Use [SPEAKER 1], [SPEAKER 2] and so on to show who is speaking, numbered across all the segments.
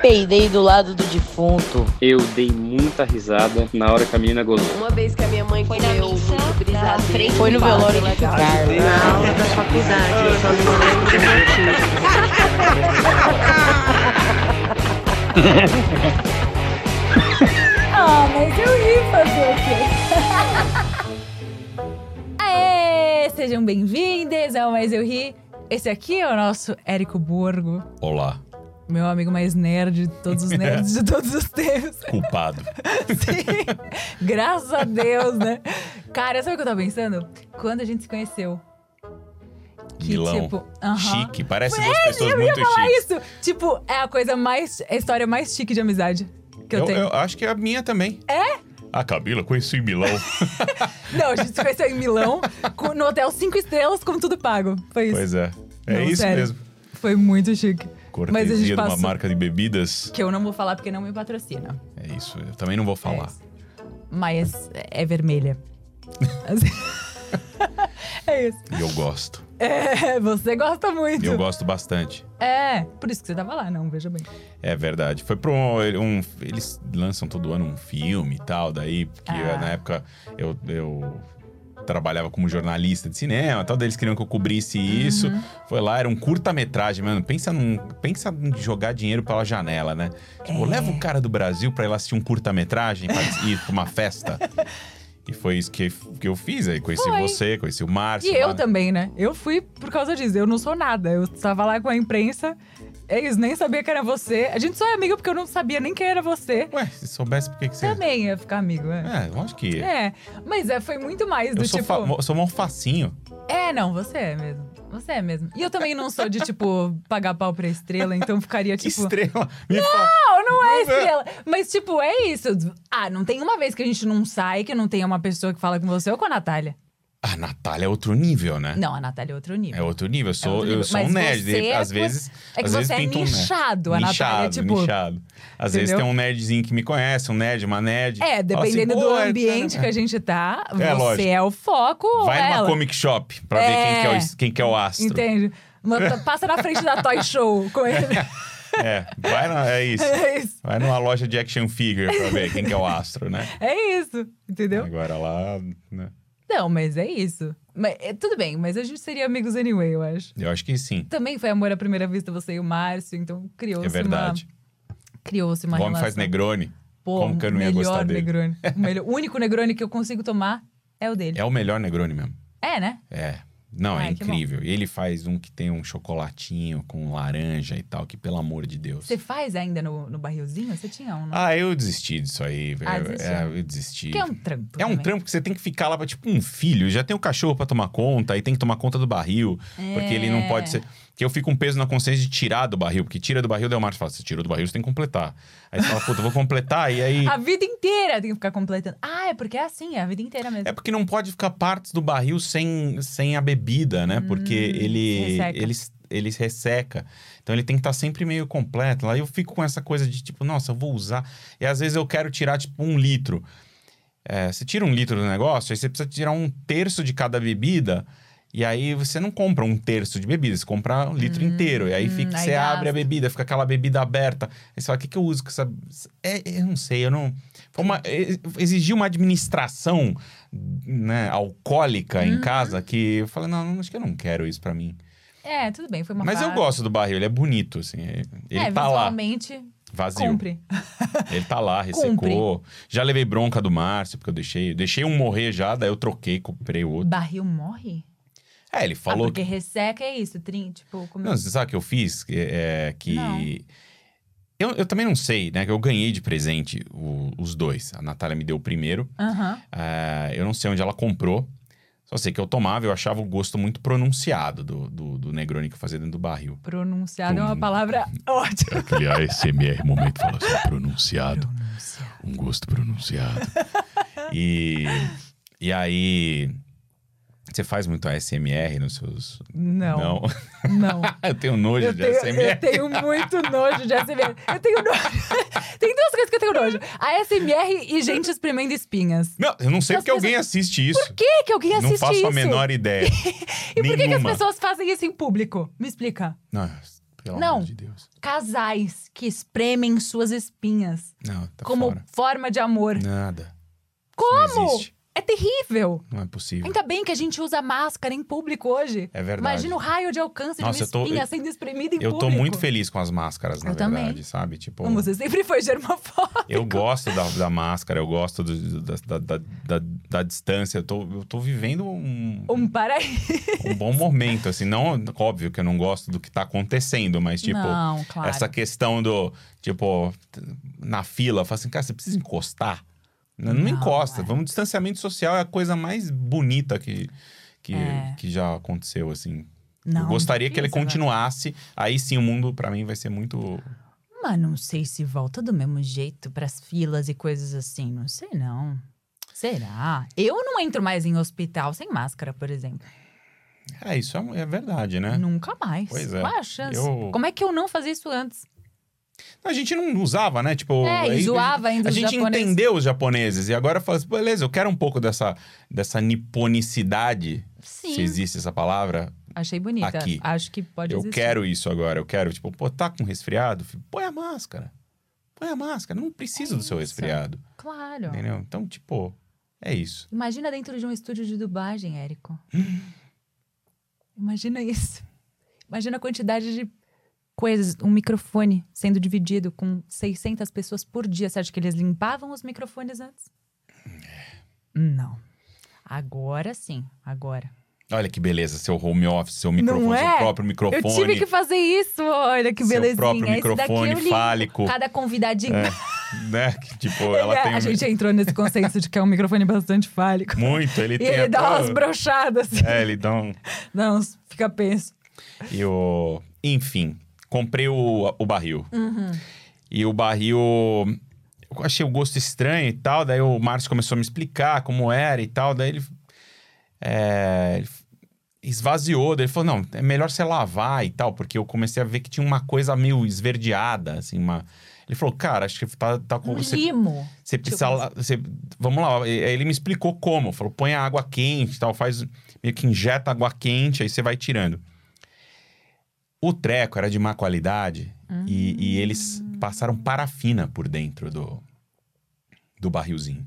[SPEAKER 1] peidei do lado do defunto.
[SPEAKER 2] Eu dei muita risada na hora que a menina golou.
[SPEAKER 3] Uma vez que a minha mãe
[SPEAKER 4] Foi na
[SPEAKER 3] comeu
[SPEAKER 4] missa,
[SPEAKER 3] muito
[SPEAKER 4] na
[SPEAKER 3] brisadeiro.
[SPEAKER 4] frente
[SPEAKER 1] Foi no
[SPEAKER 4] do padre,
[SPEAKER 1] velório
[SPEAKER 4] né,
[SPEAKER 1] de
[SPEAKER 4] cara?
[SPEAKER 1] Carlos.
[SPEAKER 5] Na aula da faculdade, eu só não lembro do motivo.
[SPEAKER 6] Ah, mas eu ri fazer o quê? Aê! Sejam bem-vindos ao Mais Eu Ri. Esse aqui é o nosso Érico Borgo,
[SPEAKER 7] Olá,
[SPEAKER 6] meu amigo mais nerd de todos os nerds de todos os tempos.
[SPEAKER 7] culpado.
[SPEAKER 6] Sim. Graças a Deus, né? Cara, sabe o que eu tava pensando? Quando a gente se conheceu.
[SPEAKER 7] Milão.
[SPEAKER 6] tipo. aham.
[SPEAKER 7] Chique, parece duas pessoas
[SPEAKER 6] Eu ia
[SPEAKER 7] muito
[SPEAKER 6] falar
[SPEAKER 7] chiques.
[SPEAKER 6] isso. Tipo, é a coisa mais. A história mais chique de amizade que eu,
[SPEAKER 7] Eu,
[SPEAKER 6] tenho.
[SPEAKER 7] eu acho que é a minha também. É? A Camila conheci em Milão.
[SPEAKER 6] Não, a gente se conheceu em Milão, com- no hotel cinco estrelas, com tudo pago. Foi isso.
[SPEAKER 7] pois é. É
[SPEAKER 6] Não,
[SPEAKER 7] isso
[SPEAKER 6] sério.
[SPEAKER 7] mesmo.
[SPEAKER 6] Foi muito chique. Mas a
[SPEAKER 7] Cortesia de
[SPEAKER 6] gente
[SPEAKER 7] uma
[SPEAKER 6] passou.
[SPEAKER 7] marca de bebidas.
[SPEAKER 6] Que eu não vou falar porque não me patrocina. É
[SPEAKER 7] É isso, eu também não vou falar.
[SPEAKER 6] Mas é vermelha. Assim- é isso.
[SPEAKER 7] E eu gosto.
[SPEAKER 6] É, você gosta muito.
[SPEAKER 7] E eu gosto bastante.
[SPEAKER 6] É, por isso que você tava lá, não, veja bem.
[SPEAKER 7] É verdade. Foi pra um, um- Eles lançam todo ano um filme e tal, daí, porque
[SPEAKER 6] Ah.
[SPEAKER 7] na época eu. eu Trabalhava como jornalista de cinema e tal, daí eles queriam que eu cobrisse isso.
[SPEAKER 6] Uhum.
[SPEAKER 7] Foi lá, era um curta-metragem, mano. Pensa, num, pensa em jogar dinheiro pela janela, né?
[SPEAKER 6] É.
[SPEAKER 7] Tipo, leva o cara do Brasil pra ir lá assistir um curta-metragem, pra ir pra uma festa. E foi isso que, que eu fiz aí. Conheci
[SPEAKER 6] Foi.
[SPEAKER 7] você, conheci o Márcio.
[SPEAKER 6] E eu
[SPEAKER 7] lá, né?
[SPEAKER 6] também, né? Eu fui por causa disso. Eu não sou nada. Eu tava lá com a imprensa. É isso, nem sabia que era você. A gente só é amigo porque eu não sabia nem quem era você.
[SPEAKER 7] Ué, se soubesse por que que você.
[SPEAKER 6] Também ia ficar amigo, é.
[SPEAKER 7] É, lógico que.
[SPEAKER 6] É, mas é, foi muito mais do
[SPEAKER 7] eu sou,
[SPEAKER 6] tipo.
[SPEAKER 7] fa- sou mó facinho.
[SPEAKER 6] É, não, você é mesmo. Você é mesmo. E eu também não sou de, tipo, pagar pau pra estrela, então ficaria
[SPEAKER 7] Que
[SPEAKER 6] tipo.
[SPEAKER 7] estrela. Me fala.
[SPEAKER 6] Não, não é
[SPEAKER 7] Não, né?
[SPEAKER 6] estrela. Mas, tipo, é isso. Ah, não tem uma vez que a gente não sai que não tenha uma pessoa que fala com você ou com a Natália.
[SPEAKER 7] A Natália é outro nível, né?
[SPEAKER 6] Não, a Natália é outro nível.
[SPEAKER 7] É outro nível. Eu sou,
[SPEAKER 6] outro
[SPEAKER 7] eu
[SPEAKER 6] nível.
[SPEAKER 7] sou um
[SPEAKER 6] Mas
[SPEAKER 7] nerd.
[SPEAKER 6] você é
[SPEAKER 7] Às
[SPEAKER 6] co-
[SPEAKER 7] vezes.
[SPEAKER 6] é que
[SPEAKER 7] às
[SPEAKER 6] você
[SPEAKER 7] vezes
[SPEAKER 6] é
[SPEAKER 7] pinta um nerd.
[SPEAKER 6] nichado, a Natália é
[SPEAKER 7] Nichado,
[SPEAKER 6] tipo-
[SPEAKER 7] nichado. Às vezes tem
[SPEAKER 6] Entendeu?
[SPEAKER 7] um nerdzinho que me conhece, um nerd, uma nerd.
[SPEAKER 6] É,
[SPEAKER 7] Fala assim,
[SPEAKER 6] dependendo
[SPEAKER 7] "Pô,
[SPEAKER 6] do
[SPEAKER 7] é,
[SPEAKER 6] ambiente que
[SPEAKER 7] cara,
[SPEAKER 6] a gente tá,
[SPEAKER 7] É,
[SPEAKER 6] você
[SPEAKER 7] lógico.
[SPEAKER 6] é o foco ou
[SPEAKER 7] Vai numa
[SPEAKER 6] ela.
[SPEAKER 7] comic shop pra ver quem que, é o, es- quem que é o astro.
[SPEAKER 6] Entende? Uma- passa na frente da Toy Show com ele.
[SPEAKER 7] É, vai na, é isso.
[SPEAKER 6] É isso.
[SPEAKER 7] Vai numa loja de action figure pra ver quem que é o astro, né?
[SPEAKER 6] É isso, entendeu?
[SPEAKER 7] Agora lá, né?
[SPEAKER 6] Não, mas é isso. Mas, é, tudo bem, mas a gente seria amigos anyway, eu acho.
[SPEAKER 7] Eu acho que sim.
[SPEAKER 6] Também foi amor à primeira vista, você e o Márcio, então criou-se
[SPEAKER 7] É verdade.
[SPEAKER 6] uma... Criou-se
[SPEAKER 7] O
[SPEAKER 6] uma
[SPEAKER 7] homem
[SPEAKER 6] relação.
[SPEAKER 7] faz negrone.
[SPEAKER 6] Pô,
[SPEAKER 7] Como que eu não ia
[SPEAKER 6] melhor
[SPEAKER 7] gostar dele?
[SPEAKER 6] Negroni. O, melhor- o único Negroni que eu consigo tomar é o dele.
[SPEAKER 7] É o melhor negrone mesmo.
[SPEAKER 6] É, né?
[SPEAKER 7] É. Não, é
[SPEAKER 6] Ai, que bom.
[SPEAKER 7] incrível. E Ele faz um que tem um chocolatinho com laranja e tal, que pelo amor de Deus.
[SPEAKER 6] Você faz ainda no, no barrilzinho? Você tinha um, não?
[SPEAKER 7] Ah, eu desisti disso aí.
[SPEAKER 6] Ah,
[SPEAKER 7] eu,
[SPEAKER 6] desistiu.
[SPEAKER 7] é, eu desisti.
[SPEAKER 6] que é um trampo.
[SPEAKER 7] É um
[SPEAKER 6] também.
[SPEAKER 7] trampo que você tem que ficar lá pra, tipo, um filho. Já tem o cachorro pra tomar conta, aí tem que tomar conta do barril, porque ele não
[SPEAKER 6] É.
[SPEAKER 7] pode ser. Que eu fico um peso na consciência de tirar do barril, porque tira do barril, daí o Márcio fala: você tirou do barril, você tem que completar. Aí você fala, puta, eu vou completar, e aí.
[SPEAKER 6] A vida inteira tem que ficar completando. Ah, é porque é assim, é a vida inteira mesmo.
[SPEAKER 7] É porque não pode ficar partes do barril sem, sem a bebida, né? Porque ele,
[SPEAKER 6] Hum, resseca.
[SPEAKER 7] ele, ele resseca. Então ele tem que estar sempre meio completo. Lá eu fico com essa coisa de tipo, nossa, eu vou usar. E às vezes eu quero tirar tipo um litro. É, você tira um litro do negócio, aí você precisa tirar um terço de cada bebida. E aí você não compra um terço de bebida, você compra um litro inteiro. E aí fica,
[SPEAKER 6] Hum, aí
[SPEAKER 7] você
[SPEAKER 6] gasta.
[SPEAKER 7] abre a bebida, fica aquela bebida aberta. Aí você fala, o que, que eu uso com essa... É, eu não sei, eu não... Foi uma, e- exigiu uma administração né, alcoólica
[SPEAKER 6] Uhum.
[SPEAKER 7] em casa que eu falei, não, não, acho que eu não quero isso pra mim.
[SPEAKER 6] É, tudo bem, foi uma
[SPEAKER 7] Mas eu
[SPEAKER 6] fase.
[SPEAKER 7] gosto do barril, ele é bonito, assim. é- Ele
[SPEAKER 6] é,
[SPEAKER 7] tá lá,
[SPEAKER 6] visualmente,
[SPEAKER 7] vazio.
[SPEAKER 6] cumpre.
[SPEAKER 7] Ele tá lá, ressecou. Já levei bronca do Márcio, porque eu deixei... Deixei um morrer já, daí eu troquei, comprei outro.
[SPEAKER 6] Barril morre?
[SPEAKER 7] É, ele
[SPEAKER 6] ah,
[SPEAKER 7] falou
[SPEAKER 6] porque resseca é isso, trin, tipo... Como...
[SPEAKER 7] Não, você sabe o que eu fiz? Que- É, que.
[SPEAKER 6] Não.
[SPEAKER 7] Eu, eu também não sei, né? Que eu ganhei de presente o- os dois. A Natália me deu o primeiro.
[SPEAKER 6] Aham.
[SPEAKER 7] Ah, eu não sei onde ela comprou. Só sei que eu tomava, eu achava o gosto muito pronunciado do, do, do Negroni que eu fazia dentro do barril.
[SPEAKER 6] Pronunciado é uma palavra ótima.
[SPEAKER 7] Aquele ASMR momento fala assim, pronunciado. Um gosto pronunciado. e, e aí. Você faz muito ASMR nos seus.
[SPEAKER 6] Não,
[SPEAKER 7] não. é.
[SPEAKER 6] não.
[SPEAKER 7] eu tenho nojo
[SPEAKER 6] Eu
[SPEAKER 7] de
[SPEAKER 6] tenho,
[SPEAKER 7] ASMR.
[SPEAKER 6] eu tenho muito nojo de ASMR. Eu tenho nojo. Tem duas coisas que eu tenho nojo. A ASMR e gente espremendo espinhas.
[SPEAKER 7] Não, eu não sei
[SPEAKER 6] As
[SPEAKER 7] porque alguém assiste isso.
[SPEAKER 6] Por que que alguém assiste
[SPEAKER 7] não faço
[SPEAKER 6] isso?
[SPEAKER 7] a menor ideia.
[SPEAKER 6] E por que, que as
[SPEAKER 7] Nenhuma.
[SPEAKER 6] pessoas fazem isso em público? Me explica.
[SPEAKER 7] Não, Pelo
[SPEAKER 6] Não.
[SPEAKER 7] amor de Deus.
[SPEAKER 6] Casais que espremem suas espinhas
[SPEAKER 7] Não, tá
[SPEAKER 6] como
[SPEAKER 7] fora.
[SPEAKER 6] forma de amor.
[SPEAKER 7] Nada. Isso não
[SPEAKER 6] Como?
[SPEAKER 7] existe.
[SPEAKER 6] É terrível.
[SPEAKER 7] Não é possível.
[SPEAKER 6] Ainda bem que a gente usa máscara em público hoje.
[SPEAKER 7] É verdade.
[SPEAKER 6] Imagina o raio de alcance
[SPEAKER 7] Nossa, eu
[SPEAKER 6] de
[SPEAKER 7] tô-
[SPEAKER 6] uma espinha sendo espremida em
[SPEAKER 7] eu
[SPEAKER 6] público.
[SPEAKER 7] tô muito feliz com as máscaras, na
[SPEAKER 6] Eu
[SPEAKER 7] verdade,
[SPEAKER 6] também.
[SPEAKER 7] sabe? Tipo,
[SPEAKER 6] Como você sempre foi germofóbico.
[SPEAKER 7] eu gosto da, da máscara, eu gosto do- da, da, da, da- da distância. Eu tô, eu tô vivendo um,
[SPEAKER 6] Um paraíso.
[SPEAKER 7] um bom momento, assim. Não, óbvio que eu não gosto do que tá acontecendo, mas, tipo,
[SPEAKER 6] Não, claro.
[SPEAKER 7] essa questão do, tipo, t- na fila, fala assim, cara, você precisa encostar. Não, não
[SPEAKER 6] Não,
[SPEAKER 7] encosta.
[SPEAKER 6] é.
[SPEAKER 7] Vamos, distanciamento social é a coisa mais bonita que, que,
[SPEAKER 6] É.
[SPEAKER 7] que já aconteceu, assim.
[SPEAKER 6] Não,
[SPEAKER 7] eu gostaria que ele
[SPEAKER 6] difícil, né?
[SPEAKER 7] continuasse. Aí sim, o mundo, pra mim, vai ser muito.
[SPEAKER 6] Mas não sei se volta do mesmo jeito pras filas e coisas assim. Não sei, não. Será? Eu não entro mais em hospital sem máscara, por exemplo.
[SPEAKER 7] É, isso é, um- é verdade, né?
[SPEAKER 6] Nunca mais.
[SPEAKER 7] Pois é.
[SPEAKER 6] Qual é a chance?
[SPEAKER 7] Eu-
[SPEAKER 6] Como é que eu não fazia isso antes?
[SPEAKER 7] A gente não usava, né? Tipo.
[SPEAKER 6] é,
[SPEAKER 7] aí-
[SPEAKER 6] e zoava ainda
[SPEAKER 7] A
[SPEAKER 6] os
[SPEAKER 7] gente
[SPEAKER 6] japoneses.
[SPEAKER 7] entendeu os japoneses e agora fala assim, beleza, eu quero um pouco dessa, dessa niponicidade,
[SPEAKER 6] Sim,
[SPEAKER 7] se existe essa palavra,
[SPEAKER 6] achei bonita.
[SPEAKER 7] Aqui.
[SPEAKER 6] Acho que pode
[SPEAKER 7] eu
[SPEAKER 6] existir.
[SPEAKER 7] quero isso agora, eu quero. Tipo, pô, tá com resfriado? Filho, põe a máscara. Põe a máscara, não preciso
[SPEAKER 6] É
[SPEAKER 7] do seu
[SPEAKER 6] isso.
[SPEAKER 7] resfriado.
[SPEAKER 6] Claro.
[SPEAKER 7] Entendeu? Então, tipo, é isso.
[SPEAKER 6] Imagina dentro de um estúdio de dublagem, Érico.
[SPEAKER 7] Hum.
[SPEAKER 6] Imagina isso. Imagina a quantidade de coisas, um microfone sendo dividido com 600 pessoas por dia. Você acha que eles limpavam os microfones antes?
[SPEAKER 7] É.
[SPEAKER 6] Não. Agora sim, agora.
[SPEAKER 7] Olha que beleza, seu home office, seu microfone,
[SPEAKER 6] é?
[SPEAKER 7] seu próprio
[SPEAKER 6] Eu
[SPEAKER 7] microfone.
[SPEAKER 6] tive que fazer isso, olha que
[SPEAKER 7] seu
[SPEAKER 6] belezinha.
[SPEAKER 7] próprio
[SPEAKER 6] Esse daqui eu
[SPEAKER 7] microfone
[SPEAKER 6] limpo.
[SPEAKER 7] fálico.
[SPEAKER 6] Cada convidadinho.
[SPEAKER 7] Né? Que, tipo, ela
[SPEAKER 6] É,
[SPEAKER 7] tem.
[SPEAKER 6] A gente entrou nesse consenso de que é um microfone bastante fálico.
[SPEAKER 7] Muito, ele
[SPEAKER 6] E
[SPEAKER 7] tem.
[SPEAKER 6] ele
[SPEAKER 7] até
[SPEAKER 6] dá umas
[SPEAKER 7] o-
[SPEAKER 6] brochadas. assim.
[SPEAKER 7] É, ele dá um.
[SPEAKER 6] Não, fica penso.
[SPEAKER 7] E o... Enfim, comprei o, o barril.
[SPEAKER 6] Uhum.
[SPEAKER 7] E o barril. Eu achei o gosto estranho e tal. Daí o Márcio começou a me explicar como era e tal. Daí ele. é, ele esvaziou. Daí ele falou: não, é melhor você lavar e tal, porque eu comecei a ver que tinha uma coisa meio esverdeada, assim, uma. Ele falou, cara, acho que tá, tá com.
[SPEAKER 6] Um
[SPEAKER 7] Você,
[SPEAKER 6] limo.
[SPEAKER 7] você precisa. la- você- vamos lá. E- Aí ele me explicou como. Falou: põe a água quente e tal, faz. Meio que injeta água quente, aí você vai tirando. O treco era de má qualidade e, e eles passaram parafina por dentro do, do barrilzinho.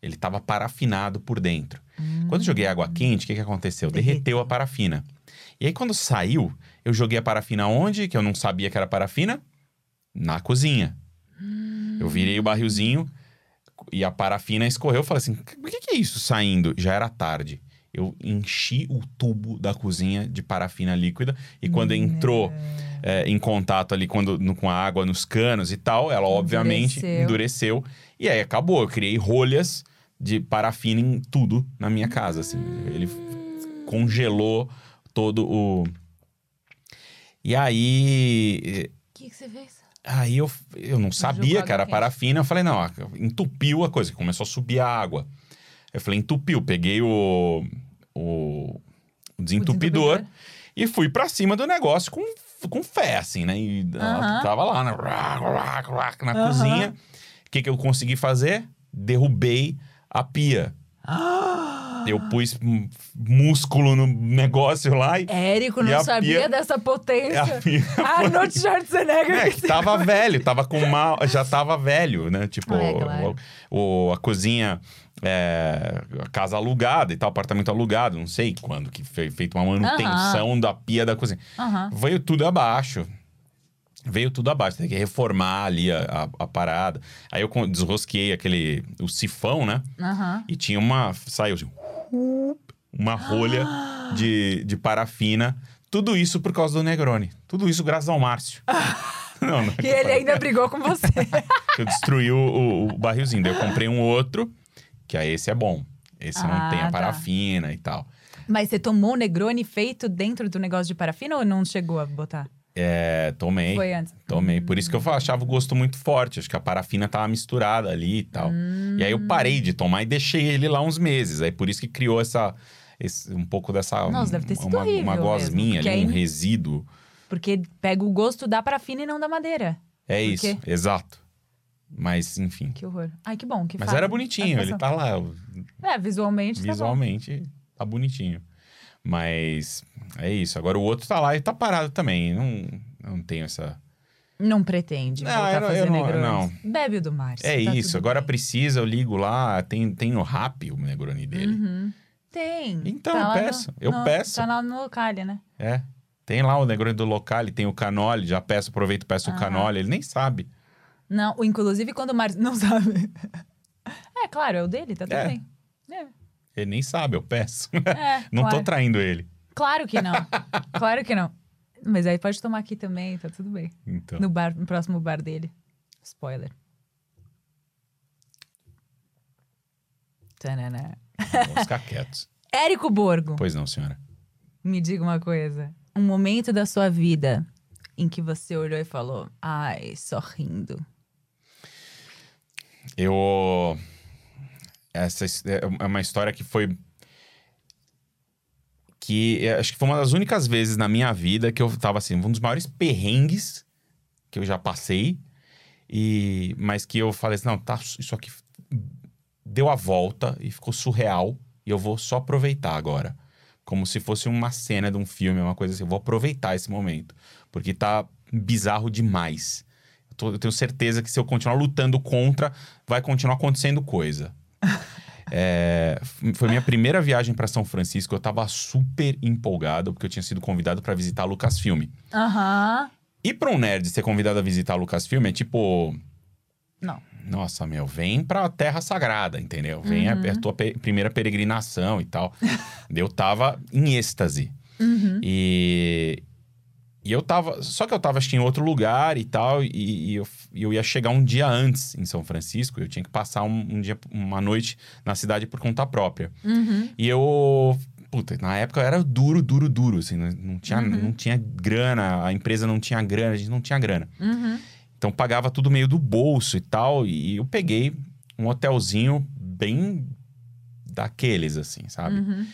[SPEAKER 7] Ele tava parafinado por dentro. Quando eu joguei água quente, o que, que aconteceu? Derreteu.
[SPEAKER 6] Derreteu.
[SPEAKER 7] a parafina. E aí, quando saiu, eu joguei a parafina onde? Que eu não sabia que era parafina? Na cozinha. Eu virei o barrilzinho e a parafina escorreu. Eu falei assim: o que, que é isso saindo? Já era tarde. Eu enchi o tubo da cozinha de parafina líquida e quando entrou é, em contato ali quando, no- com a água nos canos e tal, ela obviamente
[SPEAKER 6] Endureceu.
[SPEAKER 7] endureceu. E aí acabou. Eu criei rolhas de parafina em tudo na minha casa. Assim. Ele congelou todo o. E aí. eh,
[SPEAKER 6] O que, que você fez?
[SPEAKER 7] Aí eu, eu não sabia
[SPEAKER 6] água
[SPEAKER 7] que era
[SPEAKER 6] quente.
[SPEAKER 7] parafina. Eu falei, não, a- entupiu a coisa, que começou a subir a água. Eu falei, entupiu. Peguei o, o, o desentupidor
[SPEAKER 6] desentupidor.
[SPEAKER 7] e fui pra cima do negócio com, com fé, assim, né? E ela
[SPEAKER 6] Aham.
[SPEAKER 7] tava lá né, na, na
[SPEAKER 6] Aham.
[SPEAKER 7] cozinha. O que, que eu consegui fazer? Derrubei a pia. Eu pus hum, músculo no negócio lá e.
[SPEAKER 6] É, Érico
[SPEAKER 7] E
[SPEAKER 6] não
[SPEAKER 7] a
[SPEAKER 6] sabia
[SPEAKER 7] pia-
[SPEAKER 6] dessa potência.
[SPEAKER 7] A pia
[SPEAKER 6] Arnold Schwarzenegger.
[SPEAKER 7] É, que tava velho, tava com mal, já tava velho, né? Tipo,
[SPEAKER 6] É, claro.
[SPEAKER 7] o, o- a cozinha, é, a casa alugada e tal, apartamento alugado, não sei quando que foi feita uma manutenção da pia da cozinha.
[SPEAKER 6] Aham.
[SPEAKER 7] Veio tudo abaixo. Veio tudo abaixo, tem que reformar ali a, a- a parada. Aí eu con- desrosquei aquele, o sifão, né?
[SPEAKER 6] Aham.
[SPEAKER 7] E tinha uma. Saiu assim, uma rolha de, de parafina. Tudo isso por causa do Negroni. Tudo isso graças ao Márcio. Não, é não.
[SPEAKER 6] E ele ainda brigou com você.
[SPEAKER 7] Eu destruí o, o, o barrilzinho. Daí eu comprei um outro, que aí esse é bom. Esse não
[SPEAKER 6] Ah,
[SPEAKER 7] tem a
[SPEAKER 6] tá.
[SPEAKER 7] parafina e tal.
[SPEAKER 6] Mas você tomou o Negroni feito dentro do negócio de parafina ou não chegou a botar?
[SPEAKER 7] É, tomei.
[SPEAKER 6] Foi antes.
[SPEAKER 7] Tomei. Por isso que
[SPEAKER 6] Hum.
[SPEAKER 7] eu achava o gosto muito forte. Acho que a parafina tava misturada ali e tal. E aí
[SPEAKER 6] Hum.
[SPEAKER 7] eu parei de tomar e deixei ele lá uns meses. Aí por isso que criou essa. esse- um pouco dessa. um,
[SPEAKER 6] Nossa, deve ter sido
[SPEAKER 7] uma,
[SPEAKER 6] horrível
[SPEAKER 7] uma
[SPEAKER 6] mesmo,
[SPEAKER 7] gosminha
[SPEAKER 6] porque
[SPEAKER 7] ali, um
[SPEAKER 6] aí-
[SPEAKER 7] resíduo.
[SPEAKER 6] Porque pega o gosto da parafina e não da madeira.
[SPEAKER 7] É
[SPEAKER 6] Por
[SPEAKER 7] isso,
[SPEAKER 6] quê?
[SPEAKER 7] exato. Mas, enfim.
[SPEAKER 6] Que Ah, horror. Ai, que bom. Que
[SPEAKER 7] Mas
[SPEAKER 6] fácil.
[SPEAKER 7] era bonitinho, ele tá lá.
[SPEAKER 6] É, visualmente, tá bom.
[SPEAKER 7] Visualmente, tá bonitinho. Mas é isso. Agora o outro tá lá e tá parado também. Não, Eu não tenho essa.
[SPEAKER 6] Não pretende
[SPEAKER 7] Não,
[SPEAKER 6] voltar
[SPEAKER 7] eu não-
[SPEAKER 6] a fazer
[SPEAKER 7] eu não-
[SPEAKER 6] negrões.
[SPEAKER 7] não.
[SPEAKER 6] Bebe o do Márcio.
[SPEAKER 7] É
[SPEAKER 6] tá
[SPEAKER 7] isso,
[SPEAKER 6] tudo
[SPEAKER 7] agora
[SPEAKER 6] bem.
[SPEAKER 7] precisa, eu ligo lá, tem, tem no rap o Negroni dele.
[SPEAKER 6] Uhum. Tem. Tá
[SPEAKER 7] Então, eu
[SPEAKER 6] lá no-
[SPEAKER 7] peço, eu
[SPEAKER 6] no-
[SPEAKER 7] peço.
[SPEAKER 6] Tá lá no locale, né?
[SPEAKER 7] É. Tem lá o Negroni do Locale, tem o Canoli, já peço, aproveito, peço o
[SPEAKER 6] Ah.
[SPEAKER 7] Canoli, ele nem sabe.
[SPEAKER 6] Não, o- inclusive quando o Márcio não sabe. é, claro, é o dele, tá tudo
[SPEAKER 7] É.
[SPEAKER 6] bem. É,
[SPEAKER 7] Ele nem sabe, eu peço.
[SPEAKER 6] é,
[SPEAKER 7] não
[SPEAKER 6] claro.
[SPEAKER 7] tô traindo ele.
[SPEAKER 6] Claro que não. claro que não. Mas aí pode tomar aqui também, tá tudo bem.
[SPEAKER 7] Então.
[SPEAKER 6] No, bar, no próximo bar dele. Spoiler. Tanana.
[SPEAKER 7] Vamos ficar quietos.
[SPEAKER 6] Érico Borgo,
[SPEAKER 7] Pois não, senhora.
[SPEAKER 6] me diga uma coisa. Um momento da sua vida em que você olhou e falou, ai, sorrindo.
[SPEAKER 7] Eu. Essa his- é é uma história que foi. Que é, acho que foi uma das únicas vezes na minha vida que eu tava assim, um dos maiores perrengues que eu já passei. E, mas que eu falei assim: não, tá, isso aqui deu a volta e ficou surreal. E eu vou só aproveitar agora. Como se fosse uma cena de um filme, uma coisa assim. Eu vou aproveitar esse momento. Porque tá bizarro demais. Eu, tô- eu tenho certeza que se eu continuar lutando contra, vai continuar acontecendo coisa. É, f- foi minha primeira viagem para São Francisco. Eu tava super empolgado, porque eu tinha sido convidado para visitar a Lucasfilm.
[SPEAKER 6] Aham.
[SPEAKER 7] E pra um nerd ser convidado a visitar a Lucasfilm é tipo.
[SPEAKER 6] Não.
[SPEAKER 7] Nossa, meu, vem pra Terra Sagrada, entendeu? Vem a- é a, tua pe- primeira peregrinação e tal. eu tava em êxtase.
[SPEAKER 6] Uhum.
[SPEAKER 7] E. E eu tava. Só que eu tava, acho que em outro lugar e tal. E, e eu, e eu ia chegar um dia antes em São Francisco. Eu tinha que passar um, um dia, uma noite na cidade por conta própria.
[SPEAKER 6] Uhum.
[SPEAKER 7] E eu. Puta, na época eu era duro, duro, duro. Assim, não- não, tinha,
[SPEAKER 6] Uhum.
[SPEAKER 7] não tinha grana, a empresa não tinha grana, a gente não tinha grana.
[SPEAKER 6] Uhum.
[SPEAKER 7] Então pagava tudo meio do bolso e tal. E eu peguei um hotelzinho bem daqueles, assim, sabe?
[SPEAKER 6] Uhum.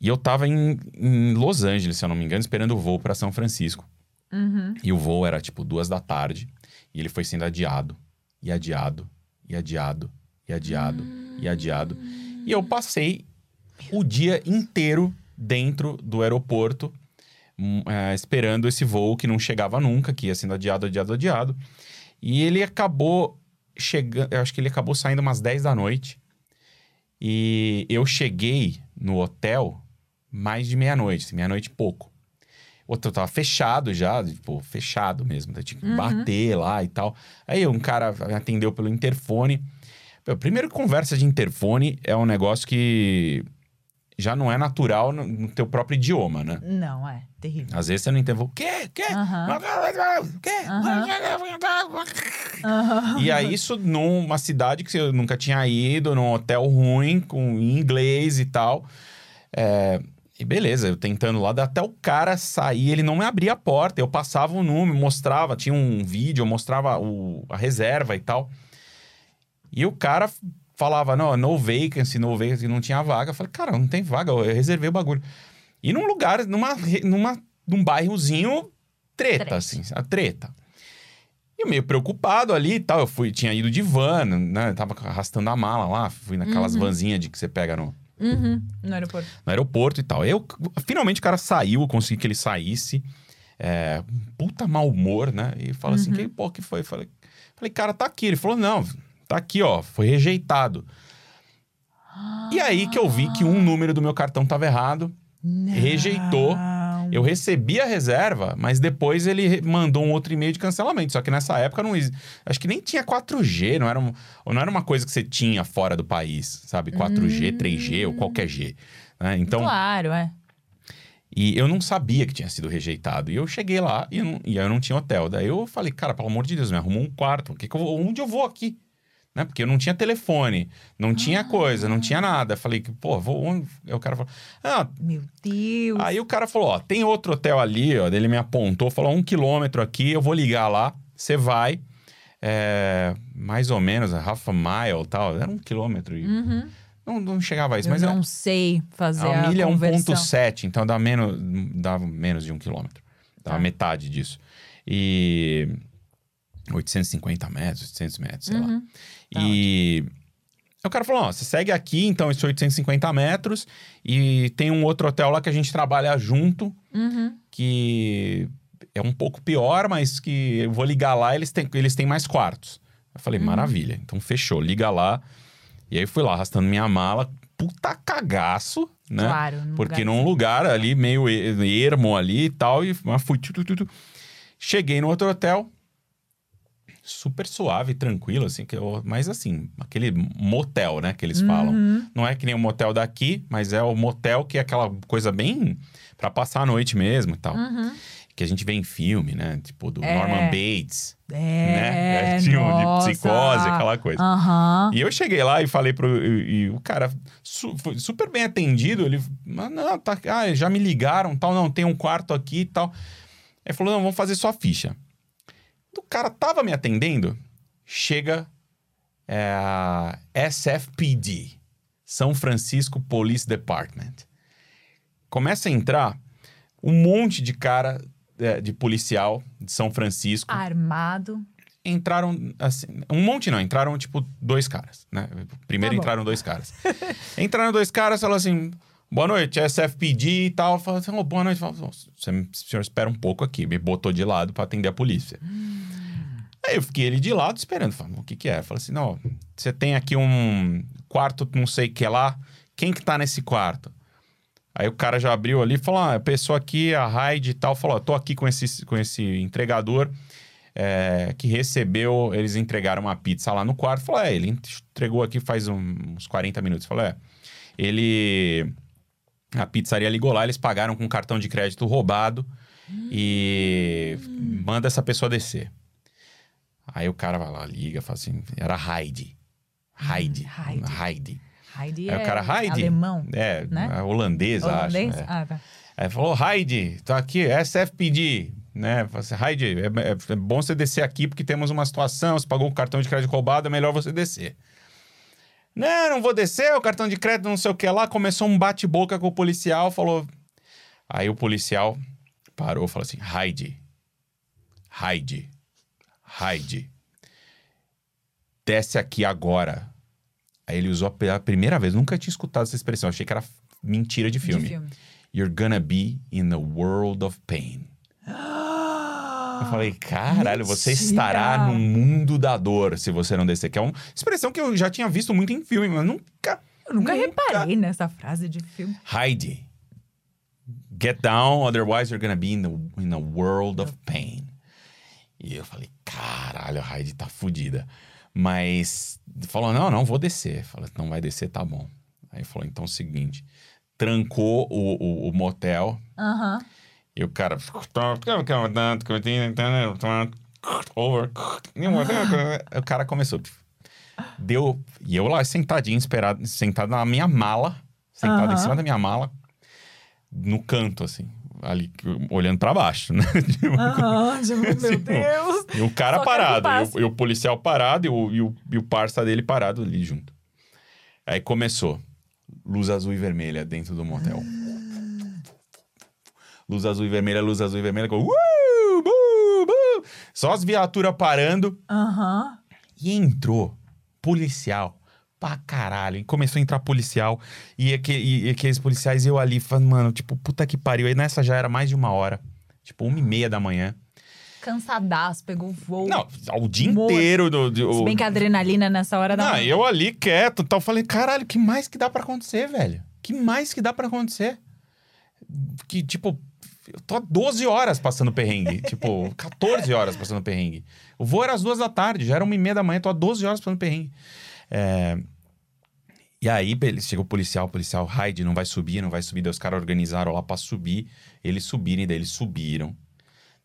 [SPEAKER 7] E eu tava em, em Los Angeles, se eu não me engano, esperando o voo para São Francisco.
[SPEAKER 6] Uhum.
[SPEAKER 7] E o voo era tipo duas da tarde. E ele foi sendo adiado, e adiado, e adiado, e adiado, e adiado. E eu passei o dia inteiro dentro do aeroporto, hum, eh, esperando esse voo que não chegava nunca, que ia sendo adiado, adiado, adiado. E ele acabou chegando. Eu acho que ele acabou saindo umas 10 da noite. E eu cheguei no hotel mais de meia-noite, assim, meia-noite e pouco. O hotel tava fechado já, tipo, fechado mesmo. tá? Tinha que
[SPEAKER 6] Uhum.
[SPEAKER 7] bater lá e tal. Aí um cara me atendeu pelo interfone. Meu, primeiro que conversa de interfone é um negócio que já não é natural no, no teu próprio idioma, né?
[SPEAKER 6] Não, é terrível.
[SPEAKER 7] Às vezes você não entende. O quê? O quê?
[SPEAKER 6] Aham.
[SPEAKER 7] O quê?
[SPEAKER 6] Aham.
[SPEAKER 7] E aí, isso numa cidade que eu nunca tinha ido, num hotel ruim, com em inglês e tal. É, e beleza, eu tentando lá, até o cara sair, ele não me abria a porta. Eu passava o número, mostrava, tinha um vídeo, eu mostrava o- a reserva e tal. E o cara f- falava, não, no vacancy, no vacancy, não tinha vaga. Eu falei, cara, não tem vaga, eu reservei o bagulho. E num lugar, numa, re- numa, num bairrozinho, treta,
[SPEAKER 6] Treta.
[SPEAKER 7] assim, a treta. E eu meio preocupado ali e tal, eu fui, tinha ido de van, né, tava arrastando a mala lá, fui naquelas vanzinhas de que você pega no
[SPEAKER 6] Uhum. No aeroporto.
[SPEAKER 7] no aeroporto e tal. Eu, finalmente o cara saiu, eu consegui que ele saísse. É, puta mau humor, né? E fala assim, que pô, que foi? Falei, falei, cara, tá aqui. Ele falou, não, tá aqui, ó, foi rejeitado. E aí que eu vi que um número do meu cartão tava errado.
[SPEAKER 6] Não.
[SPEAKER 7] Rejeitou. Eu recebi a reserva, mas depois ele re- mandou um outro e-mail de cancelamento. Só que nessa época não exi- acho que nem tinha 4G, não era, um- não era uma coisa que você tinha fora do país, sabe? 4G, 3G ou qualquer G. né? Então,
[SPEAKER 6] Claro, é.
[SPEAKER 7] e eu não sabia que tinha sido rejeitado. E eu cheguei lá e eu não, e eu não tinha hotel. Daí eu falei, cara, pelo amor de Deus, me arruma um quarto. O que que eu vou- onde eu vou aqui? Né? Porque eu não tinha telefone, não tinha coisa, não tinha nada. Eu falei, que, pô, vou. Onde? Aí o cara falou, ah,
[SPEAKER 6] Meu Deus.
[SPEAKER 7] Aí o cara falou: ó, tem outro hotel ali, ó. daí Ele me apontou, falou: um quilômetro aqui, eu vou ligar lá, você vai. É, mais ou menos, a half a mile tal. Era um quilômetro. e-
[SPEAKER 6] Uhum.
[SPEAKER 7] Não, não chegava a isso,
[SPEAKER 6] Eu
[SPEAKER 7] mas
[SPEAKER 6] não sei
[SPEAKER 7] a,
[SPEAKER 6] fazer a,
[SPEAKER 7] a milha é
[SPEAKER 6] conversão.
[SPEAKER 7] 1,7, então dá menos, dava menos de um quilômetro. Dava
[SPEAKER 6] Tá.
[SPEAKER 7] metade disso. E. 850 metros, 800 metros, sei lá.
[SPEAKER 6] Uhum. Tá
[SPEAKER 7] e Aí o cara falou: ó, você segue aqui, então, esses 850 metros, e tem um outro hotel lá que a gente trabalha junto,
[SPEAKER 6] Uhum.
[SPEAKER 7] que é um pouco pior, mas que eu vou ligar lá, eles têm, eles têm mais quartos. Eu
[SPEAKER 6] Uhum.
[SPEAKER 7] falei, maravilha. Então fechou, liga lá. E aí fui lá arrastando minha mala, puta cagaço, né?
[SPEAKER 6] Claro. num
[SPEAKER 7] Porque
[SPEAKER 6] lugar assim.
[SPEAKER 7] num lugar ali, meio e- ermo ali e tal, e mas fui. tu, tu, tu, tu. Cheguei no outro hotel, super suave, tranquilo, assim, que eu- mas assim, aquele motel, né, que eles
[SPEAKER 6] assim.
[SPEAKER 7] falam.
[SPEAKER 6] Uhum.
[SPEAKER 7] Não é que nem o motel daqui, mas é o motel que é aquela coisa bem pra passar a noite mesmo e tal.
[SPEAKER 6] Uhum.
[SPEAKER 7] Que a gente vê em filme, né? Tipo do
[SPEAKER 6] É.
[SPEAKER 7] Norman Bates,
[SPEAKER 6] É,
[SPEAKER 7] né? É, tipo,
[SPEAKER 6] nossa.
[SPEAKER 7] de psicose, aquela coisa.
[SPEAKER 6] Aham.
[SPEAKER 7] E eu cheguei lá e falei pro. E, e o cara su- foi super bem atendido. Ele. "Ah, não, tá. Ah, já me ligaram tal. Não, tem um quarto aqui e tal. Aí falou: não, vamos fazer sua ficha. O cara tava me atendendo. Chega é, a SFPD São Francisco Police Department. Começa a entrar um monte de cara é, de policial de São Francisco
[SPEAKER 6] Armado.
[SPEAKER 7] entraram assim, um monte não, entraram tipo dois caras, né?
[SPEAKER 6] Tá
[SPEAKER 7] Primeiro
[SPEAKER 6] bom.
[SPEAKER 7] entraram dois caras. entraram dois caras, falaram assim: "Boa noite, SFPD e tal". Falaram assim: "Ô, "Boa noite". Falaram, "Você, o senhor espera um pouco aqui". Me botou de lado pra atender a polícia.
[SPEAKER 6] Hum.
[SPEAKER 7] Aí eu fiquei ele de lado esperando, falando: "O que que é?". Falei assim: "Não, você tem aqui um quarto, não sei o que lá. Quem que tá nesse quarto?" Aí o cara já abriu ali e falou: ah, a pessoa aqui, a Raid e tal, falou: ó, tô aqui com esse, com esse entregador é, que recebeu, eles entregaram uma pizza lá no quarto. Falou: é, ele entregou aqui faz um- uns 40 minutos. Falou: é, ele. A pizzaria ligou lá, eles pagaram com cartão de crédito roubado e manda essa pessoa descer. Aí o cara vai lá, liga, fala assim: era Raid. Raid.
[SPEAKER 6] Raid.
[SPEAKER 7] Raid.
[SPEAKER 6] Heidi
[SPEAKER 7] É o cara, Heidi?
[SPEAKER 6] alemão.
[SPEAKER 7] É,
[SPEAKER 6] Né?
[SPEAKER 7] é holandês,
[SPEAKER 6] Holandês?
[SPEAKER 7] acho. é.
[SPEAKER 6] Ah, tá.
[SPEAKER 7] Aí falou, Raid, tô aqui, é SFPD, né? Falei assim, Raid, é, é- é bom você descer aqui porque temos uma situação, você pagou o cartão de crédito roubado, é melhor você descer. Não, não vou descer, o cartão de crédito não sei o que lá. Começou um bate-boca com o policial, falou... Aí o policial parou, falou assim, Raid, Raid, Raid, desce aqui agora. Aí ele usou pela primeira vez, nunca tinha escutado essa expressão, achei que era mentira de filme.
[SPEAKER 6] De filme.
[SPEAKER 7] You're gonna be in a world of pain. Eu falei, caralho, você
[SPEAKER 6] Mentira!
[SPEAKER 7] estará no mundo da dor se você não descer. Que é uma expressão que eu já tinha visto muito em filme, mas nunca.
[SPEAKER 6] Eu nunca reparei nessa frase de filme.
[SPEAKER 7] Heidi, get down, otherwise you're gonna be in, the, in a world of pain. E eu falei, caralho, a Heidi tá fudida. Mas falou, não, não, vou descer. Falei, não vai descer, tá bom. Aí falou, então é o seguinte, trancou o- o- o motel,
[SPEAKER 6] Aham.
[SPEAKER 7] e o cara. O cara começou. Deu. E eu lá sentadinho, esperado, sentado na minha mala. Sentado em
[SPEAKER 6] Aham.
[SPEAKER 7] cima da minha mala. No canto, assim. Ali, olhando pra baixo, né?
[SPEAKER 6] Aham. tipo, Meu Deus.
[SPEAKER 7] E o cara
[SPEAKER 6] Só quero que
[SPEAKER 7] parado, e
[SPEAKER 6] passe.
[SPEAKER 7] o, e o policial parado, e o, e, o, e o parça dele parado ali junto. Aí começou. Luz azul e vermelha dentro do motel. Luz azul e vermelha, luz azul e vermelha. com- Uh, bu, bu. Só as viaturas parando.
[SPEAKER 6] Aham.
[SPEAKER 7] E entrou policial pra caralho. E começou a entrar policial. E, aque- e- e aqueles policiais, eu ali, falando, mano, tipo, puta que pariu. Aí nessa já era mais de uma hora. Tipo, uma e meia da manhã.
[SPEAKER 6] Cansadaço, pegou voo.
[SPEAKER 7] Não, o dia
[SPEAKER 6] Morto.
[SPEAKER 7] inteiro do. do-
[SPEAKER 6] Se bem que a adrenalina nessa hora da
[SPEAKER 7] Não,
[SPEAKER 6] manhã.
[SPEAKER 7] eu ali quieto, tal, falei, caralho, que mais que dá pra acontecer, velho? Que mais que dá pra acontecer? Que tipo, eu tô há 12 horas passando perrengue, tipo, 14 horas passando perrengue. O voo era às duas da tarde, já era uma e meia da manhã, tô há 12 horas passando perrengue. É, E aí, bele- chegou o policial, o policial, Raid, não vai subir, não vai subir. Daí os caras organizaram lá pra subir, eles subirem, daí eles subiram,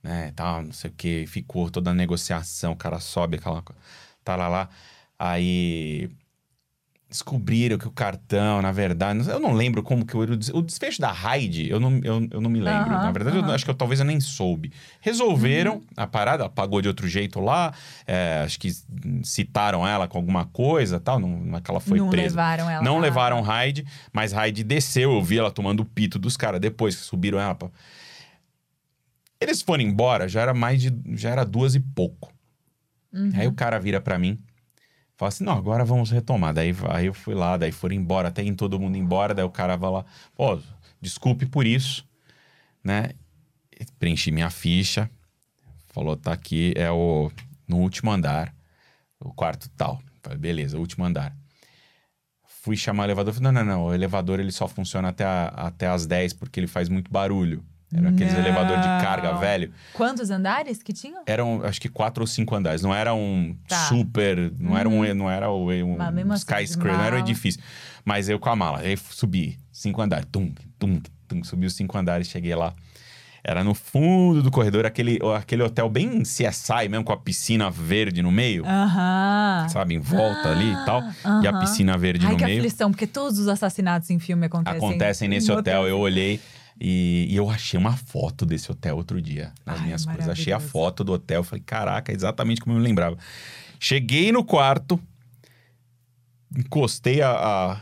[SPEAKER 7] né, tal, não sei o que, ficou toda a negociação, o cara sobe, aquela co- tá lá lá. Aí descobriram que o cartão, na verdade, não sei- eu não lembro como que eu, o des- o desfecho da Raid, eu não, eu, eu não me lembro.
[SPEAKER 6] Aham,
[SPEAKER 7] na verdade, eu
[SPEAKER 6] aham. Uhum.
[SPEAKER 7] acho que eu talvez eu nem soube. Resolveram a parada, pagou de outro jeito lá, é, acho que citaram ela com alguma coisa, tal, não, não é que ela foi
[SPEAKER 6] não
[SPEAKER 7] presa.
[SPEAKER 6] levaram ela. Ah.
[SPEAKER 7] Não
[SPEAKER 6] lá.
[SPEAKER 7] levaram Raid, mas Raid desceu. Eu vi ela tomando o pito dos caras depois que subiram ela. pra- Eles foram embora, já era mais de. já era duas e pouco. Aí o cara vira pra mim. Fala assim, não, agora vamos retomar. Daí aí eu fui lá, daí foram embora, até em todo mundo embora, daí o cara vai lá, pô, desculpe por isso, né? Preenchi minha ficha, falou, tá aqui, é o no último andar, o quarto tal. Falei, beleza, último andar. Fui chamar o elevador, falei, não, não, não, o elevador ele só funciona até, a- até as 10 porque ele faz muito barulho. Era aqueles
[SPEAKER 6] Não.
[SPEAKER 7] elevador de carga, velho.
[SPEAKER 6] Quantos andares que tinha?
[SPEAKER 7] Eram, acho que quatro ou cinco andares. Não era um
[SPEAKER 6] Tá. Uhum.
[SPEAKER 7] super. Não era um. Não era o- um,
[SPEAKER 6] Mas mesmo assim,
[SPEAKER 7] skyscraper, não era um
[SPEAKER 6] mala.
[SPEAKER 7] edifício. Mas eu com a mala. Aí subi cinco andares. Tum, tum, tum. Subi os cinco andares, cheguei lá. Era no fundo do corredor, aquele, aquele hotel bem CSI mesmo, com a piscina verde no meio,
[SPEAKER 6] Aham.
[SPEAKER 7] sabe? Em volta ali e tal. E a
[SPEAKER 6] aham.
[SPEAKER 7] piscina verde
[SPEAKER 6] Ah. Ai,
[SPEAKER 7] no
[SPEAKER 6] que
[SPEAKER 7] meio
[SPEAKER 6] aflição, porque todos os assassinatos em filme acontecem.
[SPEAKER 7] acontecem nesse
[SPEAKER 6] Assim, em
[SPEAKER 7] hotel. Eu olhei e, e eu achei uma foto desse hotel outro dia nas
[SPEAKER 6] Ai,
[SPEAKER 7] minhas coisas. Achei a
[SPEAKER 6] maravilhoso.
[SPEAKER 7] foto do hotel, falei, caraca, é exatamente como eu me lembrava. Cheguei no quarto, encostei a, a-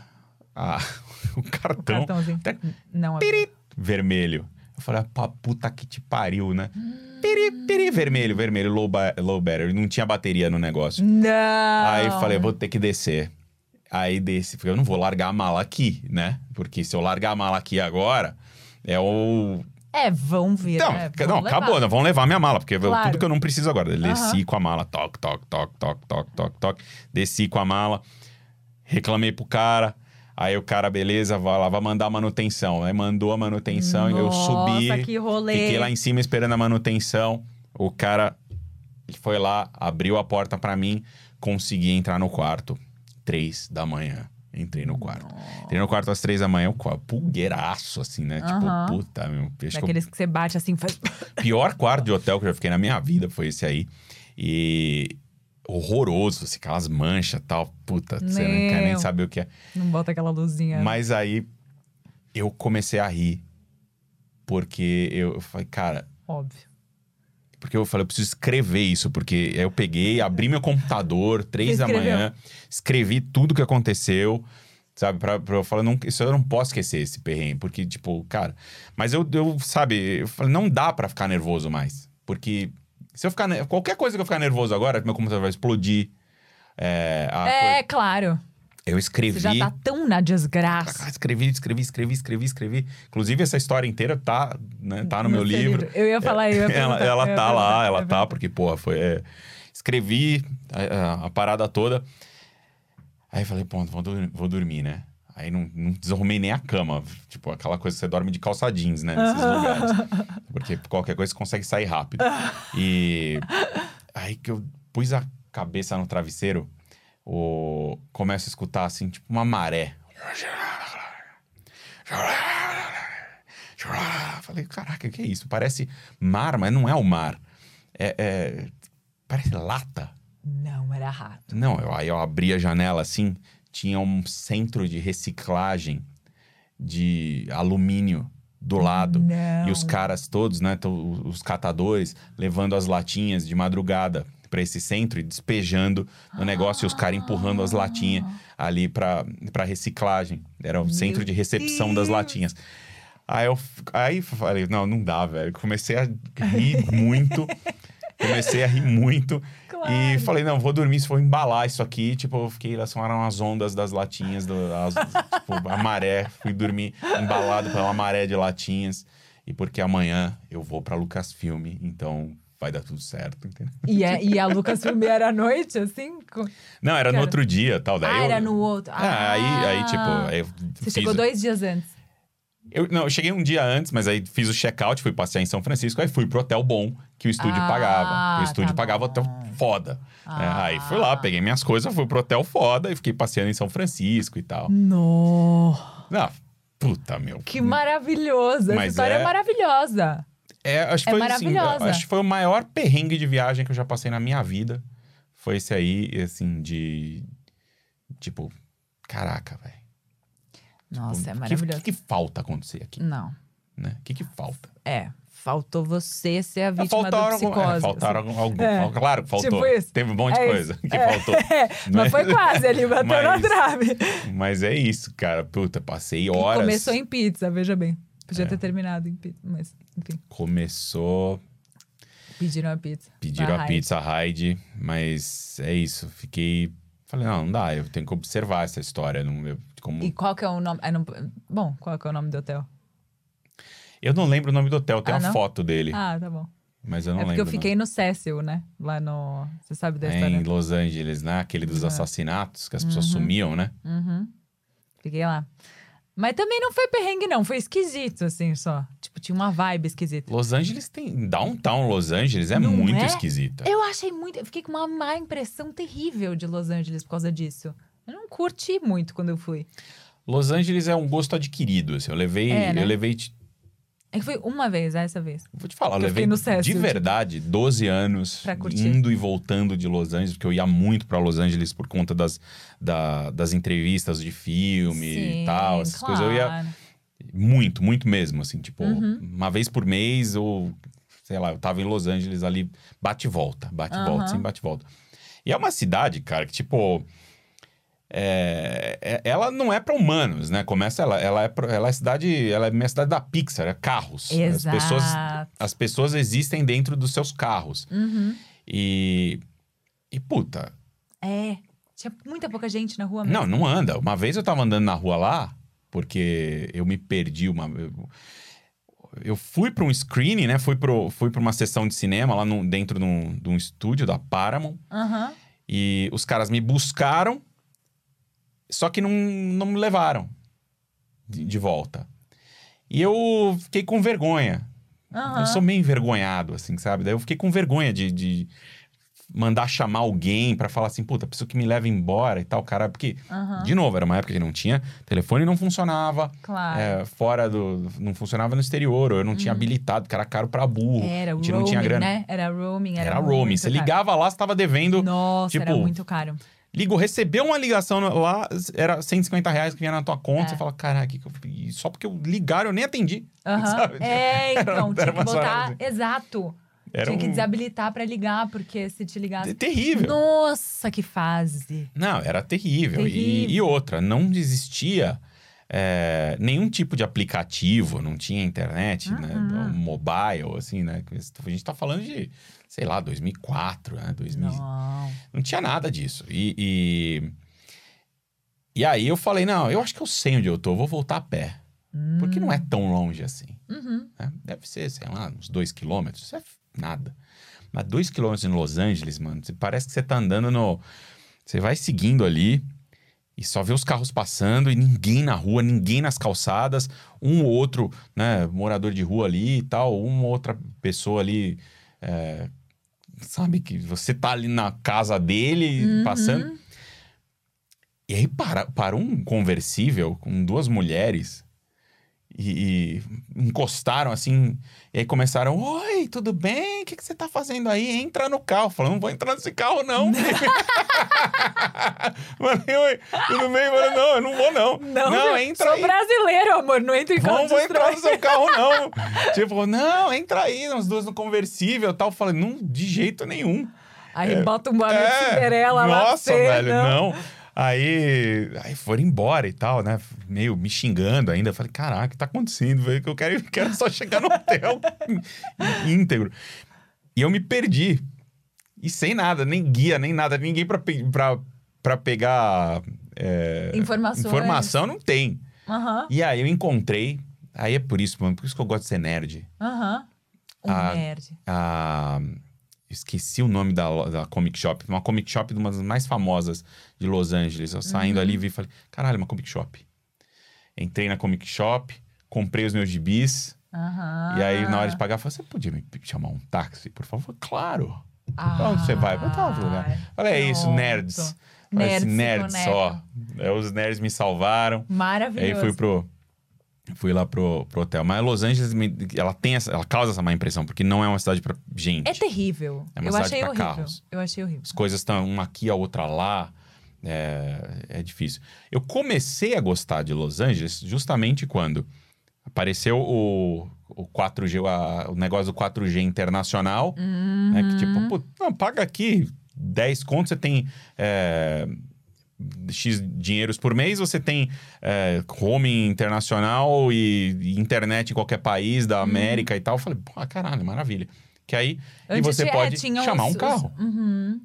[SPEAKER 7] a- o
[SPEAKER 6] O
[SPEAKER 7] cartão
[SPEAKER 6] cartãozinho.
[SPEAKER 7] um até
[SPEAKER 6] Não, é-
[SPEAKER 7] vermelho. Eu falei, ah, pra puta que te pariu, né? Piri, piri, vermelho, vermelho, low, ba- low battery. Não tinha bateria no negócio.
[SPEAKER 6] Não!
[SPEAKER 7] Aí eu falei, vou ter que descer. Aí desci, porque eu não vou largar a mala aqui, né? Porque se eu largar a mala aqui agora, é o.
[SPEAKER 6] É, vão vir.
[SPEAKER 7] Então,
[SPEAKER 6] é,
[SPEAKER 7] não,
[SPEAKER 6] vão levar.
[SPEAKER 7] acabou, não, vão levar minha mala, porque eu-
[SPEAKER 6] Claro.
[SPEAKER 7] tudo que eu não preciso agora. Desci com a mala, toque, toque, toque, toque, toque, toque, toque. Desci com a mala, reclamei pro cara. Aí o cara, beleza, vai lá, vai mandar a manutenção. Aí mandou a manutenção, eu subi.
[SPEAKER 6] Nossa, que rolê.
[SPEAKER 7] Fiquei lá em cima esperando a manutenção. O cara foi lá, abriu a porta pra mim, consegui entrar no quarto. Três da manhã. Entrei no quarto. Entrei no quarto às três da manhã, o quarto pulgueiraço, assim, né?
[SPEAKER 6] Aham.
[SPEAKER 7] Tipo, puta, meu. Acho que
[SPEAKER 6] Daqueles É que você bate assim, faz...
[SPEAKER 7] o pior quarto de hotel que eu já fiquei na minha vida foi esse aí. E. Horroroso, assim, aquelas manchas e tal. Puta, você não quer nem
[SPEAKER 6] Meu.
[SPEAKER 7] saber o que é.
[SPEAKER 6] não bota aquela luzinha.
[SPEAKER 7] Mas aí eu comecei a rir. Porque eu eu falei, cara,
[SPEAKER 6] Óbvio.
[SPEAKER 7] porque eu falei, eu preciso escrever isso, porque aí eu peguei, abri meu computador, três da
[SPEAKER 6] Escreveu.
[SPEAKER 7] manhã, escrevi tudo que aconteceu, sabe? Pra, pra eu falar, não, isso eu não posso esquecer esse perrengue, porque, tipo, cara. Mas eu, eu sabe, eu falei, não dá pra ficar nervoso mais. Porque se eu ficar. ne- Qualquer coisa que eu ficar nervoso agora, meu computador vai explodir. É, a
[SPEAKER 6] é,
[SPEAKER 7] coisa-
[SPEAKER 6] claro.
[SPEAKER 7] eu
[SPEAKER 6] Você
[SPEAKER 7] escrevi.
[SPEAKER 6] já tá tão na desgraça.
[SPEAKER 7] Escrevi, escrevi, escrevi, escrevi, escrevi. Inclusive, essa história inteira tá, né, tá no meu
[SPEAKER 6] seu
[SPEAKER 7] livro.
[SPEAKER 6] Eu ia falar, eu ia
[SPEAKER 7] Ela,
[SPEAKER 6] perguntar,
[SPEAKER 7] ela
[SPEAKER 6] eu ia
[SPEAKER 7] tá lá,
[SPEAKER 6] perguntar, é
[SPEAKER 7] ela
[SPEAKER 6] eu ia
[SPEAKER 7] tá, porque, porra, foi. é, escrevi a, a- a parada toda. Aí falei, pronto, vou, dur- vou dormir, né? Aí não, não desarrumei nem a cama. Tipo, aquela coisa que você dorme de calça jeans, né? Nesses lugares. Porque qualquer coisa você consegue sair rápido. E aí que eu pus a cabeça no travesseiro, o... começo a escutar assim, tipo uma maré. Falei, caraca, o que é isso? Parece mar, mas não é o mar. É- é- Parece lata.
[SPEAKER 6] Não, era rato.
[SPEAKER 7] Não, eu- aí eu abri a janela assim, tinha um centro de reciclagem de alumínio do lado.
[SPEAKER 6] Não.
[SPEAKER 7] E os caras todos, né? to- Os catadores, levando as latinhas de madrugada pra esse centro e despejando no negócio e os caras empurrando as latinhas ali pra pra reciclagem. Era o
[SPEAKER 6] Ah. Meu
[SPEAKER 7] centro de recepção das
[SPEAKER 6] Deus.
[SPEAKER 7] latinhas. Aí eu f- aí falei, não, não dá, velho. Comecei a rir muito. Comecei a rir muito.
[SPEAKER 6] Claro.
[SPEAKER 7] E falei, não, vou dormir se for embalar isso aqui. Tipo, eu fiquei, elas eram as ondas das latinhas, do, as- tipo, a maré. Fui dormir embalado pela maré de latinhas. E porque amanhã eu vou pra Lucasfilm, então vai dar tudo certo, entendeu?
[SPEAKER 6] E, é- e a Lucas filme era à noite, assim? Com-
[SPEAKER 7] Não, era no
[SPEAKER 6] Cara.
[SPEAKER 7] outro dia, tal. Daí
[SPEAKER 6] ah,
[SPEAKER 7] eu-
[SPEAKER 6] era no outro. Ah.
[SPEAKER 7] É, aí, aí, tipo, aí eu
[SPEAKER 6] Você
[SPEAKER 7] fiz-
[SPEAKER 6] chegou dois dias antes.
[SPEAKER 7] Eu, não, eu cheguei um dia antes, mas aí fiz o check-out, fui passear em São Francisco, aí fui pro hotel bom que o estúdio
[SPEAKER 6] Ah,
[SPEAKER 7] pagava. O estúdio
[SPEAKER 6] tá
[SPEAKER 7] pagava
[SPEAKER 6] bom.
[SPEAKER 7] hotel foda.
[SPEAKER 6] Ah.
[SPEAKER 7] É, aí fui lá, peguei minhas coisas, fui pro hotel foda e fiquei passeando em São Francisco e tal.
[SPEAKER 6] No.
[SPEAKER 7] Ah, puta, meu.
[SPEAKER 6] Hum. Que maravilhoso. Essa
[SPEAKER 7] Mas
[SPEAKER 6] história é,
[SPEAKER 7] é-
[SPEAKER 6] maravilhosa.
[SPEAKER 7] É, acho que
[SPEAKER 6] É
[SPEAKER 7] foi, assim,
[SPEAKER 6] maravilhosa.
[SPEAKER 7] acho que foi o maior perrengue de viagem que eu já passei na minha vida. Foi esse aí, assim, de... Tipo, caraca, velho.
[SPEAKER 6] Nossa, é
[SPEAKER 7] O Tipo, que-
[SPEAKER 6] maravilhoso. Hum.
[SPEAKER 7] O que, que falta acontecer aqui,
[SPEAKER 6] Não.
[SPEAKER 7] né? O que que falta?
[SPEAKER 6] É. Faltou você ser a
[SPEAKER 7] Ah,
[SPEAKER 6] vítima do
[SPEAKER 7] Faltaram, algum-
[SPEAKER 6] psicose. assim.
[SPEAKER 7] é, faltaram algum, algum-
[SPEAKER 6] É.
[SPEAKER 7] fal- Claro que faltou.
[SPEAKER 6] Tipo isso.
[SPEAKER 7] Teve um
[SPEAKER 6] É
[SPEAKER 7] monte de
[SPEAKER 6] isso.
[SPEAKER 7] coisa que
[SPEAKER 6] É.
[SPEAKER 7] faltou.
[SPEAKER 6] Mas foi quase, ele bateu na
[SPEAKER 7] Mas-
[SPEAKER 6] trave.
[SPEAKER 7] Mas é isso, cara. Puta, passei
[SPEAKER 6] E
[SPEAKER 7] horas. É.
[SPEAKER 6] Começou em pizza, veja bem. Podia ter terminado em pizza, mas enfim,
[SPEAKER 7] Começou,
[SPEAKER 6] pediram a pizza.
[SPEAKER 7] pediram
[SPEAKER 6] Vai,
[SPEAKER 7] a pizza Hyde, mas é isso. Fiquei. Falei, não, não dá, eu tenho que observar essa história. Não, eu, como...
[SPEAKER 6] E qual que é o nome? Ah, não- Bom, qual que é o nome do hotel?
[SPEAKER 7] eu não lembro o nome do hotel, tem
[SPEAKER 6] Ah,
[SPEAKER 7] uma
[SPEAKER 6] não?
[SPEAKER 7] foto dele,
[SPEAKER 6] Ah, tá bom.
[SPEAKER 7] mas eu não
[SPEAKER 6] é porque
[SPEAKER 7] lembro.
[SPEAKER 6] eu fiquei no Cecil, né? Lá no. Você sabe da
[SPEAKER 7] não.
[SPEAKER 6] história?
[SPEAKER 7] em Los Angeles, né? Aquele dos assassinatos, que as pessoas sumiam, né?
[SPEAKER 6] Uhum. Fiquei lá. Mas também não foi perrengue, não. Foi esquisito, assim, só. Tipo, tinha uma vibe esquisita.
[SPEAKER 7] Los Angeles tem. Downtown Los Angeles é
[SPEAKER 6] Não
[SPEAKER 7] muito
[SPEAKER 6] é?
[SPEAKER 7] esquisita.
[SPEAKER 6] Eu achei muito. Eu fiquei com uma má impressão terrível de Los Angeles por causa disso. Eu não curti muito quando eu fui.
[SPEAKER 7] Los Angeles é um gosto adquirido. assim, eu levei.
[SPEAKER 6] É, né?
[SPEAKER 7] Eu levei. ti-
[SPEAKER 6] É que foi uma vez, essa vez.
[SPEAKER 7] Vou te falar, eu
[SPEAKER 6] Porque eu
[SPEAKER 7] levei
[SPEAKER 6] fiquei no Cecil,
[SPEAKER 7] de
[SPEAKER 6] tipo.
[SPEAKER 7] verdade 12 anos
[SPEAKER 6] Pra curtir.
[SPEAKER 7] indo e voltando de Los Angeles, porque eu ia muito pra Los Angeles por conta das, da- das entrevistas de filme e tal, essas coisas. Eu ia
[SPEAKER 6] claro.
[SPEAKER 7] muito, muito mesmo, assim, tipo,
[SPEAKER 6] Uhum.
[SPEAKER 7] uma vez por mês ou sei lá, eu tava em Los Angeles ali, bate e volta, bate e
[SPEAKER 6] Aham.
[SPEAKER 7] volta, sim, bate e volta. E é uma cidade, cara, que tipo é, é- ela não é pra humanos, né? Começa ela, ela é pra- ela é cidade, ela é minha cidade da Pixar, é carros.
[SPEAKER 6] Exato.
[SPEAKER 7] As pessoas as pessoas existem dentro dos seus carros.
[SPEAKER 6] Uhum.
[SPEAKER 7] E. E puta.
[SPEAKER 6] É. Tinha muita pouca gente na rua mesmo.
[SPEAKER 7] Não, não anda. Uma vez eu tava andando na rua lá, porque eu me perdi uma. eu- Eu fui pra um screening, né? Fui, pro, fui pra uma sessão de cinema lá num- dentro de um, de um estúdio da Paramount.
[SPEAKER 6] Aham.
[SPEAKER 7] E os caras me buscaram, só que não, não me levaram de, de volta. E eu fiquei com vergonha.
[SPEAKER 6] Aham.
[SPEAKER 7] Eu sou meio envergonhado, assim, sabe? Daí eu fiquei com vergonha de, de mandar chamar alguém pra falar assim, puta, preciso que me leve embora e tal, cara. Porque,
[SPEAKER 6] Aham.
[SPEAKER 7] de novo, era uma época que não tinha, telefone não funcionava,
[SPEAKER 6] Claro.
[SPEAKER 7] é, fora do. não funcionava no exterior, ou eu não tinha habilitado, que era caro pra burro.
[SPEAKER 6] Uhum. Era
[SPEAKER 7] a
[SPEAKER 6] o
[SPEAKER 7] gente
[SPEAKER 6] roaming,
[SPEAKER 7] não tinha grana.
[SPEAKER 6] né? Era roaming. Era,
[SPEAKER 7] Era
[SPEAKER 6] muito
[SPEAKER 7] roaming. Você
[SPEAKER 6] caro.
[SPEAKER 7] ligava lá, você tava devendo.
[SPEAKER 6] Nossa, era
[SPEAKER 7] tipo,
[SPEAKER 6] muito caro.
[SPEAKER 7] Ligou, recebeu uma ligação no- lá, era 150 reais que vinha na tua conta.
[SPEAKER 6] É.
[SPEAKER 7] Você fala, caraca, que que eu fiz?" só porque eu ligaram, eu nem atendi.
[SPEAKER 6] Aham.
[SPEAKER 7] sabe? tipo,
[SPEAKER 6] É,
[SPEAKER 7] Era- um
[SPEAKER 6] então, tinha
[SPEAKER 7] era
[SPEAKER 6] que
[SPEAKER 7] umas
[SPEAKER 6] botar.
[SPEAKER 7] horas,
[SPEAKER 6] Exato.
[SPEAKER 7] tipo. Era
[SPEAKER 6] tinha que
[SPEAKER 7] um- é
[SPEAKER 6] desabilitar pra ligar, porque se te ligasse.
[SPEAKER 7] terrível.
[SPEAKER 6] Nossa, que fase.
[SPEAKER 7] Não, era terrível. E-
[SPEAKER 6] Terrível.
[SPEAKER 7] E, outra, não existia é, nenhum tipo de aplicativo, não tinha internet, né?
[SPEAKER 6] Uhum.
[SPEAKER 7] Mobile, assim, né? A gente tá falando de, sei lá, 2004, né? 2000, não.
[SPEAKER 6] Não.
[SPEAKER 7] tinha nada disso. E, e... e aí eu falei, não, eu acho que eu sei onde eu tô, eu vou voltar a pé. Porque não é tão longe assim.
[SPEAKER 6] Hum. Uhum.
[SPEAKER 7] né? Deve ser, sei lá, uns dois quilômetros. Isso é f- nada. Mas dois quilômetros em Los Angeles, mano, você- parece que você tá andando no. Você vai seguindo ali e só vê os carros passando e ninguém na rua, ninguém nas calçadas, um ou outro, né, morador de rua ali e tal, uma ou outra pessoa ali. é, sabe que você tá ali na casa dele,
[SPEAKER 6] Uhum.
[SPEAKER 7] passando. E aí para, parou um conversível com duas mulheres e, e encostaram assim. E aí começaram: Oi, tudo bem? O que, que você tá fazendo aí? Entra no carro. Falando: Não vou entrar nesse carro, não. Falei: Oi, tudo bem? Falei, não, eu não vou, não.
[SPEAKER 6] Não,
[SPEAKER 7] não
[SPEAKER 6] eu
[SPEAKER 7] entra
[SPEAKER 6] sou
[SPEAKER 7] aí.
[SPEAKER 6] brasileiro, amor. Não entra em
[SPEAKER 7] Não
[SPEAKER 6] carro
[SPEAKER 7] vou entrar
[SPEAKER 6] destrói.
[SPEAKER 7] no seu carro, não. tipo, não, entra aí, uns dois no conversível e tal. Eu Falei, não, de jeito nenhum.
[SPEAKER 6] Aí bota um barulho de cinderela lá. pra
[SPEAKER 7] É. Nossa,
[SPEAKER 6] você,
[SPEAKER 7] velho, não. Aí, aí foram embora e tal, né? Meio me xingando ainda. Eu Falei, caraca, o que tá acontecendo? velho? Que Eu quero, quero só chegar no hotel íntegro. E eu me perdi. E sem nada, nem guia, nem nada, ninguém pra, pe- pra, pra pegar é,
[SPEAKER 6] Informações.
[SPEAKER 7] informação, não tem.
[SPEAKER 6] Aham,
[SPEAKER 7] E aí eu encontrei. Aí é por isso, mano, por isso que eu gosto de ser nerd.
[SPEAKER 6] aham. Um
[SPEAKER 7] Ah,
[SPEAKER 6] nerd.
[SPEAKER 7] a- Esqueci o nome da, lo- da comic shop. Uma comic shop de uma das mais famosas de Los Angeles. Eu saindo ali vi e falei: caralho, uma comic shop. Entrei na comic shop, comprei os meus gibis.
[SPEAKER 6] Aham.
[SPEAKER 7] E aí, na
[SPEAKER 6] Ah.
[SPEAKER 7] hora de pagar, eu falei: você podia me chamar um táxi, por favor? Claro.
[SPEAKER 6] Ah,
[SPEAKER 7] Pra onde você vai? Pra tal lugar. Olha é isso,
[SPEAKER 6] pronto.
[SPEAKER 7] nerds. Olha esse
[SPEAKER 6] Nerds. se
[SPEAKER 7] nerds
[SPEAKER 6] conectam.
[SPEAKER 7] só. Aí Os nerds me salvaram. Aí
[SPEAKER 6] Maravilhoso.
[SPEAKER 7] fui pro. Fui lá pro, pro hotel. Mas Los Angeles, me- ela tem essa, ela causa essa má impressão, porque não é uma cidade pra gente.
[SPEAKER 6] É terrível.
[SPEAKER 7] É uma
[SPEAKER 6] eu
[SPEAKER 7] cidade
[SPEAKER 6] achei
[SPEAKER 7] pra
[SPEAKER 6] horrível.
[SPEAKER 7] carros.
[SPEAKER 6] Eu achei horrível.
[SPEAKER 7] As coisas estão uma aqui, a outra lá. É, é difícil. Eu comecei a gostar de Los Angeles justamente quando apareceu o, o 4G, a- o negócio do 4G internacional, né? Que
[SPEAKER 6] Uhum.
[SPEAKER 7] tipo, pô, não, paga aqui 10 contos, você tem é, X dinheiros por mês, você tem é, home internacional e, e internet em qualquer país
[SPEAKER 6] Uhum.
[SPEAKER 7] da América e tal. Eu falei, pô, caralho, maravilha. Que aí, e
[SPEAKER 6] Antes é,
[SPEAKER 7] você
[SPEAKER 6] tinha-
[SPEAKER 7] pode
[SPEAKER 6] tinha
[SPEAKER 7] chamar
[SPEAKER 6] os-
[SPEAKER 7] um carro.
[SPEAKER 6] os- Uhum.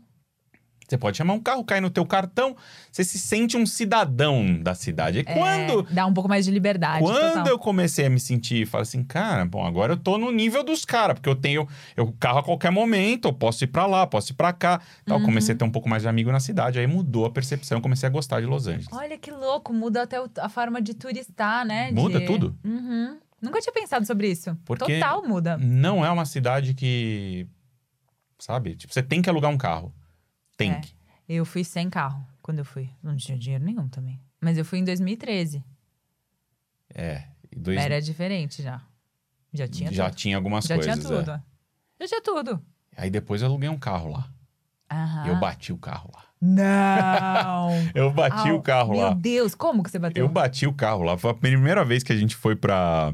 [SPEAKER 7] Você pode chamar um carro, cai no teu cartão, você se sente um cidadão da cidade. E quando
[SPEAKER 6] É, dá um pouco mais de liberdade.
[SPEAKER 7] Quando
[SPEAKER 6] total.
[SPEAKER 7] eu comecei a me sentir, falei assim, cara, bom, agora eu tô no nível dos caras, porque eu tenho eu carro a qualquer momento, eu posso ir pra lá, posso ir pra cá.
[SPEAKER 6] Uhum.
[SPEAKER 7] Tal. Comecei a ter um pouco mais de amigo na cidade, aí mudou a percepção, comecei a gostar de Los Angeles.
[SPEAKER 6] Olha que louco, muda até o- a forma de turistar, né? de-
[SPEAKER 7] Muda tudo?
[SPEAKER 6] Uhum. Nunca tinha pensado sobre isso.
[SPEAKER 7] Porque-
[SPEAKER 6] Total muda.
[SPEAKER 7] Não é uma cidade que. Sabe? Tipo, você tem que alugar um carro. Tem
[SPEAKER 6] É.
[SPEAKER 7] que.
[SPEAKER 6] Eu fui sem carro quando eu fui. Não tinha dinheiro nenhum também. Mas eu fui em 2013.
[SPEAKER 7] E dois-
[SPEAKER 6] Era diferente já. Já tinha
[SPEAKER 7] já
[SPEAKER 6] tudo.
[SPEAKER 7] tinha algumas
[SPEAKER 6] já
[SPEAKER 7] coisas.
[SPEAKER 6] tinha tudo.
[SPEAKER 7] é.
[SPEAKER 6] Já tinha tudo.
[SPEAKER 7] Aí depois eu aluguei um carro lá.
[SPEAKER 6] Aham.
[SPEAKER 7] Eu bati o carro lá.
[SPEAKER 6] Não!
[SPEAKER 7] Eu bati
[SPEAKER 6] Au,
[SPEAKER 7] o carro
[SPEAKER 6] meu
[SPEAKER 7] lá.
[SPEAKER 6] Deus, como que você bateu?
[SPEAKER 7] Eu bati o carro lá. Foi a primeira vez que a gente foi pra,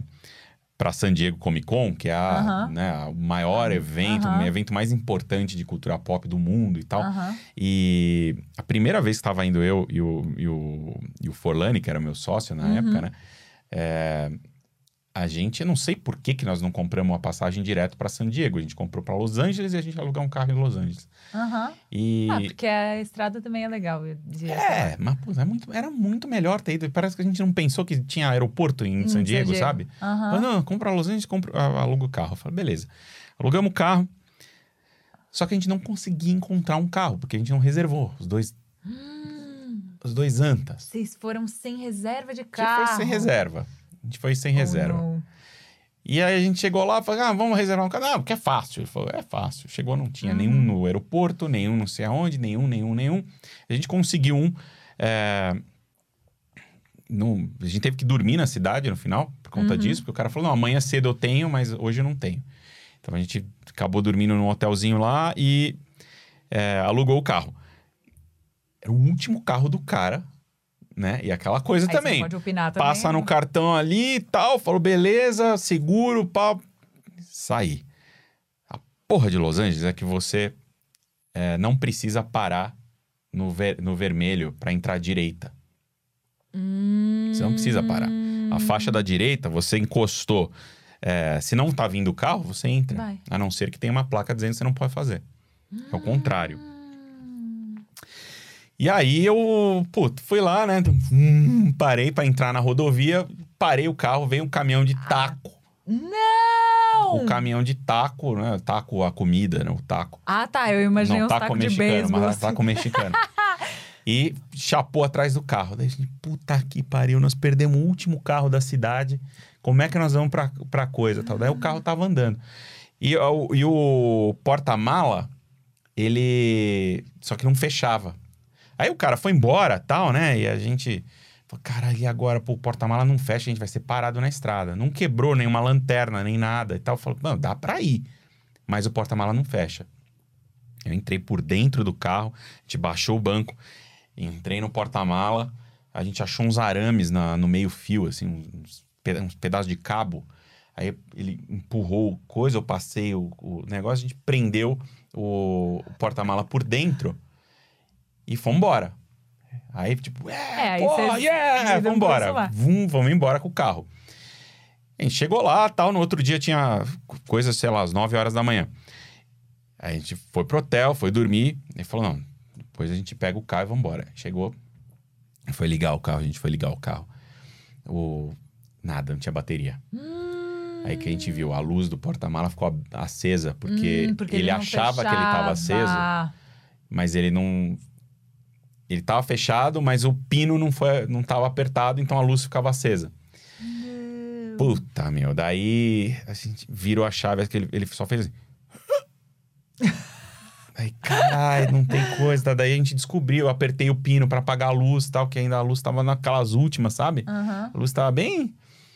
[SPEAKER 7] pra San Diego Comic Con, que é a,
[SPEAKER 6] Aham.
[SPEAKER 7] né, o maior evento,
[SPEAKER 6] Aham. Ah.
[SPEAKER 7] o evento mais importante de cultura pop do mundo e tal.
[SPEAKER 6] Aham.
[SPEAKER 7] E a primeira vez que estava indo eu e o, e, o, e o Forlani, que era meu sócio na
[SPEAKER 6] Uhum.
[SPEAKER 7] época, né? é, a gente, eu não sei por que, que nós não compramos uma passagem direto pra San Diego. A gente comprou pra Los Angeles e a gente alugou um carro em Los Angeles.
[SPEAKER 6] Aham.
[SPEAKER 7] E.
[SPEAKER 6] Ah, porque a estrada também é legal. de-
[SPEAKER 7] É, mas pô, é muito- era muito melhor ter ido. Parece que a gente não pensou que tinha aeroporto em San Diego, sabe?
[SPEAKER 6] Aham.
[SPEAKER 7] Falei, não, compra Los Angeles, compra, ah, aluga o carro. Eu falei, beleza. Alugamos o carro. Só que a gente não conseguia encontrar um carro, porque a gente não reservou os dois,
[SPEAKER 6] Hum,
[SPEAKER 7] os dois antas.
[SPEAKER 6] Vocês foram sem reserva de
[SPEAKER 7] A gente
[SPEAKER 6] carro.
[SPEAKER 7] foi sem reserva. A gente foi sem
[SPEAKER 6] Oh,
[SPEAKER 7] reserva.
[SPEAKER 6] não.
[SPEAKER 7] E aí a gente chegou lá e falou, ah, vamos reservar um carro. Ah, porque é fácil. Ele falou, é fácil. Chegou, não tinha
[SPEAKER 6] Hum.
[SPEAKER 7] nenhum no aeroporto, nenhum não sei aonde, nenhum, nenhum, nenhum. A gente conseguiu um. é, no- a gente teve que dormir na cidade no final, por conta
[SPEAKER 6] Uhum.
[SPEAKER 7] disso, porque o cara falou, não, amanhã cedo eu tenho, mas hoje eu não tenho. Então a gente acabou dormindo num hotelzinho lá e é, alugou o carro. Era o último carro do cara, né? E aquela coisa
[SPEAKER 6] Aí você
[SPEAKER 7] também
[SPEAKER 6] pode opinar também.
[SPEAKER 7] passa no cartão ali e tal, falou, beleza, seguro, pau. Saí. A porra de Los Angeles é que você é, não precisa parar no, ver- no vermelho para entrar à direita. Você não precisa parar.
[SPEAKER 6] Hum.
[SPEAKER 7] A faixa da direita, você encostou. É, se não tá vindo o carro, você entra.
[SPEAKER 6] Vai.
[SPEAKER 7] A não ser que tenha uma placa dizendo que você não pode fazer. É o contrário.
[SPEAKER 6] Hum.
[SPEAKER 7] E aí eu, puto, fui lá, né? Hum, parei pra entrar na rodovia, parei o carro, veio um caminhão de taco.
[SPEAKER 6] Não!
[SPEAKER 7] O caminhão de taco, né? Taco a comida, né? O taco.
[SPEAKER 6] Ah, tá. Eu imaginei
[SPEAKER 7] não,
[SPEAKER 6] uns
[SPEAKER 7] taco
[SPEAKER 6] tacos de
[SPEAKER 7] mexicano,
[SPEAKER 6] beisebol. assim.
[SPEAKER 7] mas tá taco mexicano. e chapou atrás do carro. Daí a gente, puta que pariu, nós perdemos o último carro da cidade. Como é que nós vamos pra, pra coisa? e Tal. Daí o carro tava andando. E, o- e o porta-mala, ele. Só que não fechava. Aí o cara foi embora, tal, né? E a gente. falou, Caralho, e agora? Pô, o porta-mala não fecha, a gente vai ser parado na estrada. Não quebrou nenhuma lanterna, nem nada e tal. Falou, não, dá pra ir. Mas o porta-mala não fecha. Eu entrei por dentro do carro, a gente baixou o banco, entrei no porta-mala, a gente achou uns arames na- no meio-fio, assim, uns, peda- uns pedaços de cabo. Aí ele empurrou coisa, eu passei o, o negócio, a gente prendeu o, o porta-mala por dentro e fomos embora. Aí, tipo,
[SPEAKER 6] É,
[SPEAKER 7] é,
[SPEAKER 6] aí
[SPEAKER 7] porra,
[SPEAKER 6] vocês
[SPEAKER 7] yeah,
[SPEAKER 6] viram pro
[SPEAKER 7] vamos embora.
[SPEAKER 6] celular.
[SPEAKER 7] Vum, vamos embora com o carro. A gente chegou lá, tal, no outro dia tinha coisa, sei lá, às 9 horas da manhã. Aí a gente foi pro hotel, foi dormir, e falou, não, depois a gente pega o carro e vamos embora. Chegou, foi ligar o carro, a gente foi ligar o carro. O... Nada, não tinha bateria.
[SPEAKER 6] Hum.
[SPEAKER 7] Aí que a gente viu, a luz do porta-mala ficou ab- acesa, porque,
[SPEAKER 6] Hum, porque
[SPEAKER 7] ele,
[SPEAKER 6] não
[SPEAKER 7] achava que ele tava aceso,
[SPEAKER 6] fechava.
[SPEAKER 7] mas ele não... Ele tava fechado, mas o pino não, foi, não tava apertado, então a luz ficava acesa. Puta, meu. Daí a gente virou a chave, acho que ele, ele só fez assim. Aí, caralho, não tem coisa. tá? Daí a gente descobriu, eu apertei o pino pra apagar a luz e tal, que ainda a luz tava naquelas últimas, sabe?
[SPEAKER 6] Aham,
[SPEAKER 7] A luz tava bem.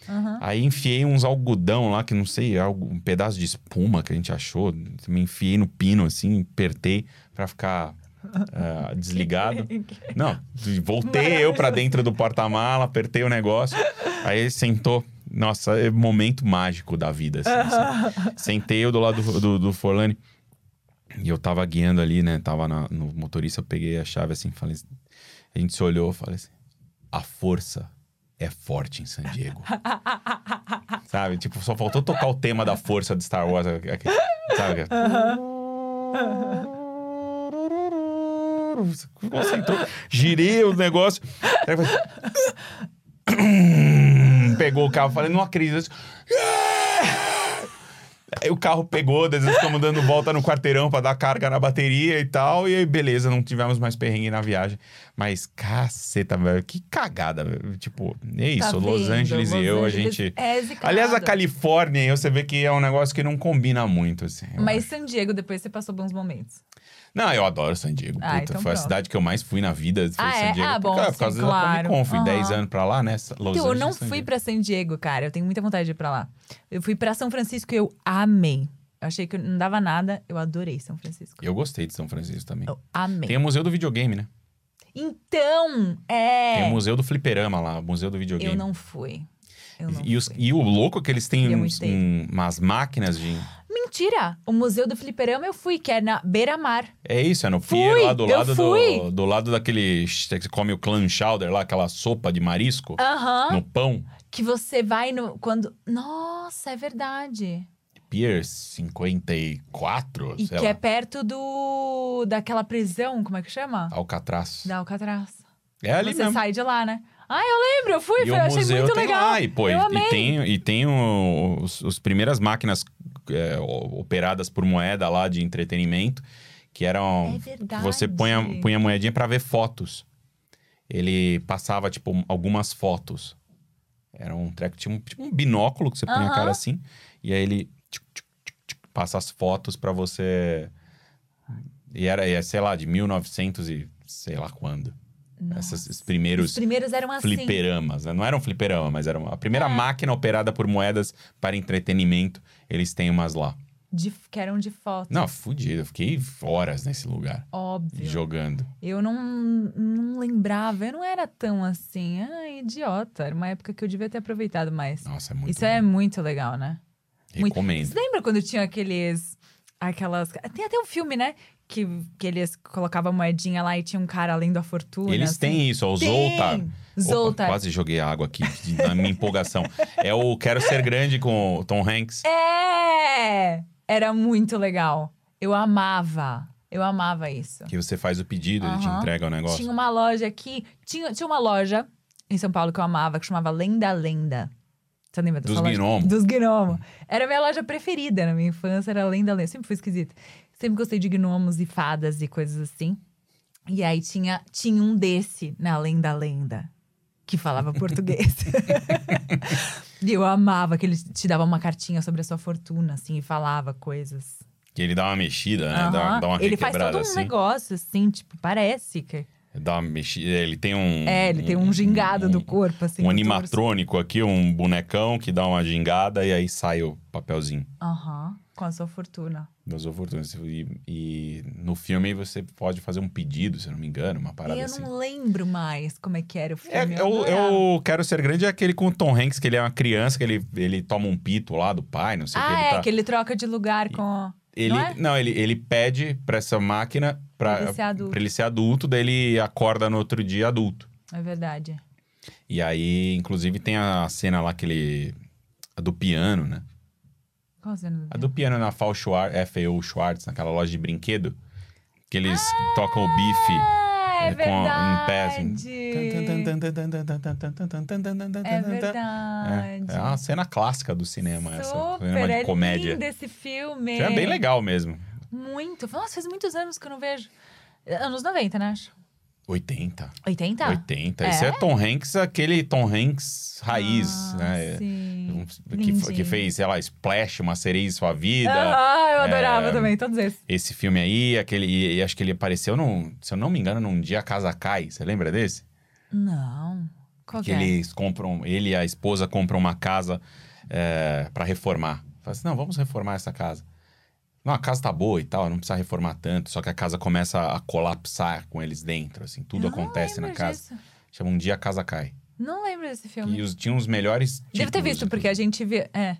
[SPEAKER 6] aham.
[SPEAKER 7] Aí enfiei uns algodão lá, que não sei, algo- um pedaço de espuma que a gente achou. Me enfiei no pino assim, apertei pra ficar ah, desligado.
[SPEAKER 6] é?
[SPEAKER 7] Não, voltei eu pra dentro do porta-mala, apertei o negócio. Aí ele sentou. Nossa, é momento mágico da vida. assim, assim. Sentei eu do lado do, do, do Forlani. E eu tava guiando ali, né? Tava na- no motorista, eu peguei a chave assim, falei. assim- A gente se olhou, eu falei assim: a força é forte em San Diego. sabe? Tipo, só faltou tocar o tema da força de Star Wars. aquele- Sabe? juro. você Concentrou. Girei o negócio. Aí eu falei, Pegou o carro, falei, não acredito. Aí o carro pegou, daí nós ficamos dando volta no quarteirão pra dar carga na bateria e tal. E aí, beleza, não tivemos mais perrengue na viagem. Mas, caceta, velho, que cagada, velho. Tipo, é isso,
[SPEAKER 6] Tá
[SPEAKER 7] Los
[SPEAKER 6] vendo?
[SPEAKER 7] Angeles
[SPEAKER 6] Los
[SPEAKER 7] e eu,
[SPEAKER 6] Angeles
[SPEAKER 7] a gente...
[SPEAKER 6] é zicado.
[SPEAKER 7] Aliás, a Califórnia, eu, você vê que é um negócio que não combina muito, assim. eu
[SPEAKER 6] Mas San Diego, depois você passou bons momentos.
[SPEAKER 7] não, eu adoro San Diego.
[SPEAKER 6] Ah,
[SPEAKER 7] puta,
[SPEAKER 6] então
[SPEAKER 7] foi a
[SPEAKER 6] pronto.
[SPEAKER 7] cidade que eu mais fui na vida. Foi
[SPEAKER 6] Ah,
[SPEAKER 7] San
[SPEAKER 6] é?
[SPEAKER 7] Diego.
[SPEAKER 6] Ah,
[SPEAKER 7] por-
[SPEAKER 6] bom,
[SPEAKER 7] cara,
[SPEAKER 6] sim,
[SPEAKER 7] por causa
[SPEAKER 6] claro.
[SPEAKER 7] da Comic Con, fui
[SPEAKER 6] Aham.
[SPEAKER 7] 10 anos pra lá, né? Los
[SPEAKER 6] Então, eu
[SPEAKER 7] Angeles,
[SPEAKER 6] não
[SPEAKER 7] San
[SPEAKER 6] fui
[SPEAKER 7] Diego.
[SPEAKER 6] pra San Diego, cara. Eu tenho muita vontade de ir pra lá. Eu fui pra São Francisco e eu amei. Eu achei que não dava nada. Eu adorei São Francisco.
[SPEAKER 7] Eu gostei de São Francisco também.
[SPEAKER 6] Eu amei.
[SPEAKER 7] Tem o Museu do Videogame, né?
[SPEAKER 6] Então, é.
[SPEAKER 7] Tem um o Museu do Fliperama lá, o Museu do Videogame.
[SPEAKER 6] Eu não fui. Eu não
[SPEAKER 7] e, os-
[SPEAKER 6] fui.
[SPEAKER 7] e o louco é que eles têm
[SPEAKER 6] Queria
[SPEAKER 7] uns-
[SPEAKER 6] muito ter ido.
[SPEAKER 7] um- umas máquinas de.
[SPEAKER 6] Mentira! O Museu do Fliperama eu fui, que é na beira-mar.
[SPEAKER 7] É isso, é no
[SPEAKER 6] Fui,
[SPEAKER 7] pier lá do
[SPEAKER 6] eu
[SPEAKER 7] lado do,
[SPEAKER 6] fui.
[SPEAKER 7] do lado daquele. Que você come o clam chowder lá, aquela sopa de marisco
[SPEAKER 6] Aham.
[SPEAKER 7] no pão.
[SPEAKER 6] Que você vai no. Quando. Nossa, é verdade.
[SPEAKER 7] Pier 54,
[SPEAKER 6] E
[SPEAKER 7] sei
[SPEAKER 6] que
[SPEAKER 7] lá.
[SPEAKER 6] é perto do. daquela prisão, como é que chama?
[SPEAKER 7] Alcatraz.
[SPEAKER 6] Da Alcatraz.
[SPEAKER 7] É ali
[SPEAKER 6] você
[SPEAKER 7] mesmo.
[SPEAKER 6] sai de lá, né? Ah, eu lembro, eu fui,
[SPEAKER 7] E
[SPEAKER 6] foi-
[SPEAKER 7] o
[SPEAKER 6] eu achei
[SPEAKER 7] museu
[SPEAKER 6] muito
[SPEAKER 7] tem
[SPEAKER 6] legal.
[SPEAKER 7] lá, e, pô, e,
[SPEAKER 6] eu amei.
[SPEAKER 7] e tem, e tem o- os, os primeiras máquinas é, o- operadas por moeda lá de entretenimento, que
[SPEAKER 6] É
[SPEAKER 7] eram...
[SPEAKER 6] verdade.
[SPEAKER 7] então, você punha, punha a moedinha pra ver fotos. Ele passava, tipo, algumas fotos. Era um treco, tinha um, tipo um binóculo que você punha a cara
[SPEAKER 6] Aham.
[SPEAKER 7] assim, e aí ele tchuc, tchuc, tchuc, tchuc, passa as fotos pra você... E era, e é, sei lá, de 1900 e sei lá quando.
[SPEAKER 6] Nossa.
[SPEAKER 7] Essas- esses primeiros
[SPEAKER 6] Os primeiros eram assim. É.
[SPEAKER 7] fliperamas, né? Não era um fliperama, mas era uma- a primeira máquina operada por moedas para entretenimento. Eles têm umas lá.
[SPEAKER 6] de- que eram de foto.
[SPEAKER 7] Não, fudido. Eu fiquei horas nesse lugar,
[SPEAKER 6] Óbvio.
[SPEAKER 7] jogando.
[SPEAKER 6] Eu não, não lembrava, eu não era tão assim. Ah, idiota. Era uma época que eu devia ter aproveitado mais.
[SPEAKER 7] Nossa, é muito
[SPEAKER 6] Isso é muito legal, né?
[SPEAKER 7] bom. Recomendo.
[SPEAKER 6] Você lembra quando tinha aqueles. Aquelas. Tem até um filme, né? Que, que eles colocavam moedinha lá e tinha um cara além da fortuna.
[SPEAKER 7] Eles
[SPEAKER 6] assim?
[SPEAKER 7] têm isso, ó, o Zoltar.
[SPEAKER 6] Tem!
[SPEAKER 7] Opa,
[SPEAKER 6] Zoltar.
[SPEAKER 7] quase joguei água aqui, de- na minha empolgação. É o Quero Ser Grande com o Tom Hanks.
[SPEAKER 6] É! Era muito legal. Eu amava. Eu amava isso.
[SPEAKER 7] Que você faz o pedido, ele te
[SPEAKER 6] Aham.
[SPEAKER 7] entrega o negócio.
[SPEAKER 6] Tinha um uma loja aqui. Tinha, tinha uma loja em São Paulo que eu amava, que chamava Lenda Lenda. Você lembra dessa
[SPEAKER 7] Dos
[SPEAKER 6] loja?
[SPEAKER 7] gnomos.
[SPEAKER 6] Dos gnomos. Era a minha loja preferida na minha infância, era Lenda Lenda. Sempre fui esquisita. Sempre gostei de gnomos e fadas e coisas assim. E aí tinha, tinha um desse na Lenda Lenda, que falava português. e eu amava que ele te dava uma cartinha sobre a sua fortuna, assim, e falava coisas.
[SPEAKER 7] Que ele dá uma mexida, né?
[SPEAKER 6] Aham.
[SPEAKER 7] Dá, dá uma
[SPEAKER 6] ele faz todo
[SPEAKER 7] requebrada
[SPEAKER 6] um
[SPEAKER 7] assim.
[SPEAKER 6] negócio, assim, tipo, parece que.
[SPEAKER 7] Dá uma mexida. Ele tem um.
[SPEAKER 6] É, ele tem um gingado do corpo, assim.
[SPEAKER 7] um
[SPEAKER 6] do torso.
[SPEAKER 7] animatrônico aqui, um bonecão que dá uma gingada e aí sai o papelzinho
[SPEAKER 6] Aham, com a sua fortuna.
[SPEAKER 7] das oportunidades. E, e no filme você pode fazer um pedido, se eu não me engano, uma parada
[SPEAKER 6] eu
[SPEAKER 7] assim.
[SPEAKER 6] não lembro mais como é que era o filme.
[SPEAKER 7] É, eu,
[SPEAKER 6] adorava.
[SPEAKER 7] eu quero ser grande é aquele com o Tom Hanks, que ele é uma criança, que ele, ele toma um pito lá do pai, não sei o que.
[SPEAKER 6] Ah,
[SPEAKER 7] Ele
[SPEAKER 6] é,
[SPEAKER 7] tá-
[SPEAKER 6] que ele troca de lugar com... a-
[SPEAKER 7] ele,
[SPEAKER 6] não é?
[SPEAKER 7] ele, ele pede pra essa máquina pra,
[SPEAKER 6] Pra ele ser adulto.
[SPEAKER 7] pra ele ser adulto, daí ele acorda no outro dia adulto.
[SPEAKER 6] É verdade.
[SPEAKER 7] E aí, inclusive, tem a cena lá que ele. A do piano, né?
[SPEAKER 6] Qual o nome
[SPEAKER 7] A do piano na FAO Schwartz, FAO Schwartz, naquela loja de brinquedo, que eles tocam o bife.
[SPEAKER 6] Ah, é
[SPEAKER 7] com a-
[SPEAKER 6] verdade.
[SPEAKER 7] em pé, assim.
[SPEAKER 6] É
[SPEAKER 7] É,
[SPEAKER 6] verdade.
[SPEAKER 7] é uma cena clássica do cinema essa.
[SPEAKER 6] Super,
[SPEAKER 7] Cinema
[SPEAKER 6] é
[SPEAKER 7] de comédia.
[SPEAKER 6] lindo esse filme.
[SPEAKER 7] Que É bem legal mesmo.
[SPEAKER 6] Muito. Nossa, faz muitos anos que eu não vejo. Anos 90, né, acho.
[SPEAKER 7] 80.
[SPEAKER 6] 80?
[SPEAKER 7] 80.
[SPEAKER 6] É?
[SPEAKER 7] Esse é Tom Hanks, aquele Tom Hanks raiz,
[SPEAKER 6] Ah,
[SPEAKER 7] né?
[SPEAKER 6] Sim.
[SPEAKER 7] Um- Que, que
[SPEAKER 6] lindinho.
[SPEAKER 7] fez, sei lá, Splash, Uma Sereia em Sua Vida.
[SPEAKER 6] Ah, eu adorava
[SPEAKER 7] é,
[SPEAKER 6] também, todos esses.
[SPEAKER 7] esse filme aí, aquele, e, e acho que ele apareceu num, se eu não me engano, num dia a casa cai, você lembra desse?
[SPEAKER 6] Não. Qual
[SPEAKER 7] Que
[SPEAKER 6] é?
[SPEAKER 7] eles compram, ele e a esposa compram uma casa é, para reformar. Fala assim, não, vamos reformar essa casa. Não, a casa tá boa e tal, não precisa reformar tanto, só que a casa começa a colapsar com eles dentro, assim, tudo
[SPEAKER 6] Eu não
[SPEAKER 7] acontece na
[SPEAKER 6] lembro
[SPEAKER 7] casa.
[SPEAKER 6] disso.
[SPEAKER 7] Chama um dia a casa cai.
[SPEAKER 6] Não lembro desse filme.
[SPEAKER 7] E os, tinha os melhores
[SPEAKER 6] Deve ter
[SPEAKER 7] títulos,
[SPEAKER 6] visto, porque a
[SPEAKER 7] inclusive.
[SPEAKER 6] gente vê. É,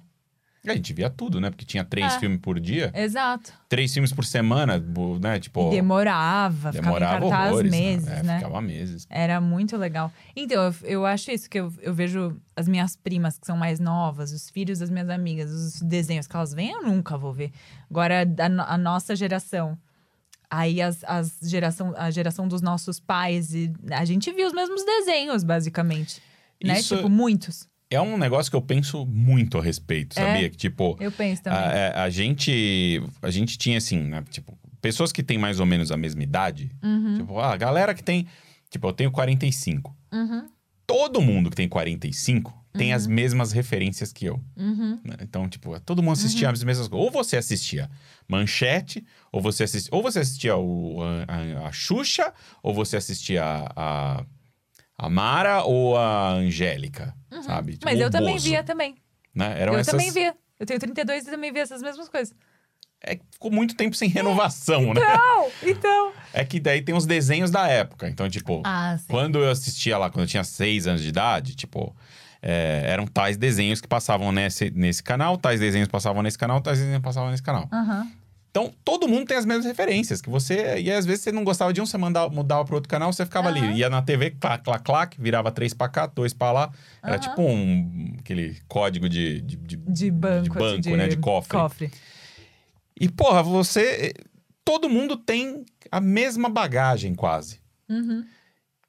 [SPEAKER 7] a gente via tudo, né? Porque tinha três
[SPEAKER 6] É.
[SPEAKER 7] filmes por dia,
[SPEAKER 6] exato.
[SPEAKER 7] três filmes por semana, bo- né? Tipo,
[SPEAKER 6] e demorava, ficava em cartaz
[SPEAKER 7] horrores, né?
[SPEAKER 6] meses,
[SPEAKER 7] É,
[SPEAKER 6] né?
[SPEAKER 7] Ficava meses.
[SPEAKER 6] Era muito legal. Então, eu, eu acho isso, que eu, eu vejo as minhas primas que são mais novas, os filhos das minhas amigas, os desenhos que elas veem, eu nunca vou ver. Agora, a, no- a nossa geração. Aí as, as geração, a geração dos nossos pais, e a gente viu os mesmos desenhos, basicamente. Né?
[SPEAKER 7] Isso-
[SPEAKER 6] Tipo, muitos.
[SPEAKER 7] É um negócio que eu penso muito a respeito,
[SPEAKER 6] É?
[SPEAKER 7] sabia? Que, tipo,
[SPEAKER 6] Eu penso também.
[SPEAKER 7] a, é, a gente. A gente tinha assim, né? Tipo, pessoas que têm mais ou menos a mesma idade.
[SPEAKER 6] Uhum,
[SPEAKER 7] Tipo, ah, a galera que tem. Tipo, eu tenho 45.
[SPEAKER 6] uhum,
[SPEAKER 7] Todo mundo que tem 45 tem as mesmas referências que eu.
[SPEAKER 6] uhum.
[SPEAKER 7] né? Então, tipo, todo mundo assistia as mesmas coisas. Ou você assistia Manchete, ou você assistia, ou você assistia o, a, a, a Xuxa, ou você assistia a, a, a Mara ou a Angélica, sabe?
[SPEAKER 6] Uhum. Mas
[SPEAKER 7] Ou
[SPEAKER 6] eu também
[SPEAKER 7] Bozo,
[SPEAKER 6] via também.
[SPEAKER 7] Né? tipo, Eram
[SPEAKER 6] eu
[SPEAKER 7] essas...
[SPEAKER 6] também via. Eu tenho 32 e também via essas mesmas coisas.
[SPEAKER 7] É que ficou muito tempo sem renovação, né?
[SPEAKER 6] Então, então.
[SPEAKER 7] É que daí tem os desenhos da época. Então, tipo,
[SPEAKER 6] Ah, sim.
[SPEAKER 7] quando eu assistia lá, quando eu tinha seis anos de idade, tipo... é, eram tais desenhos que passavam nesse, nesse canal, tais desenhos passavam nesse canal, tais desenhos passavam nesse canal.
[SPEAKER 6] Aham.
[SPEAKER 7] Então, todo mundo tem as mesmas referências que você. E às vezes você não gostava de um, você mandava, mudava para outro canal, você ficava
[SPEAKER 6] Aham.
[SPEAKER 7] ali. Ia na TV, clac, clac, clac, virava três para cá, dois para lá. Era
[SPEAKER 6] Aham.
[SPEAKER 7] tipo um. aquele código de. de, de-
[SPEAKER 6] De banco.
[SPEAKER 7] De banco, né? De cofre.
[SPEAKER 6] Cofre.
[SPEAKER 7] E, porra, você. eh, Todo mundo tem a mesma bagagem, quase.
[SPEAKER 6] Uhum.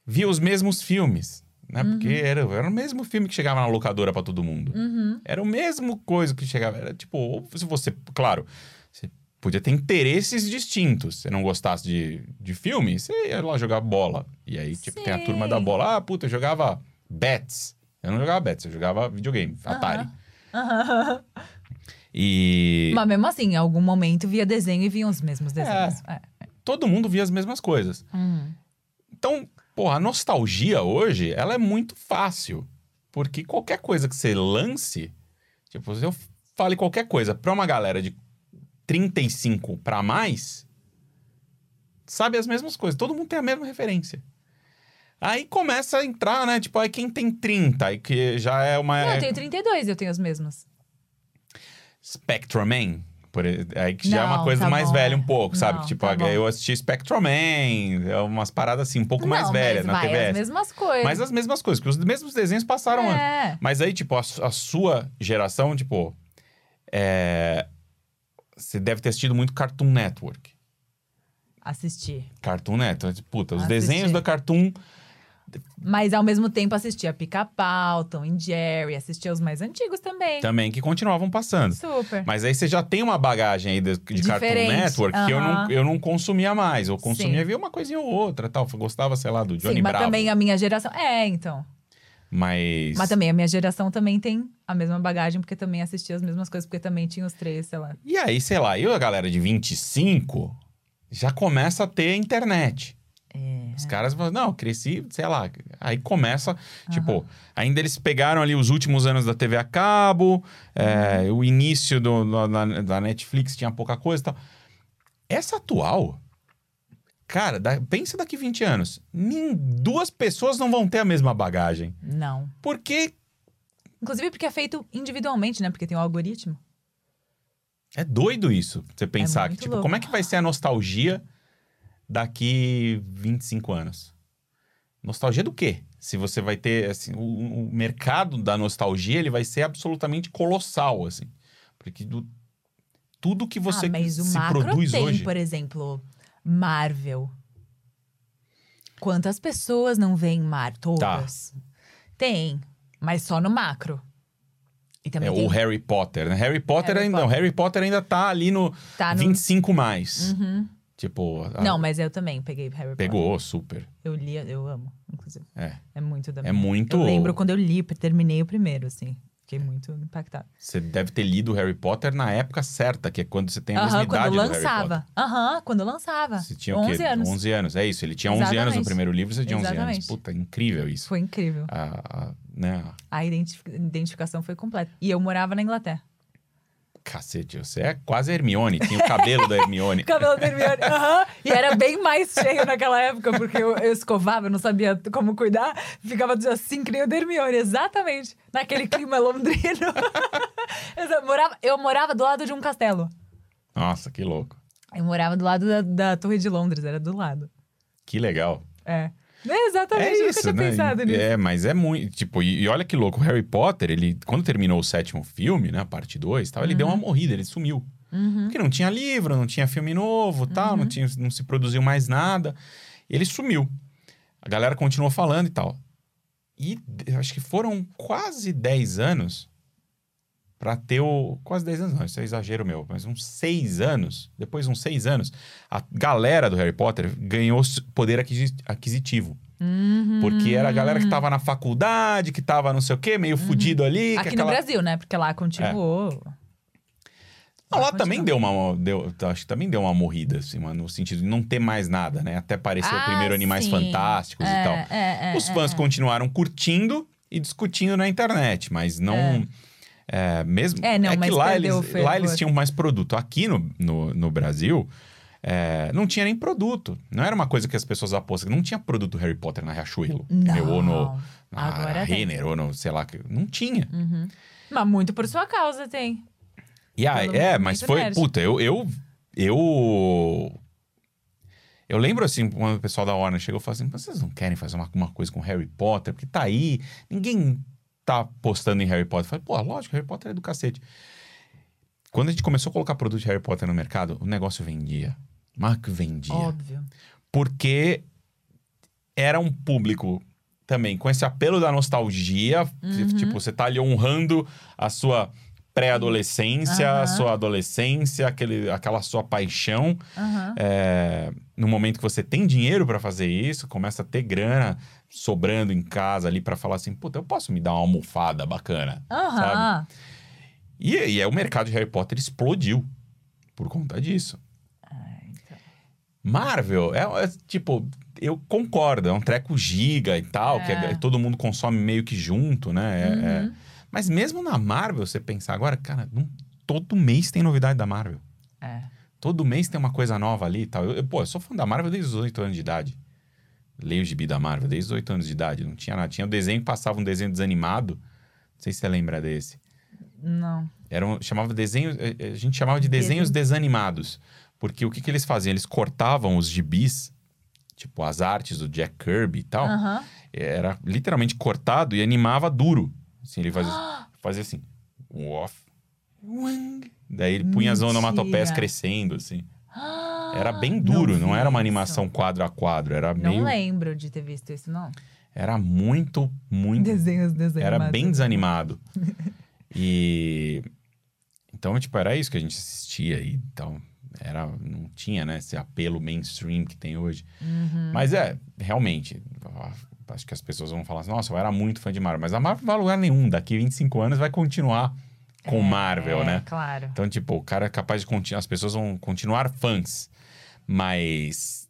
[SPEAKER 7] Via os mesmos filmes. Né? Porque era, era o mesmo filme que chegava na locadora para todo mundo.
[SPEAKER 6] Uhum.
[SPEAKER 7] Era o mesmo coisa que chegava. Era tipo, ou se você, claro, você podia ter interesses distintos. Se você não gostasse de, de filme, você ia lá jogar bola. E aí, tipo, tem a
[SPEAKER 6] Sim.
[SPEAKER 7] turma da bola. Ah, puta, eu jogava bets. Eu não jogava bets, eu jogava videogame, Atari.
[SPEAKER 6] Aham. Aham.
[SPEAKER 7] E
[SPEAKER 6] Mas mesmo assim, em algum momento via desenho e viam os mesmos desenhos. É.
[SPEAKER 7] todo mundo via as mesmas coisas.
[SPEAKER 6] Hum.
[SPEAKER 7] Então, porra, a nostalgia hoje, ela é muito fácil. Porque qualquer coisa que você lance, tipo, se eu fale qualquer coisa pra uma galera de 35 pra mais, sabe as mesmas coisas. Todo mundo tem a mesma referência. Aí começa a entrar, né? Tipo, aí quem tem 30 e que já é uma.
[SPEAKER 6] Não, eu tenho 32 e eu tenho os mesmos.
[SPEAKER 7] Spectrum Man. Por, ex- aí que já é uma
[SPEAKER 6] Não,
[SPEAKER 7] coisa
[SPEAKER 6] tá
[SPEAKER 7] mais
[SPEAKER 6] bom,
[SPEAKER 7] velha um
[SPEAKER 6] é.
[SPEAKER 7] pouco, sabe?
[SPEAKER 6] Não,
[SPEAKER 7] Tipo,
[SPEAKER 6] tá
[SPEAKER 7] aí
[SPEAKER 6] bom.
[SPEAKER 7] eu assisti Spectrum Man, é umas paradas assim, um pouco mais
[SPEAKER 6] Não,
[SPEAKER 7] velhas
[SPEAKER 6] mas
[SPEAKER 7] na
[SPEAKER 6] vai,
[SPEAKER 7] TVS.
[SPEAKER 6] as mesmas coisas.
[SPEAKER 7] Mas as mesmas coisas, que os mesmos desenhos passaram antes.
[SPEAKER 6] é.
[SPEAKER 7] Mas aí, tipo, a, su- a sua geração, tipo. é, Você deve ter assistido muito Cartoon Network.
[SPEAKER 6] Assistir.
[SPEAKER 7] Cartoon Network, puta, os
[SPEAKER 6] Assisti.
[SPEAKER 7] desenhos da Cartoon.
[SPEAKER 6] Mas ao mesmo tempo assistia Pica-Pau, Tom e Jerry, assistia os mais antigos também.
[SPEAKER 7] também que continuavam passando.
[SPEAKER 6] Super.
[SPEAKER 7] Mas aí você já tem uma bagagem aí de, de Cartoon
[SPEAKER 6] Diferente,
[SPEAKER 7] Network que eu não,
[SPEAKER 6] aham.
[SPEAKER 7] eu não consumia mais. Eu consumia,
[SPEAKER 6] Sim.
[SPEAKER 7] via uma coisinha ou outra tal. Gostava, sei lá, do Johnny
[SPEAKER 6] Sim, mas
[SPEAKER 7] Bravo.
[SPEAKER 6] também a minha geração. É, então.
[SPEAKER 7] Mas.
[SPEAKER 6] Mas também a minha geração também tem a mesma bagagem, porque também assistia as mesmas coisas, porque também tinha os três, sei lá.
[SPEAKER 7] E aí, sei lá, eu e a galera de 25 já começa a ter internet. Os caras falam, não, eu cresci, sei lá. Aí começa, tipo, ainda eles pegaram ali os últimos anos da TV a cabo, é, o início do- do- da, da Netflix tinha pouca coisa e tal. Essa atual, cara, da- pensa daqui 20 anos. nin- duas pessoas não vão ter a mesma bagagem.
[SPEAKER 6] Não.
[SPEAKER 7] Porque
[SPEAKER 6] Inclusive porque é feito individualmente, né? Porque tem um algoritmo.
[SPEAKER 7] É doido isso, você pensar que,
[SPEAKER 6] muito
[SPEAKER 7] tipo,
[SPEAKER 6] louco.
[SPEAKER 7] como é que vai ser a nostalgia daqui 25 anos? Nostalgia do quê? Se você vai ter, assim, o, o mercado da nostalgia, ele vai ser absolutamente colossal, assim. Porque do- tudo que você
[SPEAKER 6] ah, mas o
[SPEAKER 7] se
[SPEAKER 6] macro
[SPEAKER 7] produz
[SPEAKER 6] tem,
[SPEAKER 7] hoje...
[SPEAKER 6] por exemplo, Marvel. Quantas pessoas não veem Mar? Todas.
[SPEAKER 7] Tá.
[SPEAKER 6] Tem, mas só no macro. E também
[SPEAKER 7] É,
[SPEAKER 6] tem,
[SPEAKER 7] ou Harry Potter, né? Harry Potter
[SPEAKER 6] Harry
[SPEAKER 7] ainda... não, Harry Potter ainda tá ali no
[SPEAKER 6] tá no...
[SPEAKER 7] 25 mais.
[SPEAKER 6] Uhum.
[SPEAKER 7] Tipo... a-
[SPEAKER 6] Não, mas eu também peguei Harry Potter.
[SPEAKER 7] Pegou, super.
[SPEAKER 6] Eu li, eu amo, inclusive.
[SPEAKER 7] É.
[SPEAKER 6] É muito da
[SPEAKER 7] É
[SPEAKER 6] minha.
[SPEAKER 7] muito...
[SPEAKER 6] Eu lembro quando eu li, terminei o primeiro, assim. Fiquei muito impactada.
[SPEAKER 7] Você deve ter lido Harry Potter na época certa, que é quando você tem a mesma
[SPEAKER 6] Aham,
[SPEAKER 7] idade
[SPEAKER 6] quando
[SPEAKER 7] do Harry Potter.
[SPEAKER 6] lançava. Aham, quando lançava.
[SPEAKER 7] Você tinha o quê?
[SPEAKER 6] 11 anos.
[SPEAKER 7] 11 anos, é isso. Ele tinha 11 anos no
[SPEAKER 6] Exatamente.
[SPEAKER 7] primeiro livro, você tinha 11 anos.
[SPEAKER 6] Exatamente.
[SPEAKER 7] Puta, incrível isso.
[SPEAKER 6] Foi incrível.
[SPEAKER 7] A, a- né?
[SPEAKER 6] A identi- identificação foi completa. E eu morava na Inglaterra.
[SPEAKER 7] Cacete, você é quase Hermione. Tinha o cabelo da Hermione.
[SPEAKER 6] Cabelo vermelho. Aham. E era bem mais cheio naquela época, porque eu, eu escovava, eu não sabia como cuidar. Ficava assim, que nem o Dermione, exatamente. Naquele clima londrino. eu, morava, eu morava do lado de um castelo.
[SPEAKER 7] Nossa, que louco.
[SPEAKER 6] Eu morava do lado da, da Torre de Londres, era do lado.
[SPEAKER 7] Que legal.
[SPEAKER 6] É. É, exatamente,
[SPEAKER 7] é
[SPEAKER 6] eu
[SPEAKER 7] isso,
[SPEAKER 6] nunca tinha
[SPEAKER 7] né?
[SPEAKER 6] pensado nisso.
[SPEAKER 7] É, mas é muito. Tipo, e, e olha que louco. O Harry Potter, ele, quando terminou o sétimo filme, né? Parte 2 tal, ele deu uma morrida, ele sumiu.
[SPEAKER 6] Uhum.
[SPEAKER 7] Porque não tinha livro, não tinha filme novo, tal, não, tinha, não se produziu mais nada. Ele sumiu. A galera continuou falando e tal. E eu acho que foram quase 10 anos para ter o. Quase 10 anos, não, isso é exagero meu, mas uns 6 anos, depois uns 6 anos, a galera do Harry Potter ganhou s- poder aquisi- aquisitivo.
[SPEAKER 6] Uhum.
[SPEAKER 7] Porque era a galera que tava na faculdade, que tava não sei o quê, meio fudido ali. que
[SPEAKER 6] Uhum. Aqui
[SPEAKER 7] aquela-
[SPEAKER 6] no Brasil, né? Porque lá continuou.
[SPEAKER 7] É. Não, lá
[SPEAKER 6] Continua.
[SPEAKER 7] também deu uma. Deu, acho que também deu uma morrida, assim, mano, no sentido de não ter mais nada, né? Até apareceu o
[SPEAKER 6] Ah,
[SPEAKER 7] primeiro Animais
[SPEAKER 6] sim.
[SPEAKER 7] Fantásticos e tal.
[SPEAKER 6] é, é,
[SPEAKER 7] Os
[SPEAKER 6] é,
[SPEAKER 7] fãs
[SPEAKER 6] é.
[SPEAKER 7] continuaram curtindo e discutindo na internet, mas não. é, mesmo,
[SPEAKER 6] É, não,
[SPEAKER 7] que
[SPEAKER 6] mas
[SPEAKER 7] lá
[SPEAKER 6] perdeu
[SPEAKER 7] eles,
[SPEAKER 6] o fervor.
[SPEAKER 7] lá eles tinham mais produto. Aqui no, no, no Brasil, é, não tinha nem produto. Não era uma coisa que as pessoas apostam. Não tinha produto Harry Potter na Riachuelo. entendeu? Ou no,
[SPEAKER 6] Não.
[SPEAKER 7] na
[SPEAKER 6] Agora tem.
[SPEAKER 7] Renner, ou no, sei lá. que- Não tinha.
[SPEAKER 6] Uhum. Mas muito por sua causa tem.
[SPEAKER 7] E aí,
[SPEAKER 6] Pelo
[SPEAKER 7] é,
[SPEAKER 6] movimento
[SPEAKER 7] mas foi.
[SPEAKER 6] nerd.
[SPEAKER 7] Puta, eu. Eu. Eu, eu lembro assim, quando o pessoal da Warner chegou e falou assim: "Mas vocês não querem fazer uma- uma coisa com Harry Potter? Porque tá aí, ninguém tá postando em Harry Potter. Eu falei, pô, lógico, Harry Potter é do cacete. Quando a gente começou a colocar produto de Harry Potter no mercado, o negócio vendia. Marco vendia
[SPEAKER 6] Óbvio.
[SPEAKER 7] porque era um público também com esse apelo da nostalgia, tipo, você tá ali honrando a sua pré-adolescência, a
[SPEAKER 6] Aham.
[SPEAKER 7] sua adolescência, aquele, aquela sua paixão.
[SPEAKER 6] Aham.
[SPEAKER 7] É, no momento que você tem dinheiro pra fazer isso, começa a ter grana sobrando em casa ali pra falar assim, puta, eu posso me dar uma almofada bacana.
[SPEAKER 6] Aham.
[SPEAKER 7] E, e é o mercado de Harry Potter explodiu por conta disso.
[SPEAKER 6] Ah, então.
[SPEAKER 7] Marvel é, é, tipo, eu concordo, é um treco giga e tal, que é-
[SPEAKER 6] É.
[SPEAKER 7] todo mundo consome meio que junto, né? É- é.
[SPEAKER 6] Uhum.
[SPEAKER 7] Mas mesmo na Marvel, você pensar agora, cara, não- todo mês tem novidade da Marvel.
[SPEAKER 6] É.
[SPEAKER 7] Todo mês tem uma coisa nova ali e tal. Eu, eu, pô, eu sou fã da Marvel desde os 18 anos de idade. Leio o gibi da Marvel desde os 18 anos de idade. Não tinha nada. Tinha o desenho que passava um desenho desanimado. Não sei se você lembra desse.
[SPEAKER 6] Não.
[SPEAKER 7] Era um- chamava desenho, eh, eh, a gente chamava de desenhos desanimados. Porque o que, que eles faziam? Eles cortavam os gibis, tipo as artes do Jack Kirby e tal.
[SPEAKER 6] Aham.
[SPEAKER 7] Era literalmente cortado e animava duro. Assim, ele fazia, fazia assim, off, wang. Daí ele punha as
[SPEAKER 6] Mentira. Ah,
[SPEAKER 7] onomatopeias crescendo, assim. Era bem duro, não,
[SPEAKER 6] vi
[SPEAKER 7] era uma
[SPEAKER 6] isso.
[SPEAKER 7] animação quadro a quadro. Era
[SPEAKER 6] Não
[SPEAKER 7] meio...
[SPEAKER 6] lembro de ter visto isso, não.
[SPEAKER 7] Era muito, muito
[SPEAKER 6] Desenhos desanimados.
[SPEAKER 7] era bem desanimado. e então, tipo, era isso que a gente assistia e então era não tinha, né, esse apelo mainstream que tem hoje.
[SPEAKER 6] Uhum.
[SPEAKER 7] Mas é, realmente, ah, acho que as pessoas vão falar assim: "Nossa, eu era muito fã de Marvel", mas a Marvel não vai a lugar nenhum, daqui 25 anos vai continuar com Marvel,
[SPEAKER 6] É,
[SPEAKER 7] né?
[SPEAKER 6] Claro.
[SPEAKER 7] Então, tipo, o cara é capaz de continuar, as pessoas vão continuar fãs. Mas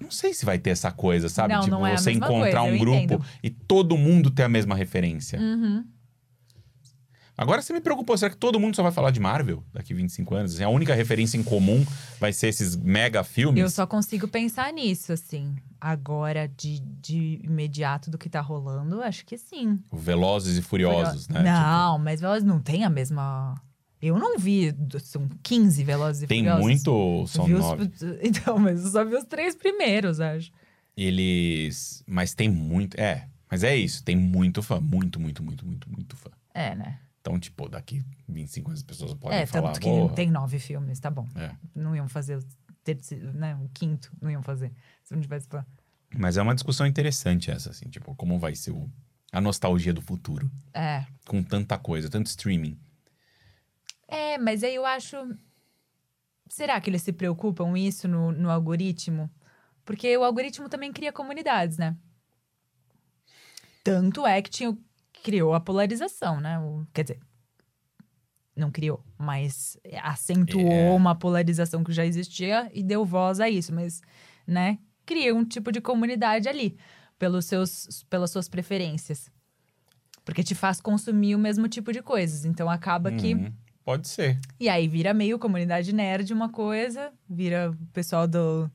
[SPEAKER 7] não sei se vai ter essa coisa, sabe?
[SPEAKER 6] Não,
[SPEAKER 7] tipo,
[SPEAKER 6] não é a
[SPEAKER 7] você
[SPEAKER 6] mesma
[SPEAKER 7] encontrar
[SPEAKER 6] coisa,
[SPEAKER 7] um
[SPEAKER 6] eu
[SPEAKER 7] grupo
[SPEAKER 6] entendo.
[SPEAKER 7] e todo mundo ter a mesma referência.
[SPEAKER 6] Uhum.
[SPEAKER 7] Agora você me preocupou, será que todo mundo só vai falar de Marvel daqui 25 anos? Assim, a única referência em comum vai ser esses mega filmes?
[SPEAKER 6] Eu só consigo pensar nisso, assim. Agora, de, de imediato do que tá rolando, acho que sim.
[SPEAKER 7] Velozes e Furiosos, né?
[SPEAKER 6] Não, mas Velozes não tem a mesma. Eu não vi. São 15 Velozes e
[SPEAKER 7] Tipo, tem
[SPEAKER 6] Furiosos.
[SPEAKER 7] muito, são
[SPEAKER 6] Vi os-
[SPEAKER 7] nove.
[SPEAKER 6] Então, mas eu só vi os três primeiros, acho.
[SPEAKER 7] Eles... Mas tem muito, é. Mas é isso, tem muito fã, muito, muito, muito, muito, muito fã.
[SPEAKER 6] É, né?
[SPEAKER 7] Então, tipo, daqui 25 anos as pessoas podem
[SPEAKER 6] é,
[SPEAKER 7] falar...
[SPEAKER 6] tanto que
[SPEAKER 7] "Porra,
[SPEAKER 6] tem nove filmes, tá bom.
[SPEAKER 7] É.
[SPEAKER 6] Não iam fazer o terceiro, né? O quinto, não iam fazer. Se não tivesse fã.
[SPEAKER 7] Mas é uma discussão interessante essa, assim, tipo, como vai ser o- a nostalgia do futuro,
[SPEAKER 6] É.
[SPEAKER 7] com tanta coisa, tanto streaming.
[SPEAKER 6] É, mas aí eu acho. Será que eles se preocupam isso no, no algoritmo? Porque o algoritmo também cria comunidades, né? Tanto é que tinha, criou a polarização, né? O- quer dizer, não criou, mas acentuou
[SPEAKER 7] É.
[SPEAKER 6] uma polarização que já existia e deu voz a isso, mas, né? Cria um tipo de comunidade ali, pelos seus, pelas suas preferências. Porque te faz consumir o mesmo tipo de coisas. Então acaba que.
[SPEAKER 7] Uhum. Pode ser.
[SPEAKER 6] E aí vira meio comunidade nerd uma coisa, vira o pessoal do,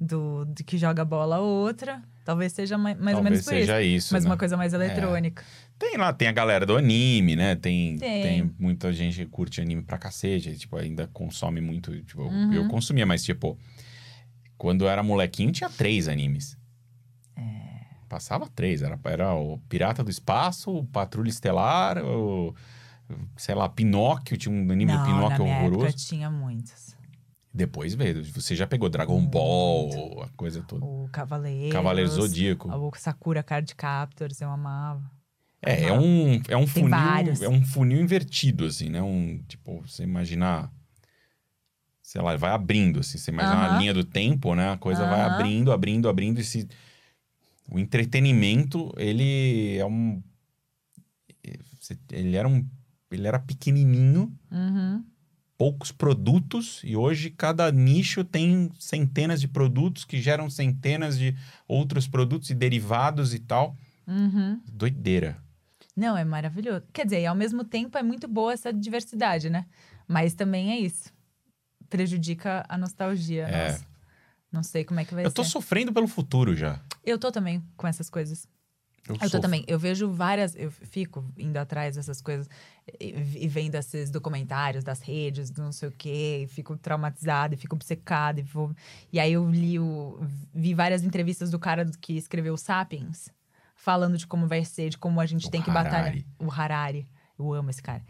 [SPEAKER 6] do, do que joga bola outra. Talvez seja mai- mais, ou menos
[SPEAKER 7] Talvez
[SPEAKER 6] por isso.
[SPEAKER 7] seja isso,
[SPEAKER 6] Mas
[SPEAKER 7] né?
[SPEAKER 6] uma coisa mais eletrônica.
[SPEAKER 7] Tem lá, tem a galera do anime, né? Tem, tem.
[SPEAKER 6] Tem.
[SPEAKER 7] muita gente que curte anime pra cacete, e, tipo, ainda consome muito. Tipo, eu-
[SPEAKER 6] Uhum.
[SPEAKER 7] eu, consumia, mas, tipo, quando eu era molequinho, tinha três animes.
[SPEAKER 6] É.
[SPEAKER 7] Passava três, era, era o Pirata do Espaço, o Patrulha Estelar, o sei lá, Pinóquio, tinha um anime do
[SPEAKER 6] Não,
[SPEAKER 7] Pinóquio
[SPEAKER 6] na minha
[SPEAKER 7] horroroso.
[SPEAKER 6] época tinha muitos.
[SPEAKER 7] Depois veio, você já pegou Dragon Ball, a coisa toda.
[SPEAKER 6] O Cavaleiros.
[SPEAKER 7] Cavaleiro Zodíaco.
[SPEAKER 6] O Sakura Card Captors, eu amava.
[SPEAKER 7] É, é um, é um funil.
[SPEAKER 6] vários.
[SPEAKER 7] É um funil invertido, assim, né? Um, tipo, você imaginar. Sei lá, vai abrindo, assim. Você imagina uma
[SPEAKER 6] Aham.
[SPEAKER 7] linha do tempo, né? A coisa vai
[SPEAKER 6] Aham.
[SPEAKER 7] abrindo, abrindo, abrindo. E se... O entretenimento, ele é um. Ele era um. Ele era pequenininho,
[SPEAKER 6] Uhum.
[SPEAKER 7] poucos produtos, e hoje cada nicho tem centenas de produtos que geram centenas de outros produtos e derivados e tal.
[SPEAKER 6] Uhum.
[SPEAKER 7] Doideira.
[SPEAKER 6] Não, é maravilhoso. Quer dizer, e ao mesmo tempo é muito boa essa diversidade, né? Mas também é isso. Prejudica a nostalgia.
[SPEAKER 7] É.
[SPEAKER 6] nossa. Não sei como é que vai
[SPEAKER 7] Eu tô
[SPEAKER 6] ser.
[SPEAKER 7] sofrendo pelo futuro já.
[SPEAKER 6] Eu tô também com essas coisas. Ah, Eu tô
[SPEAKER 7] sofro.
[SPEAKER 6] também. Eu vejo várias. Eu fico indo atrás dessas coisas e, e vendo esses documentários das redes, do não sei o quê, e fico traumatizada, e fico obcecada. E, vou... e aí eu li o. Vi várias entrevistas do cara que escreveu Sapiens, falando de como vai ser, de como a gente
[SPEAKER 7] O
[SPEAKER 6] tem que
[SPEAKER 7] Harari.
[SPEAKER 6] batalhar. O Harari. Eu amo esse cara.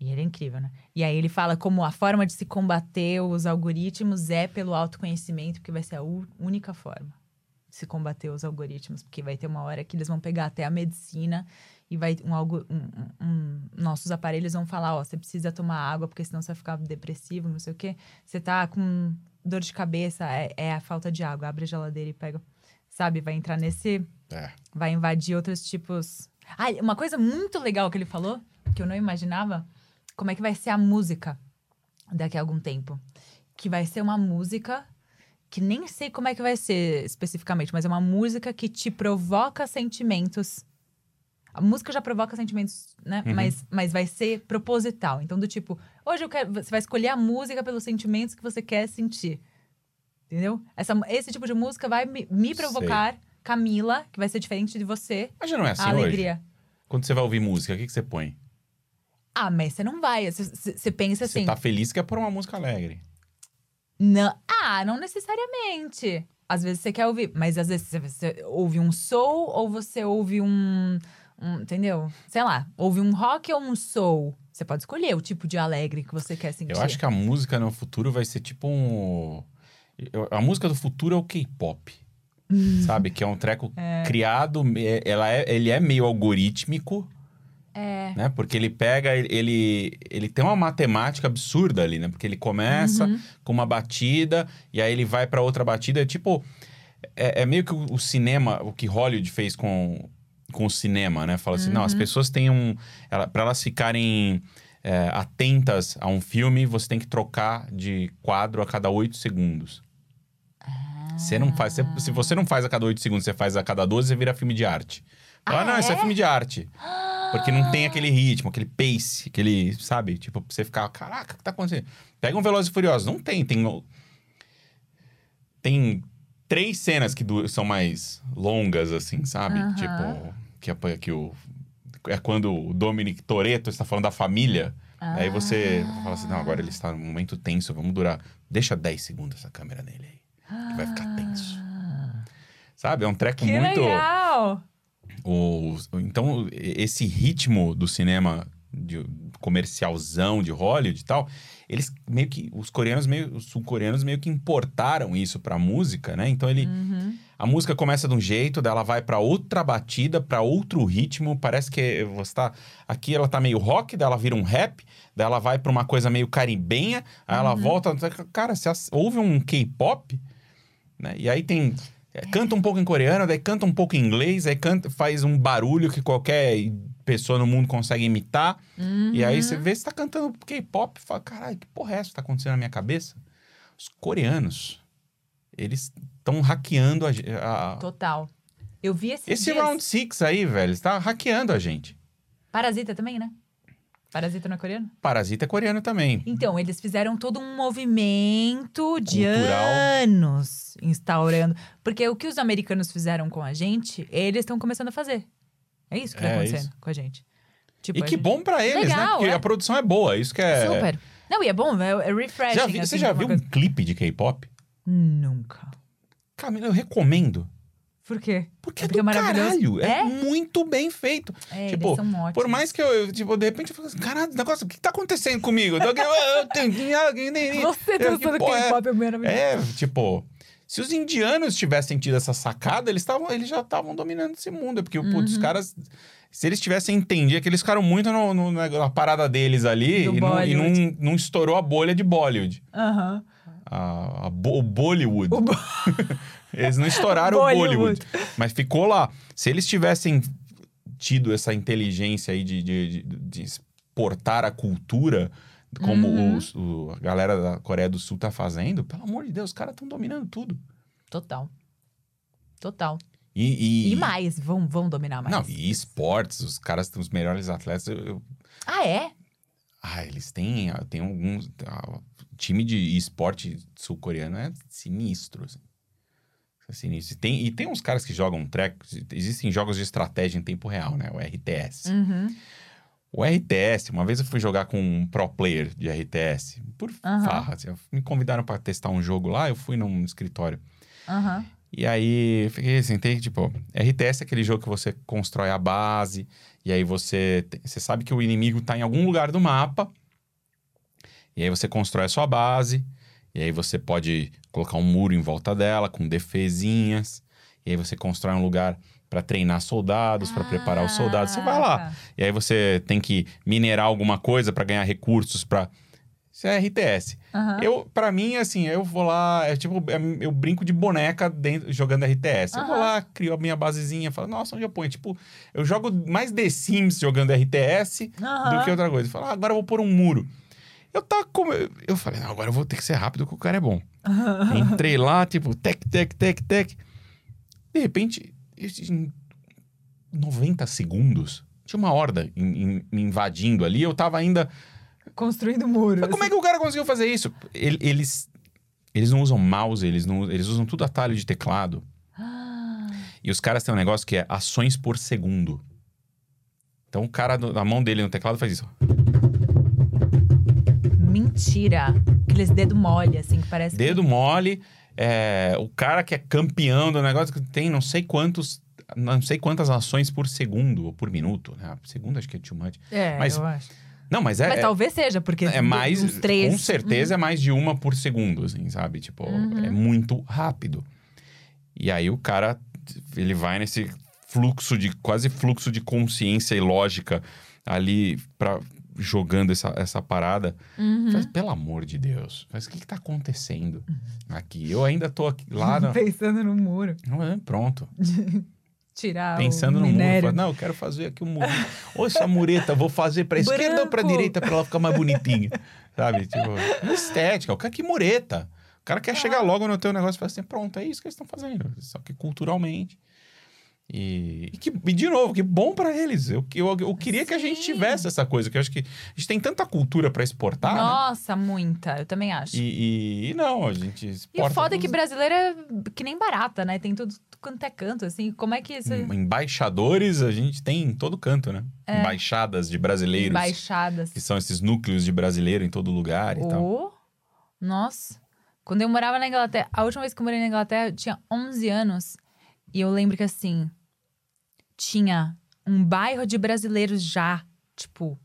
[SPEAKER 6] E ele é incrível, né? E aí ele fala como a forma de se combater os algoritmos é pelo autoconhecimento, porque vai ser a u- única forma de se combater os algoritmos, porque vai ter uma hora que eles vão pegar até a medicina e vai um, algo, um- um- um- nossos aparelhos vão falar, ó, você precisa tomar água porque senão você vai ficar depressivo, não sei o quê. Você tá com dor de cabeça, é, é a falta de água, abre a geladeira e pega, sabe? Vai entrar nesse
[SPEAKER 7] É.
[SPEAKER 6] vai invadir outros tipos. Ah, uma coisa muito legal que ele falou, que eu não imaginava, como é que vai ser a música daqui a algum tempo. Que vai ser uma música que nem sei como é que vai ser especificamente, mas é uma música que te provoca sentimentos. A música já provoca sentimentos, né?
[SPEAKER 7] Uhum.
[SPEAKER 6] Mas, mas vai ser proposital. Então, do tipo, hoje eu quero. Você vai escolher a música pelos sentimentos que você quer sentir. Entendeu? Essa, esse tipo de música vai me, me provocar Camila, que vai ser diferente de você.
[SPEAKER 7] Mas já não é assim
[SPEAKER 6] a
[SPEAKER 7] hoje.
[SPEAKER 6] alegria.
[SPEAKER 7] Quando você vai ouvir música, o que, que você põe?
[SPEAKER 6] Ah, mas você não vai. Você- Você você pensa
[SPEAKER 7] Você
[SPEAKER 6] assim.
[SPEAKER 7] tá feliz que é por uma música alegre.
[SPEAKER 6] Não, ah, não necessariamente. Às vezes você quer ouvir, mas às vezes você, você ouve um soul ou você ouve um, um- Entendeu? Sei lá, ouve um rock ou um soul. Você pode escolher o tipo de alegre que você quer sentir.
[SPEAKER 7] Eu acho que a música no futuro vai ser tipo um. eu- A música do futuro é o K-pop. sabe? Que é um treco criado. é- Ela é, ele é meio algorítmico. É. Né? Porque ele pega. Ele, ele tem uma matemática absurda ali, né? Porque ele começa com uma batida e aí ele vai pra outra batida. É tipo. É, é meio que o, o cinema, o que Hollywood fez com, com o cinema, né? Fala assim: não, as pessoas têm um. Ela, pra elas ficarem. é, atentas a um filme, você tem que trocar de quadro a cada oito segundos. Você não faz. você- se você não faz a cada 8 segundos, você faz a cada 12, você vira filme de arte. Fala,
[SPEAKER 6] Ah,
[SPEAKER 7] ah, não, isso é
[SPEAKER 6] é?
[SPEAKER 7] filme de arte. Porque não tem aquele ritmo, aquele pace, aquele, sabe? Tipo, pra você ficar, caraca, o que tá acontecendo? Pega um Velozes e Furiosos. Não tem, tem... o- Tem três cenas que du- são mais longas, assim, sabe?
[SPEAKER 6] Aham.
[SPEAKER 7] Tipo, que, é- que o... É quando o Dominic Toretto está falando da família. Aí você
[SPEAKER 6] Ah.
[SPEAKER 7] fala assim, não, agora ele está num momento tenso, vamos durar... Deixa 10 segundos essa câmera nele aí. que vai ficar tenso. Sabe? É um treco
[SPEAKER 6] Ah, Que
[SPEAKER 7] muito.
[SPEAKER 6] legal!
[SPEAKER 7] O, então, e- esse ritmo do cinema de- comercialzão de Hollywood e tal, eles meio que. Os coreanos meio. Os sul-coreanos meio que importaram isso pra música, né? Então ele.
[SPEAKER 6] Uhum.
[SPEAKER 7] A música começa de um jeito, daí ela vai pra outra batida, pra outro ritmo. Parece que você tá. Aqui ela tá meio rock, daí ela vira um rap, daí ela vai pra uma coisa meio caribenha, aí ela volta. Cara, você ass- ouve um K-pop, né? E aí tem. é, Canta um pouco em coreano, daí canta um pouco em inglês, aí canta, faz um barulho que qualquer pessoa no mundo consegue imitar.
[SPEAKER 6] uhum.
[SPEAKER 7] E aí você vê se tá cantando K-pop e fala, caralho, que porra é essa que tá acontecendo na minha cabeça? Os coreanos, eles estão hackeando a, ge- a-
[SPEAKER 6] Total. Eu vi esse.
[SPEAKER 7] Esse Round six aí, velho, está hackeando a gente.
[SPEAKER 6] Parasita também, né? Parasita não é coreano?
[SPEAKER 7] Parasita é coreano também.
[SPEAKER 6] Então, eles fizeram todo um movimento de
[SPEAKER 7] Cultural.
[SPEAKER 6] anos instaurando. Porque o que os americanos fizeram com a gente, eles estão começando a fazer. É isso que tá
[SPEAKER 7] É,
[SPEAKER 6] acontecendo com a gente. Tipo,
[SPEAKER 7] E
[SPEAKER 6] a
[SPEAKER 7] que
[SPEAKER 6] gente-
[SPEAKER 7] bom pra eles, né?
[SPEAKER 6] Legal,
[SPEAKER 7] Porque
[SPEAKER 6] é.
[SPEAKER 7] a produção é boa, isso que é...
[SPEAKER 6] Super. Não, e é bom, é, é refreshing.
[SPEAKER 7] Já vi- você
[SPEAKER 6] assim,
[SPEAKER 7] já
[SPEAKER 6] uma
[SPEAKER 7] viu um
[SPEAKER 6] coisa-
[SPEAKER 7] clipe de K-pop?
[SPEAKER 6] Nunca.
[SPEAKER 7] Camila, eu recomendo.
[SPEAKER 6] Por quê?
[SPEAKER 7] Porque
[SPEAKER 6] É porque
[SPEAKER 7] é, do
[SPEAKER 6] é maravilhoso.
[SPEAKER 7] caralho. É?
[SPEAKER 6] É?
[SPEAKER 7] muito bem feito.
[SPEAKER 6] É,
[SPEAKER 7] Tipo,
[SPEAKER 6] eles são ótimos.
[SPEAKER 7] Por mais que eu, eu, tipo, de repente eu falo assim, caralho, esse negócio, o que tá acontecendo comigo? Eu, tô aqui, eu, eu tenho alguém nem.
[SPEAKER 6] Você
[SPEAKER 7] Eu-
[SPEAKER 6] dançando
[SPEAKER 7] que porra é-
[SPEAKER 6] K-pop é maravilhoso.
[SPEAKER 7] É, tipo, se os indianos tivessem tido essa sacada, eles estavam, eles já estavam dominando esse mundo, porque putz,
[SPEAKER 6] Uhum.
[SPEAKER 7] os caras se eles tivessem entendido, é que eles ficaram muito no- no- na, na parada deles ali
[SPEAKER 6] Do
[SPEAKER 7] e, não, e não-
[SPEAKER 6] Bollywood.
[SPEAKER 7] não estourou a bolha de Bollywood.
[SPEAKER 6] Aham.
[SPEAKER 7] A, a bo- o Bollywood.
[SPEAKER 6] O bo-
[SPEAKER 7] Eles não estouraram o
[SPEAKER 6] Bollywood.
[SPEAKER 7] Bollywood. Mas ficou lá. Se eles tivessem tido essa inteligência aí de, de- de- de exportar a cultura, como
[SPEAKER 6] Uhum.
[SPEAKER 7] os- o- a galera da Coreia do Sul tá fazendo, pelo amor de Deus, os caras estão dominando tudo.
[SPEAKER 6] Total. Total.
[SPEAKER 7] E,
[SPEAKER 6] E,
[SPEAKER 7] e-
[SPEAKER 6] mais, vão, vão dominar mais.
[SPEAKER 7] Não, e esportes, os caras têm os melhores atletas. eu- eu-
[SPEAKER 6] Ah, é?
[SPEAKER 7] ah, eles têm. ah, Tem alguns. ah, o time de esporte sul-coreano é sinistro. assim. É sinistro. E tem, e tem uns caras que jogam track. Existem jogos de estratégia em tempo real, né? O RTS.
[SPEAKER 6] Uhum.
[SPEAKER 7] O RTS, uma vez eu fui jogar com um pro player de RTS, por
[SPEAKER 6] Aham.
[SPEAKER 7] farra. assim, me convidaram para testar um jogo lá, eu fui num escritório.
[SPEAKER 6] Aham.
[SPEAKER 7] E aí, eu fiquei, sentei, tipo, RTS é aquele jogo que você constrói a base, e aí você, te- você sabe que o inimigo tá em algum lugar do mapa, e aí você constrói a sua base, e aí você pode colocar um muro em volta dela, com defesinhas, e aí você constrói um lugar pra treinar soldados, pra preparar os soldados, você vai lá.
[SPEAKER 6] Ah, tá.
[SPEAKER 7] E aí você tem que minerar alguma coisa pra ganhar recursos pra... Isso é RTS.
[SPEAKER 6] Aham.
[SPEAKER 7] Eu, para mim, assim, eu vou lá, é tipo, é- eu brinco de boneca dentro, jogando RTS. Eu vou
[SPEAKER 6] Aham.
[SPEAKER 7] lá, crio a minha basezinha, falo, nossa, onde eu ponho? Tipo, eu jogo mais The Sims jogando RTS
[SPEAKER 6] Aham.
[SPEAKER 7] do que outra coisa. Eu falo, ah, agora eu vou pôr um muro. Eu tava como. Eu, eu falei, não, agora eu vou ter que ser rápido, que o cara é bom.
[SPEAKER 6] Aham.
[SPEAKER 7] Entrei lá, tipo, tec, tec, tec, tec. De repente, em 90 segundos, tinha uma horda in- in- me invadindo ali, eu tava ainda.
[SPEAKER 6] Construindo muro.
[SPEAKER 7] Mas como é que o cara conseguiu fazer isso? Ele- Eles, eles não usam mouse, eles, não, eles usam tudo atalho de teclado.
[SPEAKER 6] Ah,
[SPEAKER 7] E os caras têm um negócio que é ações por segundo. Então o cara, no- na mão dele no teclado, faz isso.
[SPEAKER 6] mentira. Aqueles dedos mole, assim, que parece. que-
[SPEAKER 7] Dedo mole. é, o cara que é campeão do negócio que tem não sei quantos. Não sei quantas ações por segundo ou por minuto. Né? Segundo acho que é too much.
[SPEAKER 6] É,
[SPEAKER 7] mas-
[SPEAKER 6] eu acho.
[SPEAKER 7] Não, mas é.
[SPEAKER 6] Mas
[SPEAKER 7] é-
[SPEAKER 6] talvez seja, porque.
[SPEAKER 7] é mais.
[SPEAKER 6] Uns três.
[SPEAKER 7] Com certeza é mais de uma por segundo, assim, sabe? Tipo,
[SPEAKER 6] Uhum.
[SPEAKER 7] é muito rápido. E aí o cara, ele vai nesse fluxo de. quase fluxo de consciência e lógica ali pra, jogando essa, essa parada.
[SPEAKER 6] Uhum.
[SPEAKER 7] Faz, pelo amor de Deus, mas o que, que tá acontecendo
[SPEAKER 6] Uhum.
[SPEAKER 7] aqui? Eu ainda tô aqui, lá na.
[SPEAKER 6] Pensando no muro.
[SPEAKER 7] Não, é, Pronto.
[SPEAKER 6] Tirar
[SPEAKER 7] Pensando
[SPEAKER 6] Ah, o
[SPEAKER 7] no muro.
[SPEAKER 6] minério.
[SPEAKER 7] fala, não, eu quero fazer aqui um muro. Ou essa mureta, vou fazer pra esquerda ou pra
[SPEAKER 6] Branco.
[SPEAKER 7] direita pra ela ficar mais bonitinha. Sabe? Tipo, estética. O cara que mureta. O cara quer
[SPEAKER 6] Ah.
[SPEAKER 7] chegar logo no teu negócio e falar assim, pronto, é isso que eles estão fazendo. Só que culturalmente. E, e que, e de novo, que bom pra eles. Eu, eu, eu queria que a gente
[SPEAKER 6] Sim.
[SPEAKER 7] tivesse essa coisa, que eu acho que a gente tem tanta cultura pra exportar, né?
[SPEAKER 6] Nossa, muita. Eu também acho. E,
[SPEAKER 7] E, e- e não, a gente exporta.
[SPEAKER 6] o foda é que
[SPEAKER 7] todos-
[SPEAKER 6] brasileiro é que nem barata, né? Tem tudo quanto é canto, assim. Como é que isso.
[SPEAKER 7] Hum, Embaixadores a gente tem em todo canto, né? Embaixadas de brasileiros.
[SPEAKER 6] É. Embaixadas.
[SPEAKER 7] que são esses núcleos de brasileiro em todo lugar e tal.
[SPEAKER 6] Oh, nossa. Quando eu morava na Inglaterra, a última vez que eu morei na Inglaterra, eu tinha 11 anos. E eu lembro que assim, tinha um bairro de brasileiros já, tipo,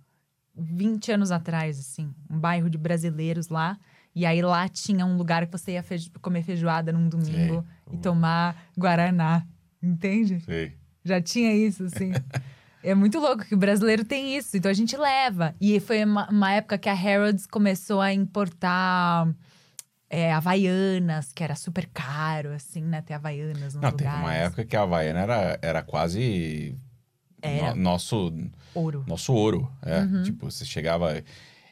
[SPEAKER 6] 20 anos atrás, assim, um bairro de brasileiros lá. E aí lá tinha um lugar que você ia feijo- comer feijoada num domingo
[SPEAKER 7] É,
[SPEAKER 6] e tomar guaraná, entende?
[SPEAKER 7] Sei.
[SPEAKER 6] Já tinha isso, assim. é muito louco que o brasileiro tem isso. Então a gente leva. E foi uma, uma época que a Harrods começou a importar é, Havaianas, que era super caro, assim, né? Ter Havaianas nos
[SPEAKER 7] Não, teve
[SPEAKER 6] lugares.
[SPEAKER 7] uma época que a Havaiana era, era quase
[SPEAKER 6] Era. Uhum.
[SPEAKER 7] no- nosso,
[SPEAKER 6] Ouro.
[SPEAKER 7] nosso ouro. é. Tipo, você chegava.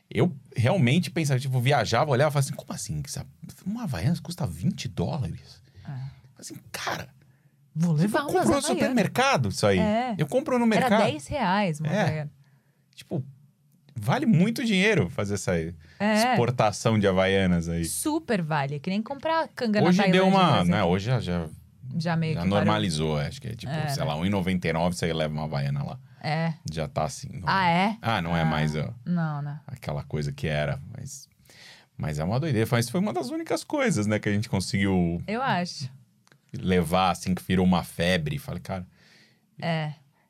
[SPEAKER 7] Eu realmente pensava, tipo, viajava, olhava e falava assim: como assim? que essa- Uma Havaiana custa 20 dólares?
[SPEAKER 6] É.
[SPEAKER 7] Falei Assim, cara,
[SPEAKER 6] Vou
[SPEAKER 7] eu
[SPEAKER 6] levar umas
[SPEAKER 7] compro no
[SPEAKER 6] Havaianas.
[SPEAKER 7] supermercado isso aí.
[SPEAKER 6] Ah, É.
[SPEAKER 7] Eu compro no
[SPEAKER 6] Era
[SPEAKER 7] mercado.
[SPEAKER 6] 10 reais uma
[SPEAKER 7] É.
[SPEAKER 6] Havaiana.
[SPEAKER 7] Tipo, vale muito dinheiro fazer essa
[SPEAKER 6] É.
[SPEAKER 7] exportação de Havaianas aí.
[SPEAKER 6] Super vale. É que nem comprar canga na
[SPEAKER 7] Hoje
[SPEAKER 6] Tailândia.
[SPEAKER 7] deu uma.
[SPEAKER 6] por
[SPEAKER 7] Né,
[SPEAKER 6] exemplo.
[SPEAKER 7] hoje já- já
[SPEAKER 6] Já meio
[SPEAKER 7] Já
[SPEAKER 6] que parou.
[SPEAKER 7] normalizou, acho que é tipo,
[SPEAKER 6] É.
[SPEAKER 7] sei lá, 1,99 você leva uma Havaiana lá.
[SPEAKER 6] É.
[SPEAKER 7] Já tá assim. não-
[SPEAKER 6] Ah, é?
[SPEAKER 7] Ah, não é
[SPEAKER 6] Ah.
[SPEAKER 7] mais ó,
[SPEAKER 6] Não, né?
[SPEAKER 7] aquela coisa que era, mas. Mas é uma doideira. Mas foi uma das únicas coisas, né, que a gente conseguiu
[SPEAKER 6] Eu acho.
[SPEAKER 7] levar, assim, que virou uma febre. Falei, cara,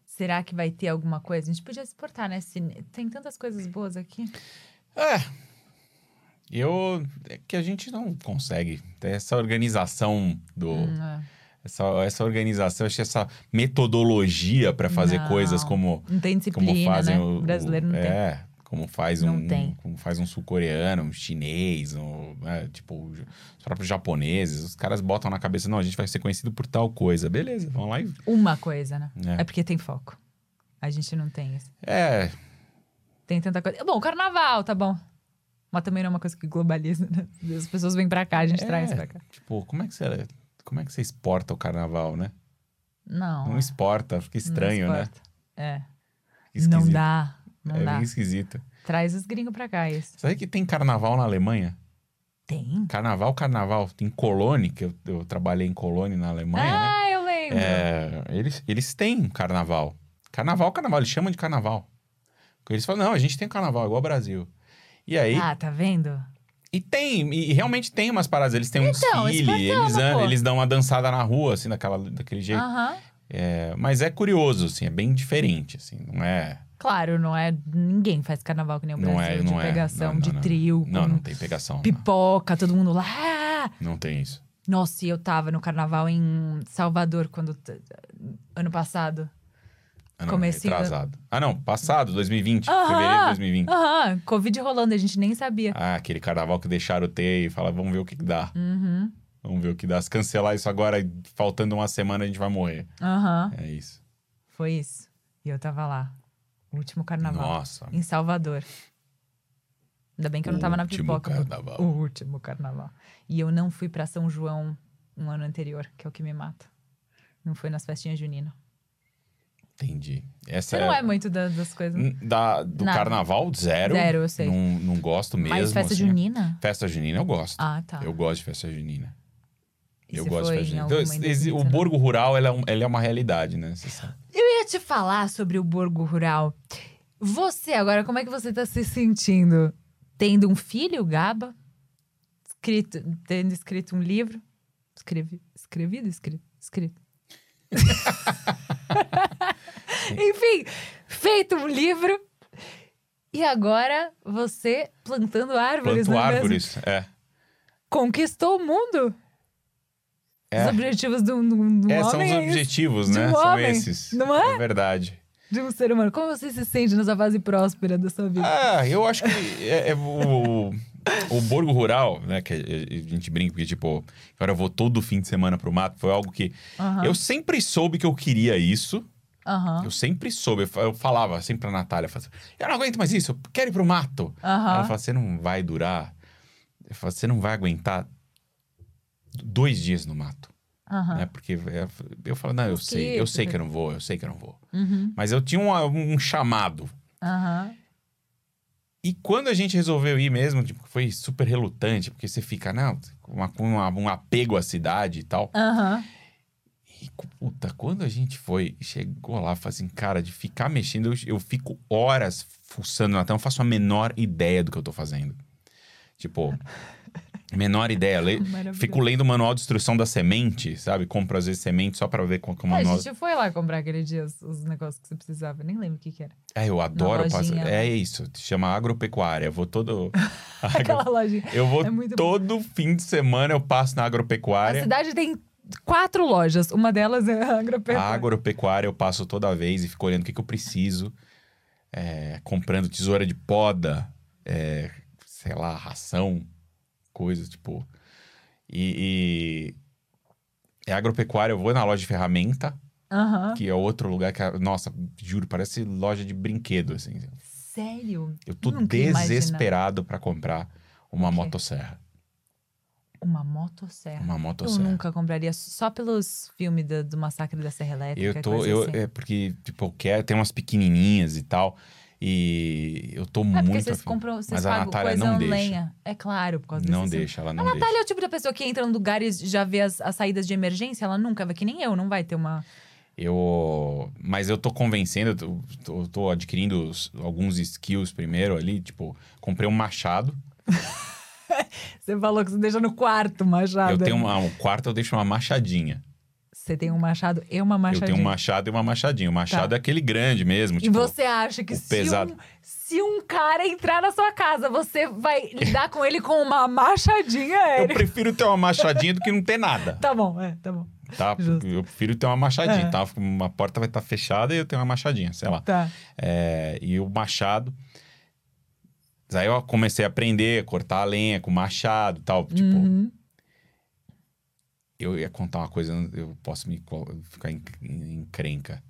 [SPEAKER 6] Será que vai ter alguma coisa? A gente podia exportar, né? Cine- Tem tantas coisas boas aqui.
[SPEAKER 7] É. Eu. É que a gente não consegue. ter Essa organização do.
[SPEAKER 6] é.
[SPEAKER 7] Essa, essa organização, acho que essa metodologia para fazer
[SPEAKER 6] Não.
[SPEAKER 7] coisas como,
[SPEAKER 6] Não tem disciplina,
[SPEAKER 7] como fazem
[SPEAKER 6] né?
[SPEAKER 7] o. o-
[SPEAKER 6] brasileiro não tem.
[SPEAKER 7] É, como faz
[SPEAKER 6] Não
[SPEAKER 7] um.
[SPEAKER 6] tem.
[SPEAKER 7] Como faz um sul-coreano, um chinês, um, né, tipo, os próprios japoneses. Os caras botam na cabeça, não, a gente vai ser conhecido por tal coisa. Beleza, vão lá e.
[SPEAKER 6] Uma coisa, né? É.
[SPEAKER 7] É.
[SPEAKER 6] porque tem foco. A gente não tem isso.
[SPEAKER 7] É,
[SPEAKER 6] Tem tanta coisa. Bom, o carnaval, tá bom. Mas também não é uma coisa que globaliza, né? As pessoas vêm pra cá, a gente
[SPEAKER 7] É.
[SPEAKER 6] traz pra cá.
[SPEAKER 7] tipo, como é que você. Como é que você exporta o carnaval, né?
[SPEAKER 6] Não.
[SPEAKER 7] Não
[SPEAKER 6] é.
[SPEAKER 7] exporta, fica estranho,
[SPEAKER 6] não
[SPEAKER 7] né?
[SPEAKER 6] exporta. É.
[SPEAKER 7] Esquisito.
[SPEAKER 6] Não dá. Não
[SPEAKER 7] é
[SPEAKER 6] dá.
[SPEAKER 7] bem esquisito.
[SPEAKER 6] Traz os gringos pra cá, isso.
[SPEAKER 7] Sabe que tem carnaval na Alemanha?
[SPEAKER 6] Tem.
[SPEAKER 7] Carnaval, carnaval. Tem Colônia, que eu, eu trabalhei em Colônia na Alemanha, né?
[SPEAKER 6] ah, eu lembro.
[SPEAKER 7] É, eles, eles têm carnaval. Carnaval, carnaval. Eles chamam de carnaval. Eles falam, não, a gente tem carnaval, igual ao Brasil. E aí,
[SPEAKER 6] Ah, tá vendo?
[SPEAKER 7] e tem, e realmente tem umas paradas. Eles têm um
[SPEAKER 6] Então,
[SPEAKER 7] desfile,
[SPEAKER 6] espartano,
[SPEAKER 7] eles, andam-
[SPEAKER 6] pô. Ah.
[SPEAKER 7] eles dão uma dançada na rua, assim, daquela, daquele jeito.
[SPEAKER 6] Aham.
[SPEAKER 7] É, mas é curioso, assim, é bem diferente, assim, não é...
[SPEAKER 6] Claro, não é. Ninguém faz carnaval que nem o
[SPEAKER 7] Não
[SPEAKER 6] Brasil,
[SPEAKER 7] é,
[SPEAKER 6] de
[SPEAKER 7] não é.
[SPEAKER 6] pegação,
[SPEAKER 7] Não, não,
[SPEAKER 6] de
[SPEAKER 7] não.
[SPEAKER 6] trio,
[SPEAKER 7] Não,
[SPEAKER 6] com
[SPEAKER 7] não tem pegação. não.
[SPEAKER 6] pipoca, todo mundo lá. "Ah!"
[SPEAKER 7] não tem isso.
[SPEAKER 6] Nossa, e eu tava no carnaval em Salvador quando t- ano passado.
[SPEAKER 7] Ah, não,
[SPEAKER 6] Comecinho da-
[SPEAKER 7] Atrasado. Ah, não. Passado, 2020.
[SPEAKER 6] Aham.
[SPEAKER 7] Fevereiro de 2020.
[SPEAKER 6] Aham, Covid rolando, a gente nem sabia.
[SPEAKER 7] Ah, aquele carnaval que deixaram ter e fala, vamos ver o que que dá.
[SPEAKER 6] Uhum.
[SPEAKER 7] Vamos ver o que dá. Se cancelar isso agora, faltando uma semana, a gente vai morrer.
[SPEAKER 6] Aham.
[SPEAKER 7] É isso.
[SPEAKER 6] Foi isso. E eu tava lá. O último carnaval.
[SPEAKER 7] Nossa.
[SPEAKER 6] Em Salvador. Ainda bem que eu não tava na
[SPEAKER 7] último
[SPEAKER 6] pipoca. pô. Uh.
[SPEAKER 7] carnaval.
[SPEAKER 6] O último carnaval. E eu não fui pra São João um ano anterior, que é o que me mata. Não foi nas festinhas juninas.
[SPEAKER 7] Entendi. Essa
[SPEAKER 6] Você não é muito da- das coisas.
[SPEAKER 7] N- Da, do
[SPEAKER 6] Nada.
[SPEAKER 7] carnaval, zero.
[SPEAKER 6] Zero, eu sei.
[SPEAKER 7] Não, não gosto mesmo.
[SPEAKER 6] Mas festa
[SPEAKER 7] assim.
[SPEAKER 6] junina?
[SPEAKER 7] Festa junina eu gosto.
[SPEAKER 6] Ah, tá.
[SPEAKER 7] Eu gosto de festa junina.
[SPEAKER 6] E
[SPEAKER 7] eu
[SPEAKER 6] se
[SPEAKER 7] gosto de
[SPEAKER 6] foi
[SPEAKER 7] festa
[SPEAKER 6] em
[SPEAKER 7] junina.
[SPEAKER 6] alguma né?
[SPEAKER 7] Então,
[SPEAKER 6] em
[SPEAKER 7] esse- o
[SPEAKER 6] 2019?
[SPEAKER 7] Borgo Rural, ela é, um- ela é uma realidade, né? Você sabe.
[SPEAKER 6] Eu ia te falar sobre o Borgo Rural. Você agora, como é que você tá se sentindo? Tendo um filho, Gaba? Escrito, tendo escrito um livro? Escrevi, escrevido, escrito, escrito. Enfim, feito um livro. E agora você plantando árvores,
[SPEAKER 7] Planto
[SPEAKER 6] não é mesmo?
[SPEAKER 7] árvores. É.
[SPEAKER 6] Conquistou o mundo.
[SPEAKER 7] É.
[SPEAKER 6] Os objetivos de um, de um
[SPEAKER 7] É, são
[SPEAKER 6] homem
[SPEAKER 7] os
[SPEAKER 6] é isso?
[SPEAKER 7] objetivos,
[SPEAKER 6] de
[SPEAKER 7] né?
[SPEAKER 6] um
[SPEAKER 7] são
[SPEAKER 6] homem,
[SPEAKER 7] esses.
[SPEAKER 6] não é?
[SPEAKER 7] É verdade.
[SPEAKER 6] de um ser humano. Como você se sente nessa fase próspera da sua vida?
[SPEAKER 7] Ah, eu acho que é, é o, o Borgo Rural, né? Que a gente brinca, porque, tipo, agora eu vou todo fim de semana pro mato. Foi algo que.
[SPEAKER 6] Aham,
[SPEAKER 7] Ah, Eu sempre soube que eu queria isso.
[SPEAKER 6] aham,
[SPEAKER 7] Eu sempre soube. Eu fa- Eu falava sempre pra Natália, eu falava assim, eu não aguento mais isso, eu quero ir pro mato. Ela
[SPEAKER 6] aham.
[SPEAKER 7] fala, você não vai durar. Eu falo, você não vai aguentar dois dias no mato. Né?
[SPEAKER 6] aham.
[SPEAKER 7] Porque é, eu falo, não, eu sei, eu
[SPEAKER 6] Mosquito,
[SPEAKER 7] sei que eu não vou, eu sei que eu não vou.
[SPEAKER 6] Uhum,
[SPEAKER 7] Mas eu tinha um- um chamado.
[SPEAKER 6] aham.
[SPEAKER 7] E quando a gente resolveu ir mesmo, tipo, foi super relutante, porque você fica, não, com uma, com uma- um apego à cidade e tal.
[SPEAKER 6] Aham.
[SPEAKER 7] E, puta, quando a gente foi, chegou lá, falei assim, cara, de ficar mexendo, eu, eu fico horas fuçando na tela, eu não faço a menor ideia do que eu tô fazendo. Tipo, menor ideia. le-
[SPEAKER 6] Maravilhoso.
[SPEAKER 7] fico lendo o manual de instrução da semente, sabe? Compro às vezes semente só pra ver qual que é o
[SPEAKER 6] Ah, a
[SPEAKER 7] manual.
[SPEAKER 6] gente foi lá comprar aquele dia os, os negócios que você precisava. Nem lembro o que que era.
[SPEAKER 7] É, eu adoro. Passo...
[SPEAKER 6] lojinha, né?
[SPEAKER 7] É isso, chama agropecuária. Eu vou todo. é
[SPEAKER 6] Aquela lojinha.
[SPEAKER 7] Eu vou
[SPEAKER 6] É muito bom.
[SPEAKER 7] todo fim de semana eu passo na
[SPEAKER 6] A
[SPEAKER 7] agropecuária.
[SPEAKER 6] cidade tem quatro lojas. Uma delas é a
[SPEAKER 7] A
[SPEAKER 6] Agropecuária.
[SPEAKER 7] agropecuária eu passo toda vez e fico olhando o que, que eu preciso. É, comprando tesoura de poda, é, sei lá, ração, coisa tipo. E, e é agropecuária, eu vou na loja de ferramenta,
[SPEAKER 6] Aham.
[SPEAKER 7] que é outro lugar que, a- nossa, juro, parece loja de brinquedo, assim.
[SPEAKER 6] Sério?
[SPEAKER 7] Eu tô
[SPEAKER 6] Nunca ia imaginar.
[SPEAKER 7] desesperado pra comprar uma
[SPEAKER 6] Ok.
[SPEAKER 7] motosserra.
[SPEAKER 6] Uma motosserra.
[SPEAKER 7] Uma
[SPEAKER 6] Eu
[SPEAKER 7] motosserra.
[SPEAKER 6] nunca compraria só pelos filmes do, do Massacre da Serra Elétrica.
[SPEAKER 7] Eu tô,
[SPEAKER 6] coisa
[SPEAKER 7] eu,
[SPEAKER 6] assim.
[SPEAKER 7] é porque, tipo, eu quero, tem umas pequenininhas e tal, e eu tô
[SPEAKER 6] É porque
[SPEAKER 7] muito
[SPEAKER 6] vocês
[SPEAKER 7] afim.
[SPEAKER 6] compram, vocês
[SPEAKER 7] Mas a
[SPEAKER 6] pagam
[SPEAKER 7] Natália
[SPEAKER 6] coisa
[SPEAKER 7] não
[SPEAKER 6] em
[SPEAKER 7] deixa.
[SPEAKER 6] lenha. É claro, por causa
[SPEAKER 7] Não
[SPEAKER 6] desse filme.
[SPEAKER 7] deixa, ela não
[SPEAKER 6] a Natália
[SPEAKER 7] deixa.
[SPEAKER 6] é o tipo da pessoa que entra em lugares e já vê as, as saídas de emergência, ela nunca vai, que nem eu, não vai ter uma.
[SPEAKER 7] Eu, mas eu tô convencendo, eu tô- tô, tô adquirindo os- alguns skills primeiro ali, tipo, comprei um machado.
[SPEAKER 6] Você falou que você deixa no quarto machado. Ah,
[SPEAKER 7] eu tenho uma, um quarto, eu deixo uma machadinha.
[SPEAKER 6] Você tem um machado e uma
[SPEAKER 7] Eu
[SPEAKER 6] machadinha. Tá.
[SPEAKER 7] tenho um machado e uma machadinha. O machado é aquele grande mesmo.
[SPEAKER 6] E
[SPEAKER 7] tipo,
[SPEAKER 6] você acha que
[SPEAKER 7] o
[SPEAKER 6] se
[SPEAKER 7] pesado.
[SPEAKER 6] um, se um cara entrar na sua casa, você vai lidar com ele com uma machadinha
[SPEAKER 7] Eu
[SPEAKER 6] aérea?
[SPEAKER 7] prefiro ter uma machadinha do que não ter nada.
[SPEAKER 6] Tá bom, é, tá bom.
[SPEAKER 7] Tá?
[SPEAKER 6] Justo.
[SPEAKER 7] Eu prefiro ter uma machadinha,
[SPEAKER 6] É.
[SPEAKER 7] tá? Uma porta vai estar fechada e eu tenho uma machadinha, sei lá.
[SPEAKER 6] Tá.
[SPEAKER 7] É, e o machado. Mas Aí eu comecei a aprender, a cortar a lenha com machado e tal. Tipo,
[SPEAKER 6] Uhum.
[SPEAKER 7] eu ia contar uma coisa, eu posso me co- ficar em, em em crenca.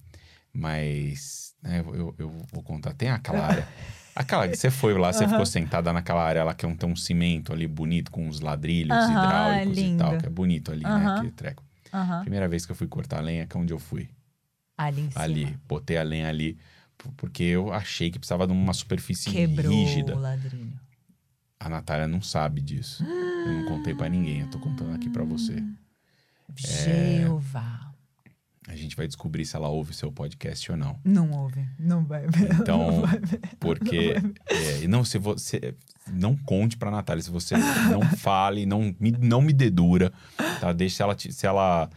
[SPEAKER 7] Mas né, eu, eu- eu vou contar. Tem aquela área. Aquela que você foi lá, você
[SPEAKER 6] Aham.
[SPEAKER 7] ficou sentada naquela área lá que é um, tem um cimento ali bonito, com uns ladrilhos
[SPEAKER 6] Aham,
[SPEAKER 7] hidráulicos e tal,
[SPEAKER 6] lindo.
[SPEAKER 7] que é bonito ali, né?
[SPEAKER 6] Aham.
[SPEAKER 7] Aquele treco.
[SPEAKER 6] Aham.
[SPEAKER 7] Primeira vez que eu fui cortar lenha, que é onde eu fui.
[SPEAKER 6] Ali em cima.
[SPEAKER 7] Ali, botei a lenha ali, p- porque eu achei que precisava de uma superfície
[SPEAKER 6] Quebrou
[SPEAKER 7] rígida.
[SPEAKER 6] o ladrinho.
[SPEAKER 7] A Natália não sabe disso. Eu não contei pra ninguém, eu tô contando aqui pra você. É.
[SPEAKER 6] Jeová.
[SPEAKER 7] A gente vai descobrir se ela ouve o seu podcast ou não.
[SPEAKER 6] Não houve. Não vai ver.
[SPEAKER 7] Então,
[SPEAKER 6] não vai ver.
[SPEAKER 7] porque. é, e não, se você. Não conte pra Natália. Se você não fale, não me, não me dedura. Tá? Deixa ela. te- Se ela.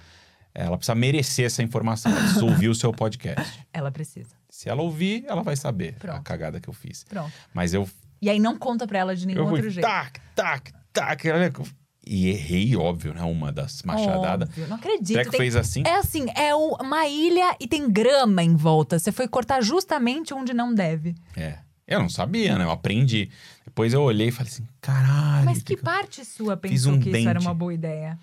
[SPEAKER 7] Ela precisa merecer essa informação. Ela precisa ouvir o seu podcast.
[SPEAKER 6] Ela precisa.
[SPEAKER 7] Se ela ouvir, ela vai saber a
[SPEAKER 6] Pronto.
[SPEAKER 7] cagada que eu fiz.
[SPEAKER 6] Pronto.
[SPEAKER 7] Mas eu
[SPEAKER 6] E aí não conta pra ela de nenhum
[SPEAKER 7] eu
[SPEAKER 6] um outro
[SPEAKER 7] fui,
[SPEAKER 6] jeito.
[SPEAKER 7] Tac, tac, tac. olha co- E errei, óbvio, né? Uma das machadadas.
[SPEAKER 6] Óbvio, Não acredito.
[SPEAKER 7] Será que
[SPEAKER 6] tem-
[SPEAKER 7] fez assim?
[SPEAKER 6] É assim, é o- uma ilha e tem grama em volta. Você foi cortar justamente onde não deve.
[SPEAKER 7] É. Eu não sabia, né? Eu aprendi. Depois eu olhei e falei assim, caralho.
[SPEAKER 6] Mas que
[SPEAKER 7] eu-
[SPEAKER 6] parte sua
[SPEAKER 7] Fiz
[SPEAKER 6] pensou
[SPEAKER 7] um
[SPEAKER 6] que isso era
[SPEAKER 7] dente.
[SPEAKER 6] uma boa ideia?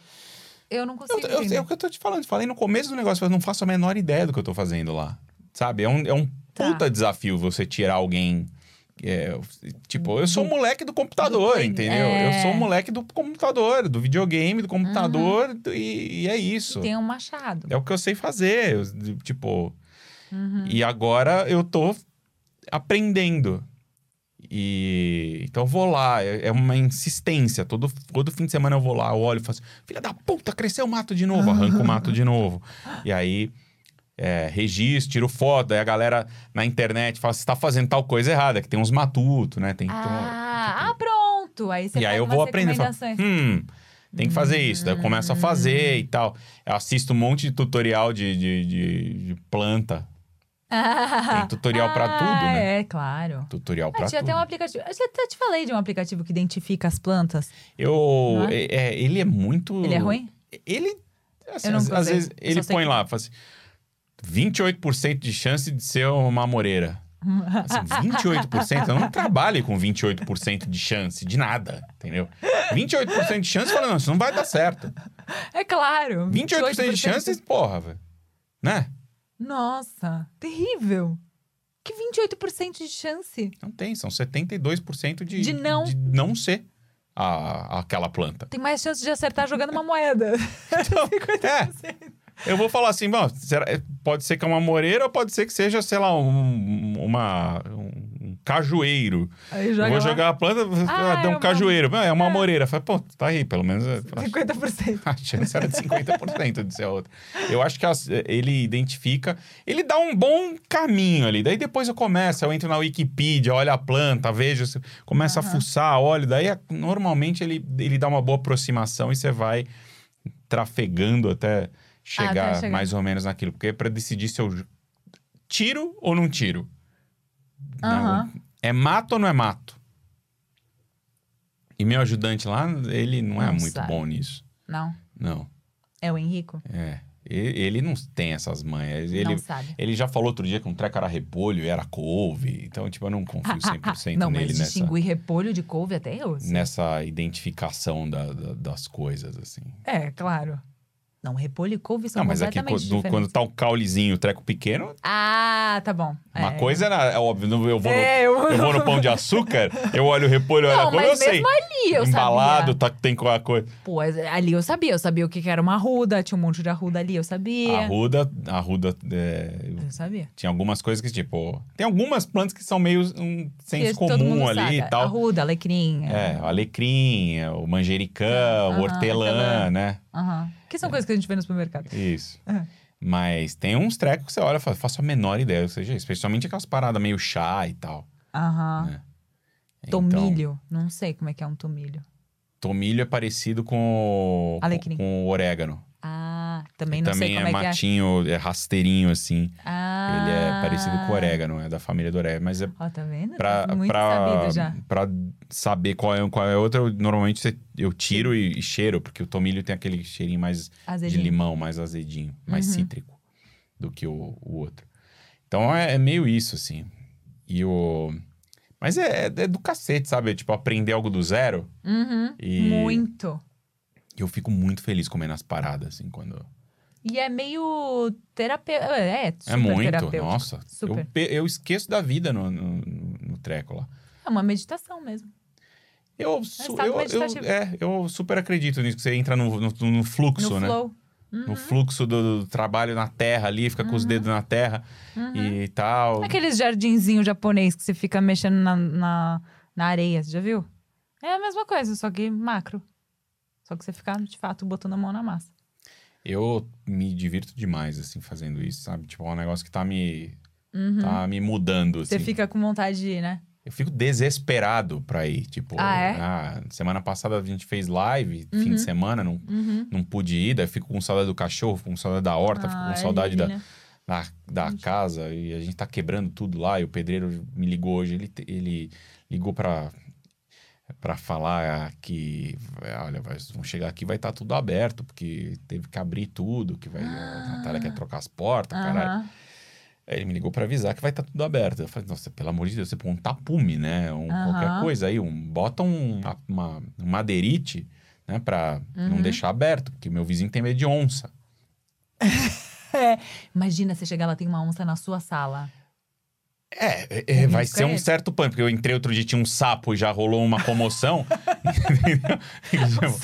[SPEAKER 6] Eu não
[SPEAKER 7] Eu,
[SPEAKER 6] consigo
[SPEAKER 7] eu,
[SPEAKER 6] entender.
[SPEAKER 7] é o que eu tô te falando. Falei no começo do negócio, eu não faço a menor ideia do que eu tô fazendo lá. Sabe? É um, é um
[SPEAKER 6] Tá.
[SPEAKER 7] puta desafio você tirar alguém. é, tipo, eu sou o moleque do computador,
[SPEAKER 6] plane-
[SPEAKER 7] entendeu?
[SPEAKER 6] Uhum. é.
[SPEAKER 7] Eu sou o moleque do computador, do videogame, do computador,
[SPEAKER 6] Uhum.
[SPEAKER 7] do- e, e é isso.
[SPEAKER 6] Tem um machado.
[SPEAKER 7] É o que eu sei fazer. eu- tipo. E agora eu tô aprendendo. E então eu vou lá, é é uma insistência. Todo, todo fim de semana eu vou lá, eu olho e falo assim, filha da puta, cresceu o mato de novo, arranco o mato de novo. E aí é, registro, tiro foto, aí a galera na internet fala: você tá fazendo tal coisa errada, que tem uns matutos, né? Tem, tem uma-
[SPEAKER 6] Ah, ah, pronto! Aí você
[SPEAKER 7] tipo- e aí
[SPEAKER 6] faz
[SPEAKER 7] eu vou
[SPEAKER 6] umas
[SPEAKER 7] aprender. Falo,
[SPEAKER 6] recomendações.
[SPEAKER 7] hum, tem que fazer isso. Daí eu começo a fazer e tal. Eu assisto um monte de tutorial de, de, de- de planta. "Hum, Tem tutorial pra
[SPEAKER 6] Ah,
[SPEAKER 7] tudo, né?
[SPEAKER 6] É, claro.
[SPEAKER 7] Tutorial
[SPEAKER 6] Ah,
[SPEAKER 7] pra
[SPEAKER 6] tinha
[SPEAKER 7] tudo.
[SPEAKER 6] até um aplicativo. Eu já até te falei de um aplicativo que identifica as plantas.
[SPEAKER 7] Eu...
[SPEAKER 6] Não é?
[SPEAKER 7] é- é, ele é muito...
[SPEAKER 6] Ele é ruim?
[SPEAKER 7] Ele... assim,
[SPEAKER 6] Eu não
[SPEAKER 7] às, às
[SPEAKER 6] gostei.
[SPEAKER 7] vezes,
[SPEAKER 6] Eu
[SPEAKER 7] ele
[SPEAKER 6] só sei
[SPEAKER 7] põe
[SPEAKER 6] que-
[SPEAKER 7] lá, fala assim... 28% de chance de ser uma moreira. Assim, 28%? Eu não trabalho com 28% de chance de nada, entendeu? 28% de chance, fala, não, isso não vai dar certo.
[SPEAKER 6] É claro.
[SPEAKER 7] 28%, de chances, porra, velho. Né?
[SPEAKER 6] Nossa, terrível. Que 28% de chance.
[SPEAKER 7] Não tem, são 72% de,
[SPEAKER 6] De não.
[SPEAKER 7] de não ser a, aquela planta.
[SPEAKER 6] Tem mais chance de acertar jogando uma moeda.
[SPEAKER 7] Então, é, eu vou falar assim, bom, será- pode ser que é uma moreira ou pode ser que seja, sei lá, um, uma, um cajueiro.
[SPEAKER 6] Aí
[SPEAKER 7] Eu
[SPEAKER 6] joga
[SPEAKER 7] vou
[SPEAKER 6] lá,
[SPEAKER 7] jogar a planta,
[SPEAKER 6] Ah,
[SPEAKER 7] ah, dá um
[SPEAKER 6] é uma-
[SPEAKER 7] cajueiro. Ah, É uma moreira. Fala, pô, tá aí, pelo menos. é-
[SPEAKER 6] 50%.
[SPEAKER 7] A chance era de 50% de ser outra. Eu acho que as- ele identifica. Ele dá um bom caminho ali. Daí depois eu começo, eu entro na Wikipedia, olho a planta, vejo, se- começo a fuçar, olho. Daí é- normalmente ele, ele dá uma boa aproximação e você vai trafegando até chegar
[SPEAKER 6] chegar.
[SPEAKER 7] mais ou menos naquilo. Porque é pra decidir se eu ju- tiro ou não tiro. Não,
[SPEAKER 6] Aham.
[SPEAKER 7] É mato ou não é mato? E meu ajudante lá, ele não é
[SPEAKER 6] Não
[SPEAKER 7] muito
[SPEAKER 6] sabe.
[SPEAKER 7] bom nisso.
[SPEAKER 6] Não.
[SPEAKER 7] Não.
[SPEAKER 6] É o Henrico?
[SPEAKER 7] É. E- Ele não tem essas manhas. Ele,
[SPEAKER 6] Não sabe.
[SPEAKER 7] ele já falou outro dia que um treco era repolho e era couve. Então, tipo, eu não confio 100%
[SPEAKER 6] Ah, não,
[SPEAKER 7] nele
[SPEAKER 6] mas
[SPEAKER 7] nessa,
[SPEAKER 6] distinguir repolho de couve até eu. assim.
[SPEAKER 7] nessa identificação da- da- das coisas, assim.
[SPEAKER 6] É, claro. Não, repolho e couve são
[SPEAKER 7] não, mas aqui,
[SPEAKER 6] completamente
[SPEAKER 7] quando,
[SPEAKER 6] diferentes.
[SPEAKER 7] quando tá o caulezinho, o treco pequeno,
[SPEAKER 6] Ah, tá bom.
[SPEAKER 7] uma
[SPEAKER 6] É.
[SPEAKER 7] coisa era... É óbvio, não- eu vou, no,
[SPEAKER 6] É, eu...
[SPEAKER 7] eu vou no pão de açúcar, eu olho o repolho, olho a
[SPEAKER 6] Não,
[SPEAKER 7] couve, eu
[SPEAKER 6] mas
[SPEAKER 7] sei.
[SPEAKER 6] mesmo ali eu
[SPEAKER 7] Embalado,
[SPEAKER 6] sabia.
[SPEAKER 7] tá, tem com a coisa...
[SPEAKER 6] Pô, ali eu sabia. Eu sabia o que que era uma arruda. Tinha um monte de arruda ali, eu sabia.
[SPEAKER 7] Arruda, arruda... é,
[SPEAKER 6] Eu sabia.
[SPEAKER 7] tinha algumas coisas que, tipo... Tem algumas plantas que são meio um senso
[SPEAKER 6] Que todo
[SPEAKER 7] comum
[SPEAKER 6] mundo
[SPEAKER 7] ali
[SPEAKER 6] sabe.
[SPEAKER 7] e tal.
[SPEAKER 6] Arruda, alecrim.
[SPEAKER 7] É, o alecrim, é, o manjericão,
[SPEAKER 6] Aham,
[SPEAKER 7] o hortelã,
[SPEAKER 6] hortelã.
[SPEAKER 7] né?
[SPEAKER 6] Aham. Que são coisas que a gente vê no supermercado.
[SPEAKER 7] Isso.
[SPEAKER 6] É.
[SPEAKER 7] Mas tem uns trecos que você olha e fala, faço a menor ideia, ou seja, especialmente aquelas paradas meio chá e tal.
[SPEAKER 6] Aham.
[SPEAKER 7] Então,
[SPEAKER 6] Tomilho. É, Não sei como é que é um tomilho.
[SPEAKER 7] tomilho é parecido com o,
[SPEAKER 6] Alecrim.
[SPEAKER 7] com o orégano.
[SPEAKER 6] Ah, Ah, também não
[SPEAKER 7] Também
[SPEAKER 6] sei
[SPEAKER 7] é
[SPEAKER 6] como é, que é.
[SPEAKER 7] matinho, é rasteirinho, assim.
[SPEAKER 6] Ah,
[SPEAKER 7] Ele é parecido com o orégano, é da família do orégano. Mas é
[SPEAKER 6] Ó, tá vendo?
[SPEAKER 7] pra,
[SPEAKER 6] Muito
[SPEAKER 7] pra,
[SPEAKER 6] sabido já.
[SPEAKER 7] pra saber qual é, qual é outra, eu- normalmente você- eu tiro e, e cheiro, porque o tomilho tem aquele cheirinho mais de
[SPEAKER 6] Azedinho.
[SPEAKER 7] limão, mais azedinho, mais
[SPEAKER 6] Uhum.
[SPEAKER 7] cítrico do que o, o outro. Então é, é meio isso, assim. E o. Mas é, é- é do cacete, sabe? Tipo, aprender algo do zero.
[SPEAKER 6] Uhum.
[SPEAKER 7] E-
[SPEAKER 6] Muito.
[SPEAKER 7] E eu fico muito feliz comendo as paradas, assim, quando.
[SPEAKER 6] E é meio terapêutico. É, super
[SPEAKER 7] é muito,
[SPEAKER 6] terapêutico.
[SPEAKER 7] nossa.
[SPEAKER 6] Super.
[SPEAKER 7] Eu, pe- eu esqueço da vida no, no, no- no treco lá.
[SPEAKER 6] É uma meditação mesmo.
[SPEAKER 7] Eu, su-
[SPEAKER 6] estado
[SPEAKER 7] eu, eu,
[SPEAKER 6] meditativo.
[SPEAKER 7] é, eu super acredito nisso, que você entra no, no, no fluxo,
[SPEAKER 6] no
[SPEAKER 7] né?
[SPEAKER 6] flow. Uhum.
[SPEAKER 7] No fluxo do, do trabalho na terra ali, fica com os dedos na terra
[SPEAKER 6] uhum.
[SPEAKER 7] e tal.
[SPEAKER 6] Aqueles jardinzinhos japonês que você fica mexendo na, na, na areia, você já viu? É a mesma coisa, só que macro. Só que você fica, de fato, botando a mão na massa.
[SPEAKER 7] Eu me divirto demais, assim, fazendo isso, sabe? Tipo, é um negócio que tá me,
[SPEAKER 6] Uhum.
[SPEAKER 7] tá me mudando, assim.
[SPEAKER 6] Você fica com vontade de ir, né?
[SPEAKER 7] Eu fico desesperado pra ir, tipo...
[SPEAKER 6] Ah, é?
[SPEAKER 7] ah, semana passada a gente fez live, fim
[SPEAKER 6] Uhum.
[SPEAKER 7] de semana, não,
[SPEAKER 6] Uhum.
[SPEAKER 7] não pude ir, daí fico com saudade do cachorro, fico com saudade da horta, fico
[SPEAKER 6] Ah,
[SPEAKER 7] com saudade da,
[SPEAKER 6] Lili, né?
[SPEAKER 7] da, da casa e a gente tá quebrando tudo lá. E o pedreiro me ligou hoje, ele, te- ele ligou pra, pra falar que, olha, vai- vão chegar aqui vai estar tudo aberto, porque teve que abrir tudo, que vai, a Natália quer trocar as portas, caralho.
[SPEAKER 6] Ah, Aham.
[SPEAKER 7] Aí ele me ligou pra avisar que vai estar tudo aberto. Eu falei, nossa, pelo amor de Deus, você põe um tapume, né? Um,
[SPEAKER 6] Aham.
[SPEAKER 7] Qualquer coisa aí, um, bota um, uma, uma um madeirite, né? Pra não
[SPEAKER 6] Uhum.
[SPEAKER 7] deixar aberto, porque meu vizinho tem medo de onça.
[SPEAKER 6] Imagina você chegar lá tem uma onça na sua sala.
[SPEAKER 7] É, é, é, vai
[SPEAKER 6] risco
[SPEAKER 7] ser
[SPEAKER 6] é
[SPEAKER 7] um
[SPEAKER 6] esse.
[SPEAKER 7] certo pânico, porque eu entrei outro dia, tinha um sapo e já rolou uma comoção. entendeu?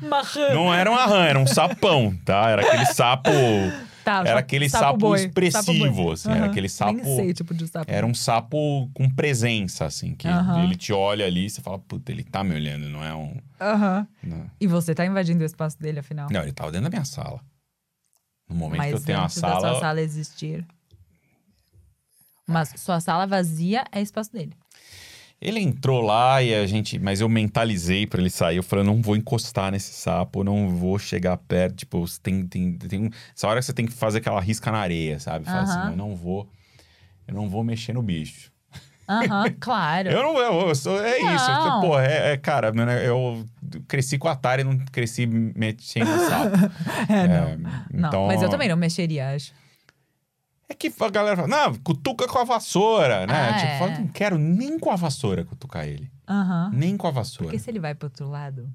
[SPEAKER 6] uma rã.
[SPEAKER 7] Não era um arran, era um sapão, tá? Era aquele sapo.
[SPEAKER 6] Tá,
[SPEAKER 7] Era aquele sapo
[SPEAKER 6] boi,
[SPEAKER 7] expressivo,
[SPEAKER 6] boi.
[SPEAKER 7] assim, era
[SPEAKER 6] Aham.
[SPEAKER 7] aquele sapo-
[SPEAKER 6] Nem sei, tipo de sapo.
[SPEAKER 7] Era um sapo com presença, assim, que
[SPEAKER 6] Aham.
[SPEAKER 7] ele te olha ali e você fala, puta, ele tá me olhando, não é um.
[SPEAKER 6] Aham.
[SPEAKER 7] Não,
[SPEAKER 6] E você tá invadindo o espaço dele, afinal.
[SPEAKER 7] Não, ele tava dentro da minha sala. No momento
[SPEAKER 6] Mas
[SPEAKER 7] que eu tenho uma
[SPEAKER 6] antes da
[SPEAKER 7] sala.
[SPEAKER 6] sua sala existir. Mas sua sala vazia é espaço dele.
[SPEAKER 7] Ele entrou lá e a gente. Mas eu mentalizei pra ele sair. Eu falei, eu não vou encostar nesse sapo, eu não vou chegar perto. Tipo, você tem, tem, tem um- Essa hora que você tem que fazer aquela risca na areia, sabe? Fala
[SPEAKER 6] Aham.
[SPEAKER 7] assim, eu não vou. Eu não vou mexer no bicho.
[SPEAKER 6] Aham, claro.
[SPEAKER 7] Eu não eu, eu sou. É isso. Eu
[SPEAKER 6] Não.
[SPEAKER 7] sou- Pô, é, é, cara, meu, né, eu cresci com Atari e não cresci mexendo no sapo.
[SPEAKER 6] É, não.
[SPEAKER 7] É,
[SPEAKER 6] Não, mas eu também não mexeria, acho.
[SPEAKER 7] É que a galera fala, não, cutuca com a vassoura, né?
[SPEAKER 6] Ah,
[SPEAKER 7] tipo,
[SPEAKER 6] é.
[SPEAKER 7] fala, não quero nem com a vassoura cutucar ele.
[SPEAKER 6] Aham.
[SPEAKER 7] Nem com a vassoura.
[SPEAKER 6] Porque se ele vai pro outro lado,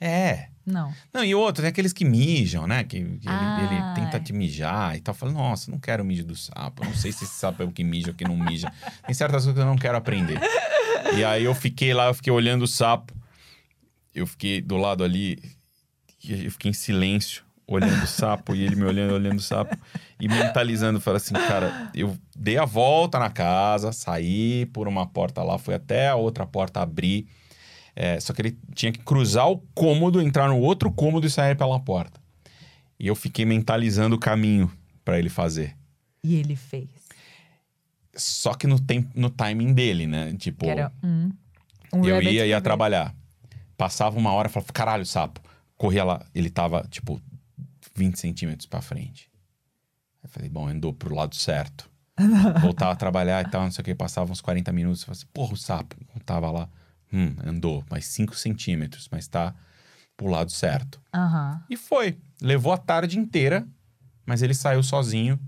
[SPEAKER 7] É.
[SPEAKER 6] não.
[SPEAKER 7] Não, e outro, tem aqueles que mijam, né? Que, que ele-
[SPEAKER 6] Ah,
[SPEAKER 7] ele,
[SPEAKER 6] é.
[SPEAKER 7] tenta te mijar e tal. Fala, nossa, não quero o mijo do sapo. Eu não sei se esse sapo é o que mija ou que não mija. Tem certas coisas que eu não quero aprender. E aí eu fiquei lá, eu fiquei olhando o sapo. Eu fiquei do lado ali, e eu fiquei em silêncio, olhando o sapo, e ele me olhando, olhando o sapo, e mentalizando. Falei assim, cara, eu dei a volta na casa, saí por uma porta lá, fui até a outra porta abrir. É, só que ele tinha que cruzar o cômodo, entrar no outro cômodo e sair pela porta. E eu fiquei mentalizando o caminho pra ele fazer.
[SPEAKER 6] E ele fez.
[SPEAKER 7] Só que no, tempo, no timing dele, né? Tipo,
[SPEAKER 6] Que era um. um
[SPEAKER 7] eu
[SPEAKER 6] rabbit
[SPEAKER 7] ia, ia
[SPEAKER 6] rabbit.
[SPEAKER 7] trabalhar. Passava uma hora, falava, caralho, sapo. Corria lá, ele tava, tipo, 20 centímetros pra frente. Aí eu falei, bom, andou pro lado certo. Voltava a trabalhar e tal, não sei o que, passava uns 40 minutos, eu falei assim, porra, o sapo. Eu tava lá, hum, andou, mais 5 centímetros, mas tá pro lado certo.
[SPEAKER 6] Aham.
[SPEAKER 7] E foi. Levou a tarde inteira, mas ele saiu sozinho.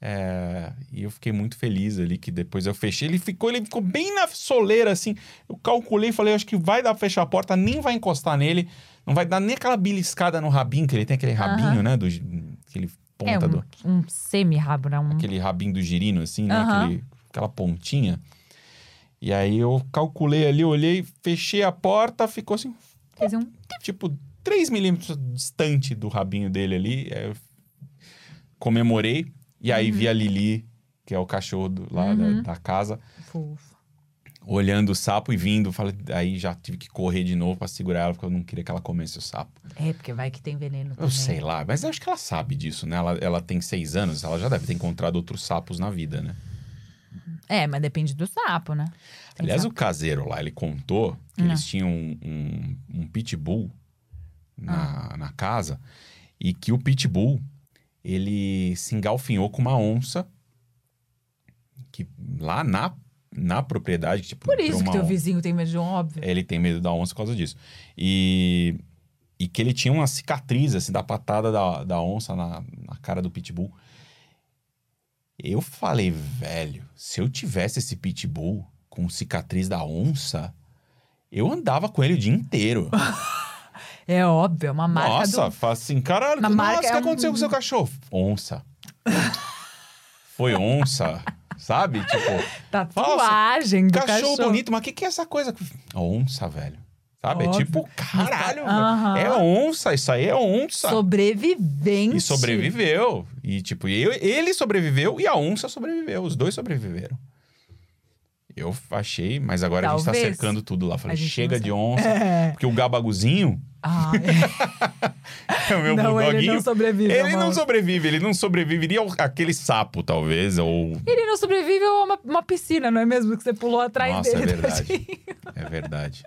[SPEAKER 7] É, e eu fiquei muito feliz ali que depois eu fechei. Ele ficou, ele ficou bem na soleira, assim. Eu calculei, falei, acho que vai dar pra fechar a porta, nem vai encostar nele. Não vai dar nem aquela beliscada no rabinho, que ele tem aquele rabinho, né? Do, gi- aquele ponta
[SPEAKER 6] É
[SPEAKER 7] do. É
[SPEAKER 6] um, um semi-rabo, né? Um...
[SPEAKER 7] Aquele rabinho do girino, assim, né?
[SPEAKER 6] Aham.
[SPEAKER 7] Aquele- aquela pontinha. E aí eu calculei ali, olhei, fechei a porta, ficou assim,
[SPEAKER 6] Fez um...
[SPEAKER 7] tipo, 3 milímetros distante do rabinho dele ali. é, eu comemorei. E aí vi a Lili, que é o cachorro do- lá da-
[SPEAKER 6] Uhum.
[SPEAKER 7] da, casa,
[SPEAKER 6] Fofo.
[SPEAKER 7] olhando o sapo e vindo. Falei, aí já tive que correr de novo pra segurar ela, porque eu não queria que ela comesse o sapo.
[SPEAKER 6] É, porque vai que tem veneno também.
[SPEAKER 7] Eu sei lá, mas eu acho que ela sabe disso, né? Ela, ela tem seis anos, ela já deve ter encontrado outros sapos na vida, né?
[SPEAKER 6] É, mas depende do sapo, né? Tem
[SPEAKER 7] Aliás,
[SPEAKER 6] sapo.
[SPEAKER 7] o caseiro lá, ele contou que
[SPEAKER 6] Ah. Ah.
[SPEAKER 7] eles tinham um, um- um pitbull na, na casa E que o Pitbull, ele se engalfinhou com uma onça que lá na, na propriedade, tipo,
[SPEAKER 6] Por
[SPEAKER 7] entrou
[SPEAKER 6] isso que
[SPEAKER 7] uma
[SPEAKER 6] teu
[SPEAKER 7] onça.
[SPEAKER 6] vizinho tem medo de um óbvio.
[SPEAKER 7] Ele tem medo da onça por causa disso. E, e que ele tinha uma cicatriz, assim, da patada da, da onça na, na cara do pitbull. Eu falei, velho, se eu tivesse esse pitbull com cicatriz da onça, eu andava com ele o dia inteiro.
[SPEAKER 6] É óbvio, é uma marca
[SPEAKER 7] nossa,
[SPEAKER 6] do...
[SPEAKER 7] fala assim, caralho,
[SPEAKER 6] Uma
[SPEAKER 7] nossa,
[SPEAKER 6] marca
[SPEAKER 7] o que
[SPEAKER 6] é um-
[SPEAKER 7] aconteceu com o seu cachorro? Onça. Foi onça, sabe? Tipo,
[SPEAKER 6] Tatuagem do
[SPEAKER 7] cachorro,
[SPEAKER 6] cachorro.
[SPEAKER 7] bonito, mas o que, que é essa coisa? Onça, velho. Sabe? É
[SPEAKER 6] Óbvio. tá-
[SPEAKER 7] tipo, caralho,
[SPEAKER 6] Aham.
[SPEAKER 7] velho. é onça, isso aí é onça.
[SPEAKER 6] Sobrevivente.
[SPEAKER 7] E sobreviveu. E tipo, eu, ele sobreviveu e a onça sobreviveu. Os dois sobreviveram. Eu achei, mas agora a gente tá
[SPEAKER 6] Talvez.
[SPEAKER 7] cercando tudo lá. Falei,
[SPEAKER 6] A gente
[SPEAKER 7] chega
[SPEAKER 6] não
[SPEAKER 7] de onça.
[SPEAKER 6] É.
[SPEAKER 7] Porque o gabaguzinho,
[SPEAKER 6] Ah,
[SPEAKER 7] é o meu
[SPEAKER 6] não, ele
[SPEAKER 7] bulldoguinho,
[SPEAKER 6] não sobrevive. a
[SPEAKER 7] ele
[SPEAKER 6] uma-
[SPEAKER 7] não sobrevive. Ele não sobreviveria ao- àquele sapo, talvez, ou
[SPEAKER 6] Ele não sobrevive a uma, uma piscina, não é mesmo? Que você pulou atrás
[SPEAKER 7] Nossa, é
[SPEAKER 6] dele.
[SPEAKER 7] verdade.
[SPEAKER 6] tadinho.
[SPEAKER 7] É verdade.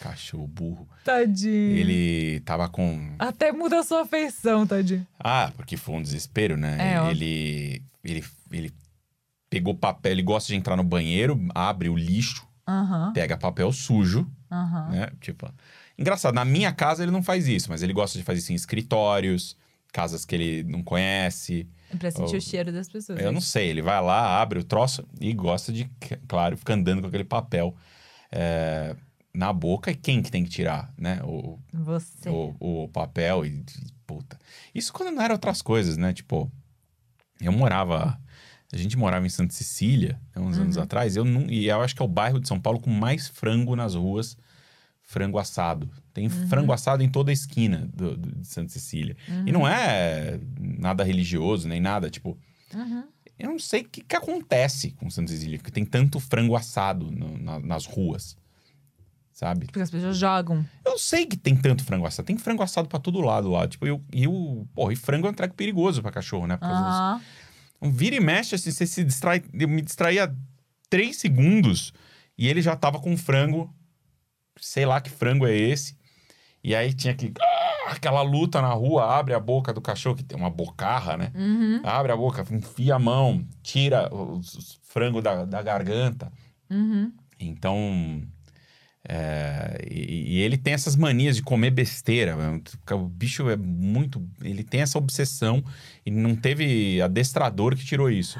[SPEAKER 7] Cachorro burro.
[SPEAKER 6] Tadinho.
[SPEAKER 7] Ele tava com.
[SPEAKER 6] Até muda a sua feição, tadinho.
[SPEAKER 7] Ah, porque foi um desespero, né?
[SPEAKER 6] É, óbvio.
[SPEAKER 7] ele, ele. Ele pegou papel. Ele gosta de entrar no banheiro, abre o lixo,
[SPEAKER 6] Aham,
[SPEAKER 7] pega papel sujo,
[SPEAKER 6] aham.
[SPEAKER 7] né? Tipo. Engraçado, na minha casa ele não faz isso, mas ele gosta de fazer isso em escritórios, casas que ele não conhece.
[SPEAKER 6] É Pra sentir
[SPEAKER 7] Oh.
[SPEAKER 6] o cheiro das pessoas. né?
[SPEAKER 7] Eu não sei, ele vai lá, abre o troço e gosta de, claro, fica andando com aquele papel é, na boca. E quem que tem que tirar, né? O,
[SPEAKER 6] Você.
[SPEAKER 7] o, o papel e puta. Isso quando não era outras coisas, né? Tipo, eu morava. A gente morava em Santa Cecília, né, uns anos atrás, eu não, e eu acho que é o bairro de São Paulo com mais frango nas ruas, frango assado. Tem frango assado em toda a esquina do- do- de Santa Cecília. E não é nada religioso, nem nada, tipo...
[SPEAKER 6] Uhum.
[SPEAKER 7] Eu não sei o que, que acontece com Santa Cecília, porque tem tanto frango assado no- na- nas ruas, sabe?
[SPEAKER 6] Porque as pessoas jogam.
[SPEAKER 7] Eu sei que tem tanto frango assado. Tem frango assado pra todo lado lá. Tipo, eu, e o. Porra, e frango é um treco perigoso pra cachorro, né? Por causa dos-
[SPEAKER 6] Aham.
[SPEAKER 7] Então, vira e mexe, assim, você se distrai. Eu me distraía três segundos e ele já tava com frango. Sei lá que frango é esse. E aí tinha que. Ah, Aquela luta na rua, abre a boca do cachorro, que tem uma bocarra, né?
[SPEAKER 6] Uhum.
[SPEAKER 7] Abre a boca, enfia a mão, tira os, os frango da, da garganta.
[SPEAKER 6] Uhum.
[SPEAKER 7] Então. é, e, e ele tem essas manias de comer besteira. mano. O bicho é muito. Ele tem essa obsessão e não teve adestrador que tirou isso.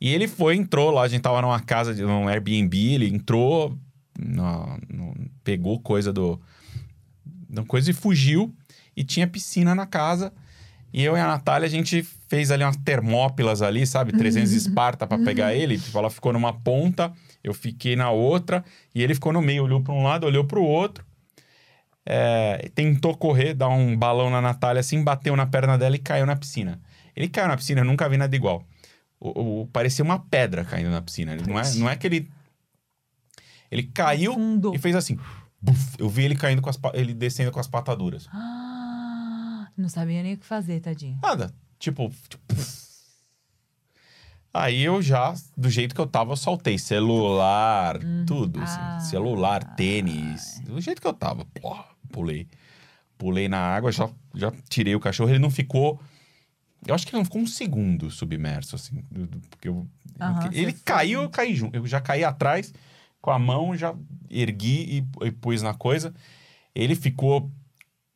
[SPEAKER 7] E ele foi, entrou lá. A gente tava numa casa, de um Airbnb. Ele entrou, na- no- pegou coisa do. da coisa e fugiu. E tinha piscina na casa. E eu e a Natália, a gente fez ali umas termópilas ali, sabe? 300 Esparta pra pegar ele. Tipo, ela ficou numa ponta, eu fiquei na outra. E ele ficou no meio, olhou pra um lado, olhou pro outro. É, tentou correr, dar um balão na Natália, assim, bateu na perna dela e caiu na piscina. Ele caiu na piscina, eu nunca vi nada igual. O, o- parecia uma pedra caindo na piscina. Ele Não é, não é que ele... Ele caiu
[SPEAKER 6] Fundo.
[SPEAKER 7] e fez assim... buf, eu vi ele caindo com as... pa- Ele descendo com as pataduras.
[SPEAKER 6] Ah, não sabia nem o que fazer, tadinho.
[SPEAKER 7] Nada. Tipo, tipo, pff. Aí eu já, do jeito que eu tava, eu soltei celular, tudo. assim,
[SPEAKER 6] Ah.
[SPEAKER 7] Celular, tênis. Do jeito que eu tava. Plá, pulei. Pulei na água, já, já tirei o cachorro. Ele não ficou. Eu acho que ele não ficou um segundo submerso, assim. do- do- Porque eu,
[SPEAKER 6] Aham,
[SPEAKER 7] ele
[SPEAKER 6] você
[SPEAKER 7] caiu,
[SPEAKER 6] foi-
[SPEAKER 7] eu caí junto. Eu já caí atrás com a mão, já ergui e, e pus na coisa. Ele ficou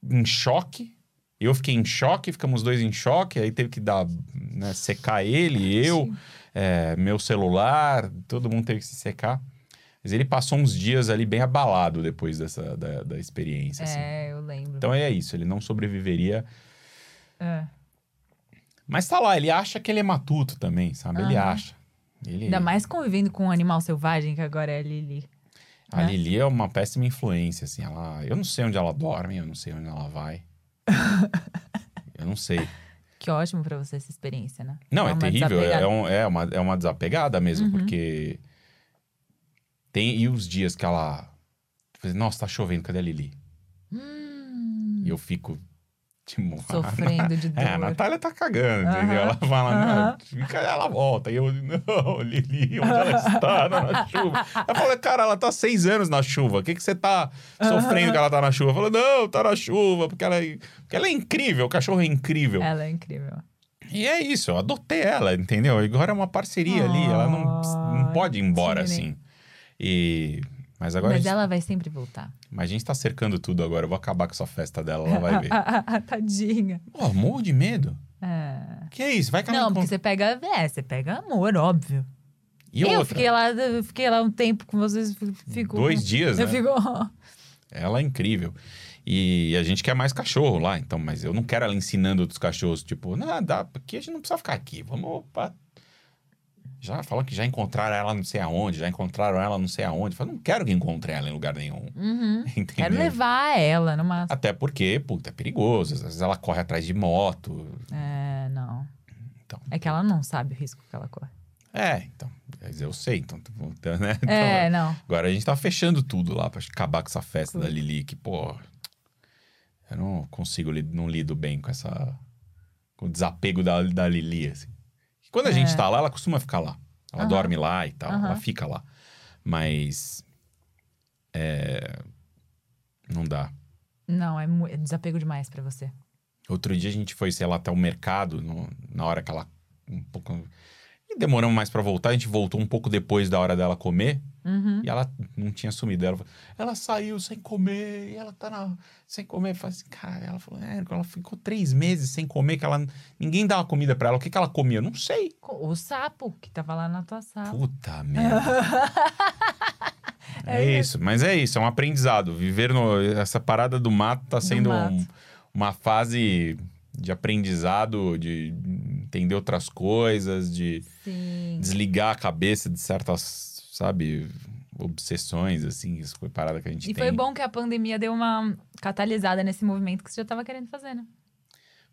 [SPEAKER 7] em choque. Eu fiquei em choque, ficamos dois em choque. Aí teve que dar, né, secar ele,
[SPEAKER 6] Ah,
[SPEAKER 7] eu, é, meu celular, todo mundo teve que se secar. Mas ele passou uns dias ali bem abalado depois dessa da, da experiência. assim.
[SPEAKER 6] É, eu lembro.
[SPEAKER 7] Então é isso, ele não sobreviveria.
[SPEAKER 6] É.
[SPEAKER 7] Mas tá lá, ele acha que ele é matuto também, sabe? Ele
[SPEAKER 6] Aham.
[SPEAKER 7] acha. Ele,
[SPEAKER 6] Ainda mais convivendo com um animal selvagem, que agora é a Lili.
[SPEAKER 7] A
[SPEAKER 6] né?
[SPEAKER 7] Lili é uma péssima influência, assim. Ela, eu não sei onde ela dorme, eu não sei onde ela vai. eu não sei.
[SPEAKER 6] Que ótimo pra você essa experiência, né?
[SPEAKER 7] Não,
[SPEAKER 6] Dar
[SPEAKER 7] é
[SPEAKER 6] uma
[SPEAKER 7] terrível. É,
[SPEAKER 6] desapegada.
[SPEAKER 7] um- é uma, é uma desapegada mesmo,
[SPEAKER 6] Uhum.
[SPEAKER 7] porque. Tem, e os dias que ela. tipo assim, Nossa, tá chovendo, cadê a Lili?
[SPEAKER 6] Hum,
[SPEAKER 7] E eu fico. de morro.
[SPEAKER 6] Sofrendo de dor.
[SPEAKER 7] É, a Natália tá cagando,
[SPEAKER 6] Aham,
[SPEAKER 7] entendeu? Ela fala, não,
[SPEAKER 6] aham.
[SPEAKER 7] fica, ela volta. E eu, não, Lili, onde ela está Tá na chuva? Ela fala, cara, ela tá seis anos na chuva. O que, que você tá sofrendo que ela tá na chuva? Eu falo, não, tá na chuva, porque ela, é- porque ela é incrível, o cachorro é incrível.
[SPEAKER 6] Ela é incrível.
[SPEAKER 7] E é isso, eu adotei ela, entendeu? Agora é uma parceria ali, ela não, não
[SPEAKER 6] Ai,
[SPEAKER 7] pode ir embora,
[SPEAKER 6] sim, né?
[SPEAKER 7] assim. E... Mas agora a
[SPEAKER 6] Mas
[SPEAKER 7] gente,
[SPEAKER 6] ela vai sempre voltar.
[SPEAKER 7] mas a gente tá cercando tudo agora. Eu vou acabar com essa festa dela, ela vai ver.
[SPEAKER 6] Ah, Tadinha.
[SPEAKER 7] Pô, morro de medo.
[SPEAKER 6] É.
[SPEAKER 7] Que é isso? Vai que ela
[SPEAKER 6] Não,
[SPEAKER 7] me
[SPEAKER 6] porque você pega. É, você pega amor, óbvio.
[SPEAKER 7] E
[SPEAKER 6] eu
[SPEAKER 7] outra?
[SPEAKER 6] fiquei lá, eu fiquei lá um tempo com vocês. Fico,
[SPEAKER 7] Dois dias,
[SPEAKER 6] Eu
[SPEAKER 7] né?
[SPEAKER 6] fico.
[SPEAKER 7] Ela é incrível. E a gente quer mais cachorro lá, então, mas eu não quero ela ensinando outros cachorros, tipo, não, dá, porque a gente não precisa ficar aqui, vamos pra... Já falam que já encontraram ela não sei aonde, já encontraram ela não sei aonde. Eu falo, não quero que encontre ela em lugar nenhum,
[SPEAKER 6] Uhum. Quero
[SPEAKER 7] entendeu?
[SPEAKER 6] levar ela numa.
[SPEAKER 7] Até porque, puta, é perigoso, às vezes ela corre atrás de moto,
[SPEAKER 6] É, não.
[SPEAKER 7] Ah. então...
[SPEAKER 6] É que ela não sabe o risco que ela corre.
[SPEAKER 7] É, então, mas eu sei, então, então, né? Então,
[SPEAKER 6] É, não.
[SPEAKER 7] Agora a gente tá fechando tudo lá pra acabar com essa festa
[SPEAKER 6] Cool.
[SPEAKER 7] da Lili, que, pô. Eu não consigo, li- não lido bem com essa. com o desapego da, da Lili, assim. E Quando a gente tá lá, ela costuma ficar lá. Ela
[SPEAKER 6] É. Aham.
[SPEAKER 7] dorme lá e tal, ela
[SPEAKER 6] Aham.
[SPEAKER 7] fica lá. Mas. É. Não dá.
[SPEAKER 6] Não, é, mu- é desapego demais pra você.
[SPEAKER 7] Outro dia a gente foi, sei lá, até o mercado, no- na hora que ela. um pouco. E demoramos mais pra voltar, a gente voltou um pouco depois da hora dela comer.
[SPEAKER 6] Uhum.
[SPEAKER 7] E ela não tinha sumido. Ela, falou, ela saiu sem comer, e ela tá na- sem comer. Eu falei assim, cara, ela falou, é, ela ficou três meses sem comer, que ela. Ninguém dava comida pra ela. O que, que ela comia? Eu não sei.
[SPEAKER 6] Co- O sapo que tava lá na tua sala.
[SPEAKER 7] Puta merda. é,
[SPEAKER 6] É
[SPEAKER 7] isso, mas é isso, é um aprendizado. Viver no. Essa parada do mato tá sendo um-
[SPEAKER 6] mato.
[SPEAKER 7] uma fase de aprendizado, de entender outras coisas, de
[SPEAKER 6] Sim.
[SPEAKER 7] desligar a cabeça de certas, sabe, obsessões, assim, isso foi parada que a gente
[SPEAKER 6] E
[SPEAKER 7] tem.
[SPEAKER 6] foi bom que a pandemia deu uma catalisada nesse movimento que você já tava querendo fazer, né?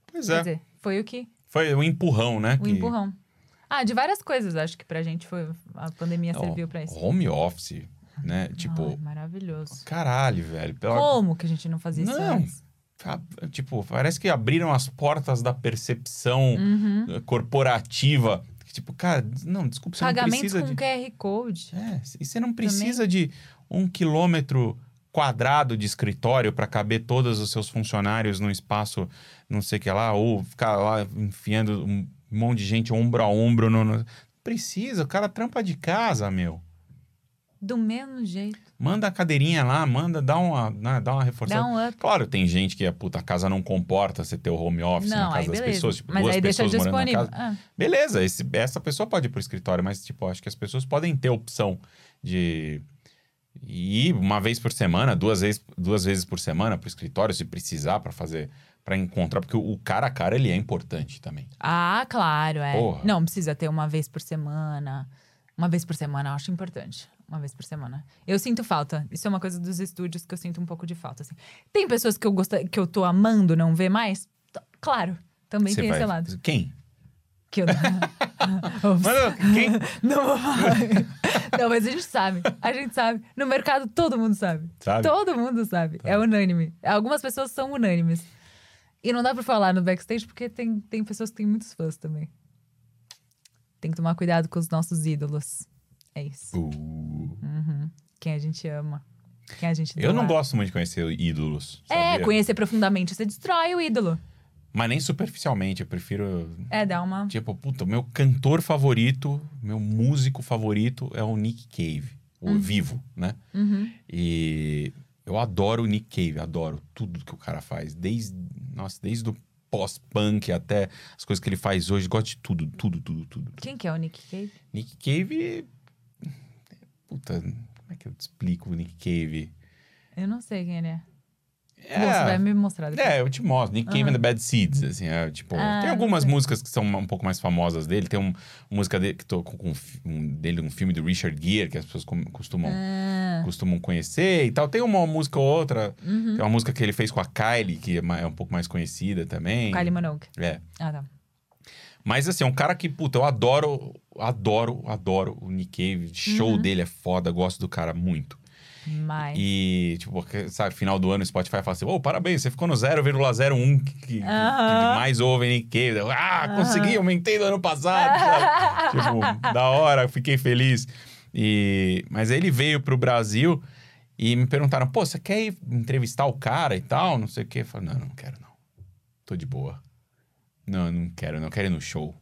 [SPEAKER 7] Pois
[SPEAKER 6] Quer
[SPEAKER 7] é,
[SPEAKER 6] dizer, foi o que?
[SPEAKER 7] foi um empurrão, né?
[SPEAKER 6] O
[SPEAKER 7] que-
[SPEAKER 6] empurrão. Ah, de várias coisas, acho que pra gente foi. A pandemia
[SPEAKER 7] Ó,
[SPEAKER 6] serviu pra é isso.
[SPEAKER 7] Home office, né? Tipo,
[SPEAKER 6] Ai, maravilhoso.
[SPEAKER 7] caralho, velho. Pela...
[SPEAKER 6] Como que a gente não fazia isso
[SPEAKER 7] Não.
[SPEAKER 6] antes?
[SPEAKER 7] a- Tipo, parece que abriram as portas da percepção
[SPEAKER 6] Uhum.
[SPEAKER 7] eh, corporativa. Tipo, cara, não, desculpa, você não
[SPEAKER 6] Pagamentos
[SPEAKER 7] precisa
[SPEAKER 6] com
[SPEAKER 7] de...
[SPEAKER 6] QR Code.
[SPEAKER 7] É, e você não precisa de um quilômetro quadrado de escritório para caber todos os seus funcionários num espaço não sei o que lá, ou ficar lá enfiando um monte de gente ombro a ombro. No, no- Precisa, o cara trampa de casa, meu.
[SPEAKER 6] Do mesmo jeito.
[SPEAKER 7] Manda a cadeirinha lá, manda, dá uma, né, dá uma reforçada.
[SPEAKER 6] Dá um up.
[SPEAKER 7] Claro, tem gente que a puta a casa não comporta você ter o home office na
[SPEAKER 6] Não,
[SPEAKER 7] casa
[SPEAKER 6] aí
[SPEAKER 7] das
[SPEAKER 6] beleza.
[SPEAKER 7] pessoas, tipo,
[SPEAKER 6] Mas
[SPEAKER 7] duas
[SPEAKER 6] aí deixa
[SPEAKER 7] pessoas morando na
[SPEAKER 6] disponível.
[SPEAKER 7] casa.
[SPEAKER 6] Ah,
[SPEAKER 7] Beleza, esse- essa pessoa pode ir pro escritório, mas, tipo, acho que as pessoas podem ter opção de ir uma vez por semana, duas vezes, duas vezes por semana pro escritório, se precisar, pra fazer, pra encontrar, porque o cara a cara, ele é importante também.
[SPEAKER 6] Ah, claro, é.
[SPEAKER 7] Porra.
[SPEAKER 6] Não precisa ter uma vez por semana. Uma vez por semana eu acho importante. Uma vez por semana. Eu sinto falta. Isso é uma coisa dos estúdios que eu sinto um pouco de falta. assim. Tem pessoas que eu gosto, que eu tô amando não ver mais? T- Claro, também
[SPEAKER 7] Você
[SPEAKER 6] tem
[SPEAKER 7] vai-
[SPEAKER 6] esse lado.
[SPEAKER 7] Quem?
[SPEAKER 6] Que eu não... Ops.
[SPEAKER 7] Manda- quem?
[SPEAKER 6] Não vou falar. Não, mas a gente sabe. A gente sabe. No mercado, todo mundo sabe.
[SPEAKER 7] Sabe? Tá.
[SPEAKER 6] Todo mundo sabe. É unânime. Algumas pessoas são unânimes. E não dá pra falar no backstage porque tem, tem pessoas que têm muitos fãs também. Tem que tomar cuidado com os nossos ídolos. É isso.
[SPEAKER 7] Uh,
[SPEAKER 6] Uhum. Quem a gente ama. Quem a gente
[SPEAKER 7] eu não
[SPEAKER 6] idolatra.
[SPEAKER 7] gosto muito de conhecer ídolos.
[SPEAKER 6] É,
[SPEAKER 7] sabia?
[SPEAKER 6] conhecer profundamente. Você destrói o ídolo.
[SPEAKER 7] Mas nem superficialmente, eu prefiro
[SPEAKER 6] É, dá uma.
[SPEAKER 7] Tipo, puta, o meu cantor favorito, meu músico favorito é o Nick Cave, o vivo, né?
[SPEAKER 6] Uhum.
[SPEAKER 7] E eu adoro o Nick Cave, adoro tudo que o cara faz, desde, nossa, desde o pós-punk até as coisas que ele faz hoje, gosto de tudo, tudo, tudo, tudo.
[SPEAKER 6] Quem que é o Nick Cave?
[SPEAKER 7] Nick Cave, puta, como é que eu te explico o Nick Cave?
[SPEAKER 6] Eu não sei quem ele é.
[SPEAKER 7] É,
[SPEAKER 6] Bom, você vai me mostrar depois.
[SPEAKER 7] É, eu te mostro. Nick Cave and the Bad Seeds, assim, é, tipo,
[SPEAKER 6] Ah,
[SPEAKER 7] tem algumas
[SPEAKER 6] não sei.
[SPEAKER 7] músicas que são um pouco mais famosas dele. Tem um- uma música dele que tô com, com um fi- um, dele, um filme do Richard Gere que as pessoas com- costumam,
[SPEAKER 6] Ah,
[SPEAKER 7] costumam conhecer e tal. Tem uma música ou outra,
[SPEAKER 6] uhum.
[SPEAKER 7] tem uma música que ele fez com a Kylie que é, ma- é um pouco mais conhecida também.
[SPEAKER 6] Kylie Minogue.
[SPEAKER 7] É.
[SPEAKER 6] Ah, tá.
[SPEAKER 7] Mas assim, é um cara que, puta, eu
[SPEAKER 6] Uhum.
[SPEAKER 7] adoro, adoro, adoro o Nick Cave. Show dele é foda, gosto do cara muito.
[SPEAKER 6] Mas.
[SPEAKER 7] E, tipo, que- sabe, final do ano o Spotify fala assim: Ô, parabéns, você ficou no 0,01 que, que- que
[SPEAKER 6] Aham.
[SPEAKER 7] mais ouvem e que. Ah,
[SPEAKER 6] Aham.
[SPEAKER 7] consegui, aumentei do ano passado. sabe? tipo, da hora, fiquei feliz. E, mas ele veio pro Brasil e me perguntaram: pô, você quer ir entrevistar o cara e tal? Não sei o quê. Eu falei: não, não quero, não. Tô de boa. Não, não quero, não quero ir no show.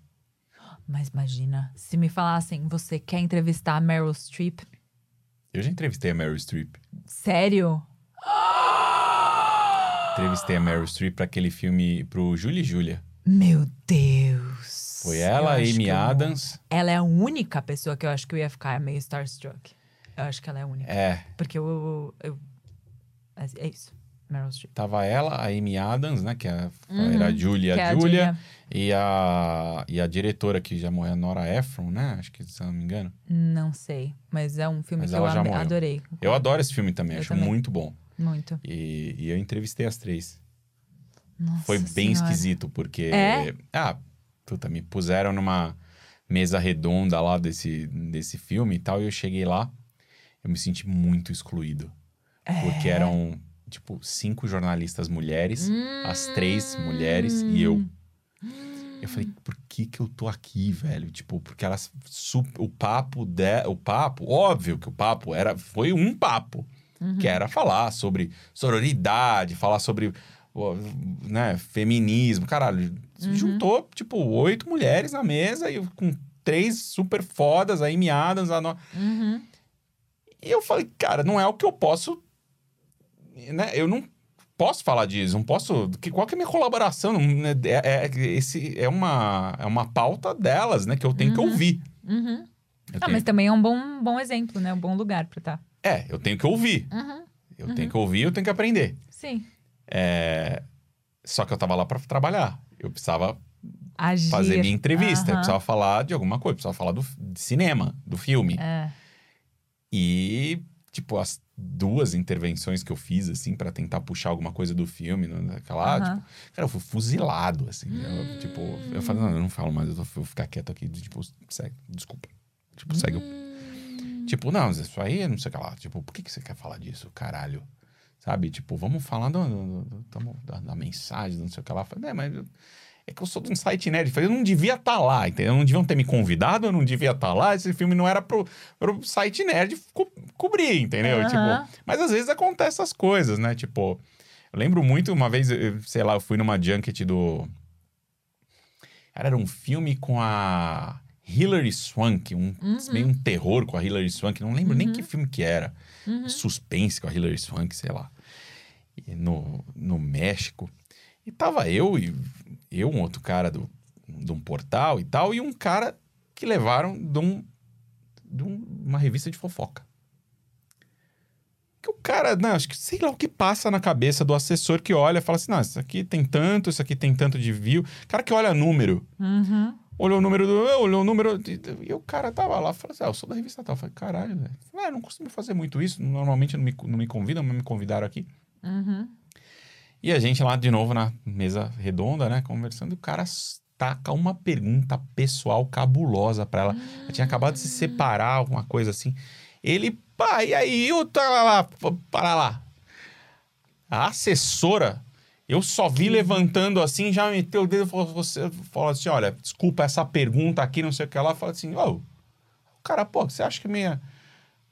[SPEAKER 6] Mas imagina, se me falassem, você quer entrevistar a Meryl Streep?
[SPEAKER 7] Eu já entrevistei a Meryl Streep.
[SPEAKER 6] Sério?
[SPEAKER 7] Entrevistei a Meryl Streep pra aquele filme, pro Julie e Julia.
[SPEAKER 6] Meu Deus!
[SPEAKER 7] Foi
[SPEAKER 6] Eu
[SPEAKER 7] ela,
[SPEAKER 6] acho que
[SPEAKER 7] Amy
[SPEAKER 6] eu-
[SPEAKER 7] Adams.
[SPEAKER 6] Ela é a única pessoa que eu acho que eu ia ficar meio starstruck. Eu acho que ela é a única.
[SPEAKER 7] É,
[SPEAKER 6] Porque eu. eu- é- é isso. Meryl Streep.
[SPEAKER 7] tava ela, a Amy Adams, né? Que a-
[SPEAKER 6] Uhum,
[SPEAKER 7] era a Julia,
[SPEAKER 6] que é
[SPEAKER 7] a
[SPEAKER 6] a
[SPEAKER 7] Julia.
[SPEAKER 6] Julia.
[SPEAKER 7] E a, e a diretora que já morreu, a Nora Ephron, né? Acho que, se eu não me engano.
[SPEAKER 6] Não sei, mas é um filme
[SPEAKER 7] Mas
[SPEAKER 6] que eu
[SPEAKER 7] ela já
[SPEAKER 6] ame-
[SPEAKER 7] morreu.
[SPEAKER 6] adorei.
[SPEAKER 7] Eu adoro esse filme também,
[SPEAKER 6] Eu
[SPEAKER 7] acho
[SPEAKER 6] também.
[SPEAKER 7] muito bom.
[SPEAKER 6] Muito.
[SPEAKER 7] E, e eu entrevistei as três.
[SPEAKER 6] Nossa
[SPEAKER 7] Foi bem
[SPEAKER 6] Senhora.
[SPEAKER 7] esquisito, porque.
[SPEAKER 6] É?
[SPEAKER 7] Ah, puta, me puseram numa mesa redonda lá desse, desse filme e tal, e eu cheguei lá, eu me senti muito excluído.
[SPEAKER 6] É?
[SPEAKER 7] Porque eram, tipo, cinco jornalistas mulheres, as três
[SPEAKER 6] Hum,
[SPEAKER 7] mulheres e eu. Eu falei, por que que eu tô aqui, velho? Tipo, porque elas su- o papo de, o papo, óbvio que o papo era foi um papo, que era falar sobre sororidade, falar sobre ó, né, feminismo, caralho. Juntou tipo oito mulheres na mesa e eu com três super fodas, aí miadas, a no-
[SPEAKER 6] Uhum.
[SPEAKER 7] e eu falei, cara, não é o que eu posso. Né? Eu não posso falar disso, não posso. que- Qual que é a minha colaboração? Não- né? É, é- esse, é, uma, é uma pauta delas, né? Que eu tenho que ouvir.
[SPEAKER 6] Uhum.
[SPEAKER 7] Eu
[SPEAKER 6] Ah,
[SPEAKER 7] tenho-
[SPEAKER 6] mas também é um bom, um bom exemplo, né? Um bom lugar pra estar.
[SPEAKER 7] É, eu tenho que ouvir.
[SPEAKER 6] Uhum.
[SPEAKER 7] Eu tenho que ouvir, eu tenho que aprender.
[SPEAKER 6] Sim.
[SPEAKER 7] Só que eu tava lá pra trabalhar. Eu precisava
[SPEAKER 6] Agir.
[SPEAKER 7] fazer minha entrevista, eu
[SPEAKER 6] Aham.
[SPEAKER 7] precisava falar de alguma coisa, eu precisava falar do f- de cinema, do filme.
[SPEAKER 6] É.
[SPEAKER 7] E, tipo, as duas intervenções que eu fiz, assim, pra tentar puxar alguma coisa do filme, no- naquela,
[SPEAKER 6] Aham.
[SPEAKER 7] tipo, cara, eu fui fuzilado, assim. Eu, tipo, eu falei, não, eu não falo mais, eu vou ficar quieto aqui, tipo, segue, desculpa. Tipo, segue o. Tipo, não, isso aí é não sei o que lá. Tipo, por que, que você quer falar disso, caralho? Sabe? Tipo, vamos falar do, do- do- tamo- da, da mensagem, não sei o que lá. Eu Falei, é, mas eu- é que eu sou de um site nerd. Eu falei, eu não devia estar lá, entendeu? Não deviam ter me convidado, eu não devia estar lá. Esse filme não era pro, pro site nerd co- cobrir, entendeu?
[SPEAKER 6] Aham.
[SPEAKER 7] Tipo, mas às vezes acontecem essas coisas, né? Tipo, eu lembro muito uma vez, eu- sei lá, eu fui numa junket do. Cara, era um filme com a Hilary Swank, um, meio um terror com a Hilary Swank, não lembro nem que filme que era. Suspense com a Hilary Swank, sei lá. E no, no México. E tava eu e eu, um outro cara do, de um portal e tal, e um cara que levaram de, um, de um- uma revista de fofoca. Que o cara, né, acho que sei lá o que passa na cabeça do assessor que olha e fala assim: não, isso aqui tem tanto, isso aqui tem tanto de view. Cara que olha número
[SPEAKER 6] Uhum.
[SPEAKER 7] olhou o número do. Olhou o número. E o cara tava lá, falou assim: ah, eu sou da revista tal. Eu falei, caralho, velho. Eu falei, Ah, eu não costumo fazer muito isso. Normalmente não me, não me convidam, mas me convidaram aqui.
[SPEAKER 6] Uhum.
[SPEAKER 7] E a gente lá de novo na mesa redonda, né? Conversando, e o cara s- taca uma pergunta pessoal cabulosa pra ela. Ela tinha acabado de se separar, alguma coisa assim. Ele, pá, e aí, eu tô lá, lá, pô, para lá. A assessora, eu só vi levantando assim, já meteu o dedo e falou, você, falou assim: olha, desculpa essa pergunta aqui, não sei o que lá. Fala assim: ô, o cara, pô, você acha que minha.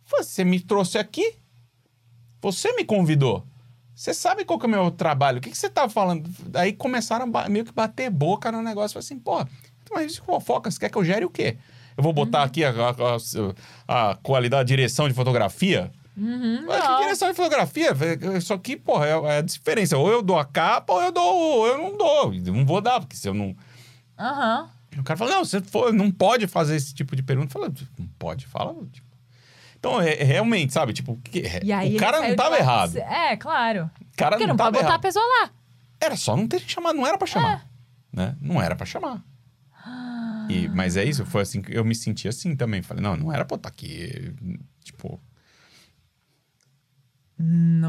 [SPEAKER 7] Você me trouxe aqui? Você me convidou? Você sabe qual que é o meu trabalho? O que, que você tá falando? Aí começaram a ba- meio que bater boca no negócio. Falei assim, pô, mas isso fofoca, você quer que eu gere o quê? Eu vou
[SPEAKER 6] Uhum.
[SPEAKER 7] botar aqui a, a- a- a qualidade, a direção de fotografia?
[SPEAKER 6] Uhum.
[SPEAKER 7] Mas que direção de fotografia? Só que, porra, é, é a diferença. Ou eu dou a capa ou eu dou, ou eu não dou. Eu Não vou dar, porque se eu não.
[SPEAKER 6] Aham.
[SPEAKER 7] O cara fala, não, você for- não pode fazer esse tipo de pergunta. Fala, não pode, fala. tipo. Então, é, é realmente, sabe, tipo, que-
[SPEAKER 6] E aí
[SPEAKER 7] o
[SPEAKER 6] ele
[SPEAKER 7] cara
[SPEAKER 6] saiu
[SPEAKER 7] não
[SPEAKER 6] de
[SPEAKER 7] tava
[SPEAKER 6] lá.
[SPEAKER 7] errado.
[SPEAKER 6] É, claro.
[SPEAKER 7] O cara
[SPEAKER 6] Porque
[SPEAKER 7] não
[SPEAKER 6] não
[SPEAKER 7] tava
[SPEAKER 6] pode botar
[SPEAKER 7] errado.
[SPEAKER 6] a pessoa lá.
[SPEAKER 7] Era só não ter chamado, não era pra chamar.
[SPEAKER 6] É.
[SPEAKER 7] Né? Não era pra chamar. E, mas é isso, foi assim que eu me tá senti assim também. Falei, não, não era pra eu estar aqui. Tipo.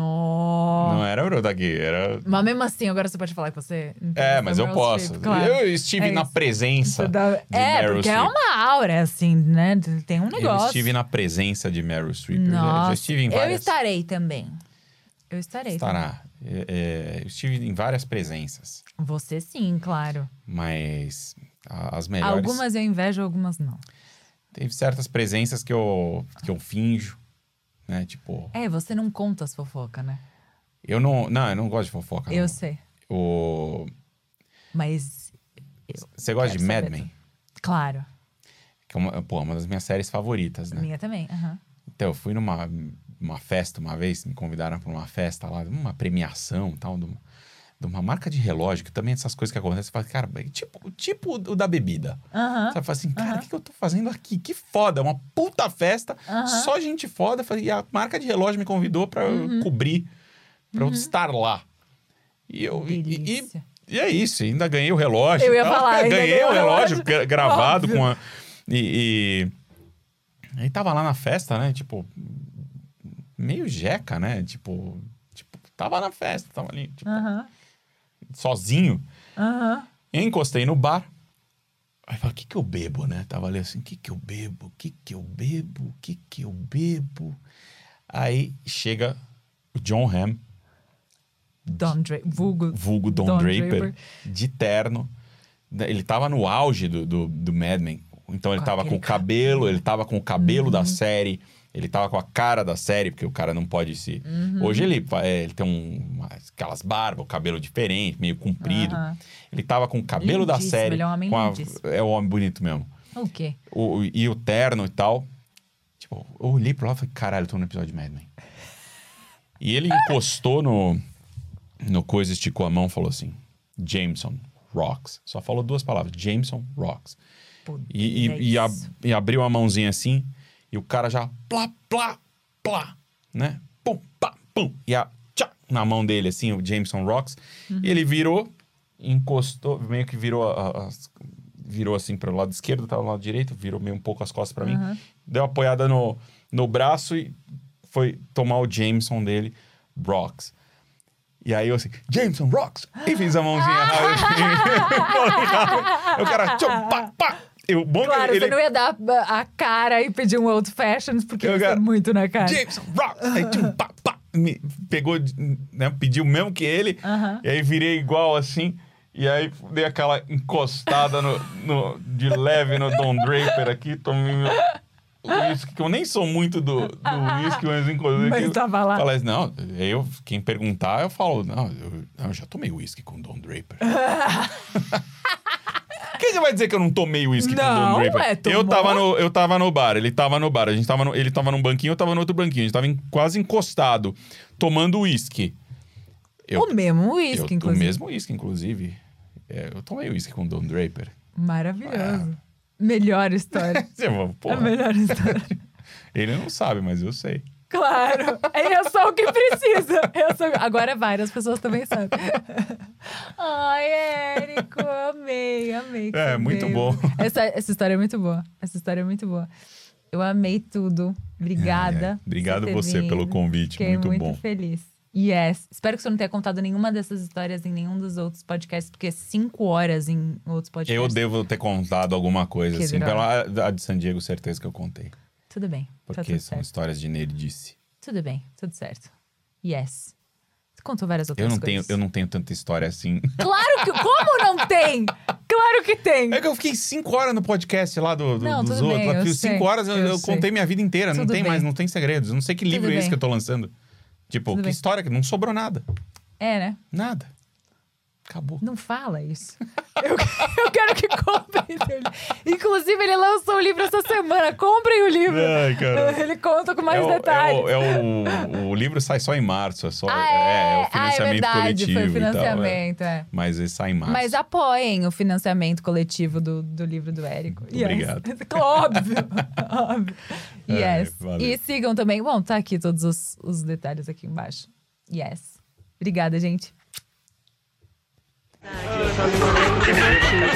[SPEAKER 6] Nó.
[SPEAKER 7] Não era o Eurodagui, era.
[SPEAKER 6] Mas mesmo assim, agora você pode falar que você.
[SPEAKER 7] É, mas eu posso. Eu estive
[SPEAKER 6] É
[SPEAKER 7] na
[SPEAKER 6] isso.
[SPEAKER 7] presença. de
[SPEAKER 6] É,
[SPEAKER 7] Meryl
[SPEAKER 6] porque é
[SPEAKER 7] Streep.
[SPEAKER 6] uma aura, assim, né? Tem um
[SPEAKER 7] Eu
[SPEAKER 6] negócio.
[SPEAKER 7] estive na presença de Meryl Streep. Eu já-
[SPEAKER 6] Nossa.
[SPEAKER 7] já estive em
[SPEAKER 6] Eu
[SPEAKER 7] várias.
[SPEAKER 6] estarei também. Eu estarei.
[SPEAKER 7] Estará. É, é, eu estive em várias presenças.
[SPEAKER 6] Você sim, claro.
[SPEAKER 7] Mas a- as melhores.
[SPEAKER 6] Algumas eu invejo, algumas não.
[SPEAKER 7] Teve certas presenças que eu, que eu finjo. Né? Tipo,
[SPEAKER 6] É, você não conta as fofocas, né?
[SPEAKER 7] eu não. Não, eu não gosto de fofoca.
[SPEAKER 6] Eu
[SPEAKER 7] não.
[SPEAKER 6] sei.
[SPEAKER 7] O-
[SPEAKER 6] Mas,
[SPEAKER 7] Você gosta
[SPEAKER 6] quero
[SPEAKER 7] de Mad
[SPEAKER 6] saber
[SPEAKER 7] Men?
[SPEAKER 6] tudo. claro,
[SPEAKER 7] Que é uma, pô, uma das minhas séries favoritas, né?
[SPEAKER 6] minha também. aham.
[SPEAKER 7] Então, eu fui numa uma festa uma vez, me convidaram para uma festa lá, uma premiação e tal, de uma, de uma marca de relógio, que também é essas coisas que acontecem, você fala, cara, é tipo, tipo o da bebida.
[SPEAKER 6] Aham.
[SPEAKER 7] Sabe, fala assim, cara, o que, que eu tô fazendo aqui? Que foda, uma puta festa,
[SPEAKER 6] Aham.
[SPEAKER 7] só gente foda. Eu falei, E a marca de relógio me convidou para
[SPEAKER 6] Uhum.
[SPEAKER 7] cobrir, para eu estar lá. E eu. e- E, e,
[SPEAKER 6] Delícia.
[SPEAKER 7] e é isso, ainda ganhei o relógio.
[SPEAKER 6] Eu ia
[SPEAKER 7] e tal.
[SPEAKER 6] falar, ainda
[SPEAKER 7] ganhei
[SPEAKER 6] ganhou
[SPEAKER 7] o
[SPEAKER 6] o
[SPEAKER 7] relógio,
[SPEAKER 6] relógio.
[SPEAKER 7] gra- gravado
[SPEAKER 6] Óbvio.
[SPEAKER 7] com a. E, e. Aí tava lá na festa, né? Tipo. Meio jeca, né? Tipo. Tipo, tava na festa, tava ali, tipo,
[SPEAKER 6] Aham.
[SPEAKER 7] sozinho.
[SPEAKER 6] Aham.
[SPEAKER 7] Encostei no bar. Aí eu falei, o que que eu bebo, né? Tava ali assim, o que que eu bebo? O que que eu bebo? O que que eu bebo? Aí chega o John Hamm,
[SPEAKER 6] Don Dra vulgo.
[SPEAKER 7] vulgo Don,
[SPEAKER 6] Don
[SPEAKER 7] Draper,
[SPEAKER 6] Draper.
[SPEAKER 7] de terno. Da- Ele tava no auge do, do, do Mad Men. Então ele
[SPEAKER 6] Com
[SPEAKER 7] tava com
[SPEAKER 6] aquele
[SPEAKER 7] o cabelo, ele tava com o cabelo
[SPEAKER 6] Uhum.
[SPEAKER 7] da série, ele tava com a cara da série, porque o cara não pode se...
[SPEAKER 6] Uhum.
[SPEAKER 7] Hoje ele, fa- é, ele tem um, umas- aquelas barbas, o cabelo diferente, meio comprido.
[SPEAKER 6] Aham.
[SPEAKER 7] Ele tava com o cabelo da
[SPEAKER 6] Lindíssimo,
[SPEAKER 7] série.
[SPEAKER 6] ele é um homem
[SPEAKER 7] com a-
[SPEAKER 6] lindíssimo.
[SPEAKER 7] é um homem bonito mesmo.
[SPEAKER 6] O quê?
[SPEAKER 7] O, o- e o terno e tal. Tipo, eu olhei pro lado e falei, caralho, eu tô no episódio de Mad Men. E ele encostou no, no coisa, esticou a mão e falou assim, Jameson rocks. Só falou duas palavras, Jameson rocks.
[SPEAKER 6] Pô,
[SPEAKER 7] E, e-
[SPEAKER 6] é
[SPEAKER 7] e a-
[SPEAKER 6] isso.
[SPEAKER 7] e abriu a mãozinha assim, e o cara já plá, plá, plá, né? Pum, pá, pum. E a tchá, na mão dele, assim, o Jameson Rocks. E ele virou, encostou, meio que virou, a- a- as- virou assim para o lado esquerdo, tava no lado direito, virou meio um pouco as costas para mim. Deu uma apoiada no, no braço e foi tomar o Jameson dele, Rocks. E aí eu assim, Jameson Rocks! E fiz a mãozinha assim. rápido. o cara, tchau, pá, pá. E o bom que
[SPEAKER 6] Claro,
[SPEAKER 7] ele,
[SPEAKER 6] você não é ia dar a- a cara e pedir um old fashions, porque
[SPEAKER 7] Eu
[SPEAKER 6] isso é
[SPEAKER 7] quero-
[SPEAKER 6] muito na cara.
[SPEAKER 7] Jameson Rocks! Aí tchum, pá, pá. Me pegou, né, pediu o mesmo que ele.
[SPEAKER 6] Aham.
[SPEAKER 7] E aí virei igual assim. E aí dei aquela encostada no, no- de leve no Don Draper aqui. Tomei meu uísque, que eu nem sou muito do do uísque, mas inclusive...
[SPEAKER 6] Mas tava lá.
[SPEAKER 7] Falei assim, não, eu, quem perguntar, eu falo, não, eu, não, eu já tomei uísque com Don Draper. Quem que vai dizer que eu não tomei uísque com
[SPEAKER 6] Não,
[SPEAKER 7] Don Draper?
[SPEAKER 6] é, tomou.
[SPEAKER 7] eu, tava no, eu tava no bar, ele tava no bar, a gente tava no- ele tava num banquinho, eu tava no outro banquinho, a gente tava em- quase encostado, tomando uísque. Eu-
[SPEAKER 6] o mesmo
[SPEAKER 7] eu-
[SPEAKER 6] uísque, inclusive.
[SPEAKER 7] O mesmo uísque, inclusive. É, eu tomei uísque com Don Draper. Ah.
[SPEAKER 6] Maravilhoso. Melhor história.
[SPEAKER 7] Você fala,
[SPEAKER 6] a
[SPEAKER 7] Porra,
[SPEAKER 6] melhor história.
[SPEAKER 7] ele não sabe, mas eu sei.
[SPEAKER 6] Claro, eu sou o que precisa. Eu sou... Agora várias pessoas também sabem. Ai, Érico, amei, amei. que
[SPEAKER 7] É,
[SPEAKER 6] você
[SPEAKER 7] muito
[SPEAKER 6] veio.
[SPEAKER 7] bom.
[SPEAKER 6] Essa, essa história é muito boa. Essa história é muito boa. Eu amei tudo.
[SPEAKER 7] Ai, ai.
[SPEAKER 6] Obrigada. por
[SPEAKER 7] É, Obrigado
[SPEAKER 6] ter
[SPEAKER 7] você
[SPEAKER 6] vindo.
[SPEAKER 7] pelo convite,
[SPEAKER 6] Fiquei
[SPEAKER 7] muito bom.
[SPEAKER 6] feliz. Yes. Espero que você não tenha contado nenhuma dessas histórias em nenhum dos outros podcasts, porque é cinco horas em outros podcasts.
[SPEAKER 7] Eu devo ter contado alguma coisa,
[SPEAKER 6] Que
[SPEAKER 7] assim.
[SPEAKER 6] droga.
[SPEAKER 7] Pela a de San Diego, certeza que eu contei.
[SPEAKER 6] Tudo bem. tá
[SPEAKER 7] Porque
[SPEAKER 6] tudo
[SPEAKER 7] são
[SPEAKER 6] certo.
[SPEAKER 7] histórias de nerdice.
[SPEAKER 6] Tudo bem, tudo certo. Yes. Você contou várias outras
[SPEAKER 7] Eu não, tenho,
[SPEAKER 6] coisas.
[SPEAKER 7] eu não tenho tanta história assim.
[SPEAKER 6] Claro que. Como não tem? Claro que tem.
[SPEAKER 7] É que eu fiquei cinco horas no podcast lá do, do,
[SPEAKER 6] Não,
[SPEAKER 7] dos
[SPEAKER 6] tudo
[SPEAKER 7] outros.
[SPEAKER 6] bem,
[SPEAKER 7] lá,
[SPEAKER 6] eu
[SPEAKER 7] fiz
[SPEAKER 6] sei,
[SPEAKER 7] cinco horas eu,
[SPEAKER 6] eu
[SPEAKER 7] eu
[SPEAKER 6] sei.
[SPEAKER 7] contei minha vida inteira. não
[SPEAKER 6] Tudo
[SPEAKER 7] tem
[SPEAKER 6] bem.
[SPEAKER 7] mais, não tem segredos. Eu não sei que livro é
[SPEAKER 6] Tudo
[SPEAKER 7] esse
[SPEAKER 6] bem.
[SPEAKER 7] que eu tô lançando. Tipo,
[SPEAKER 6] Tudo
[SPEAKER 7] que
[SPEAKER 6] bem.
[SPEAKER 7] história que não sobrou nada.
[SPEAKER 6] É, né?
[SPEAKER 7] Nada. Acabou.
[SPEAKER 6] Não fala isso. Eu, eu quero que comprem seu livro. Inclusive, ele lançou o livro essa semana. Comprem o livro.
[SPEAKER 7] Ai, cara.
[SPEAKER 6] Ele conta com mais
[SPEAKER 7] é o,
[SPEAKER 6] detalhes.
[SPEAKER 7] é o, é o- o livro sai só em março. É só.
[SPEAKER 6] Ah,
[SPEAKER 7] é,
[SPEAKER 6] é,
[SPEAKER 7] o
[SPEAKER 6] ah, é
[SPEAKER 7] financiamento
[SPEAKER 6] verdade.
[SPEAKER 7] coletivo
[SPEAKER 6] Foi o
[SPEAKER 7] e tal. é.
[SPEAKER 6] financiamento, é.
[SPEAKER 7] Mas ele sai em março.
[SPEAKER 6] Mas apoiem o financiamento coletivo do, do livro do Érico. Yes.
[SPEAKER 7] obrigado.
[SPEAKER 6] Óbvio. Óbvio.
[SPEAKER 7] Ai,
[SPEAKER 6] Yes.
[SPEAKER 7] valeu.
[SPEAKER 6] e sigam também. Bom, tá aqui todos os, os detalhes aqui embaixo. Yes. Obrigada, gente.
[SPEAKER 5] Eu só não lembro que eu tive.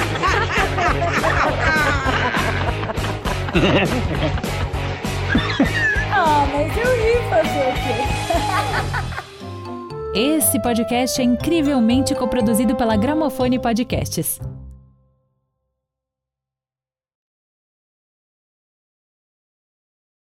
[SPEAKER 6] Ah, mas eu ri fazer o quê? Esse podcast é incrivelmente coproduzido pela Gramofone Podcasts.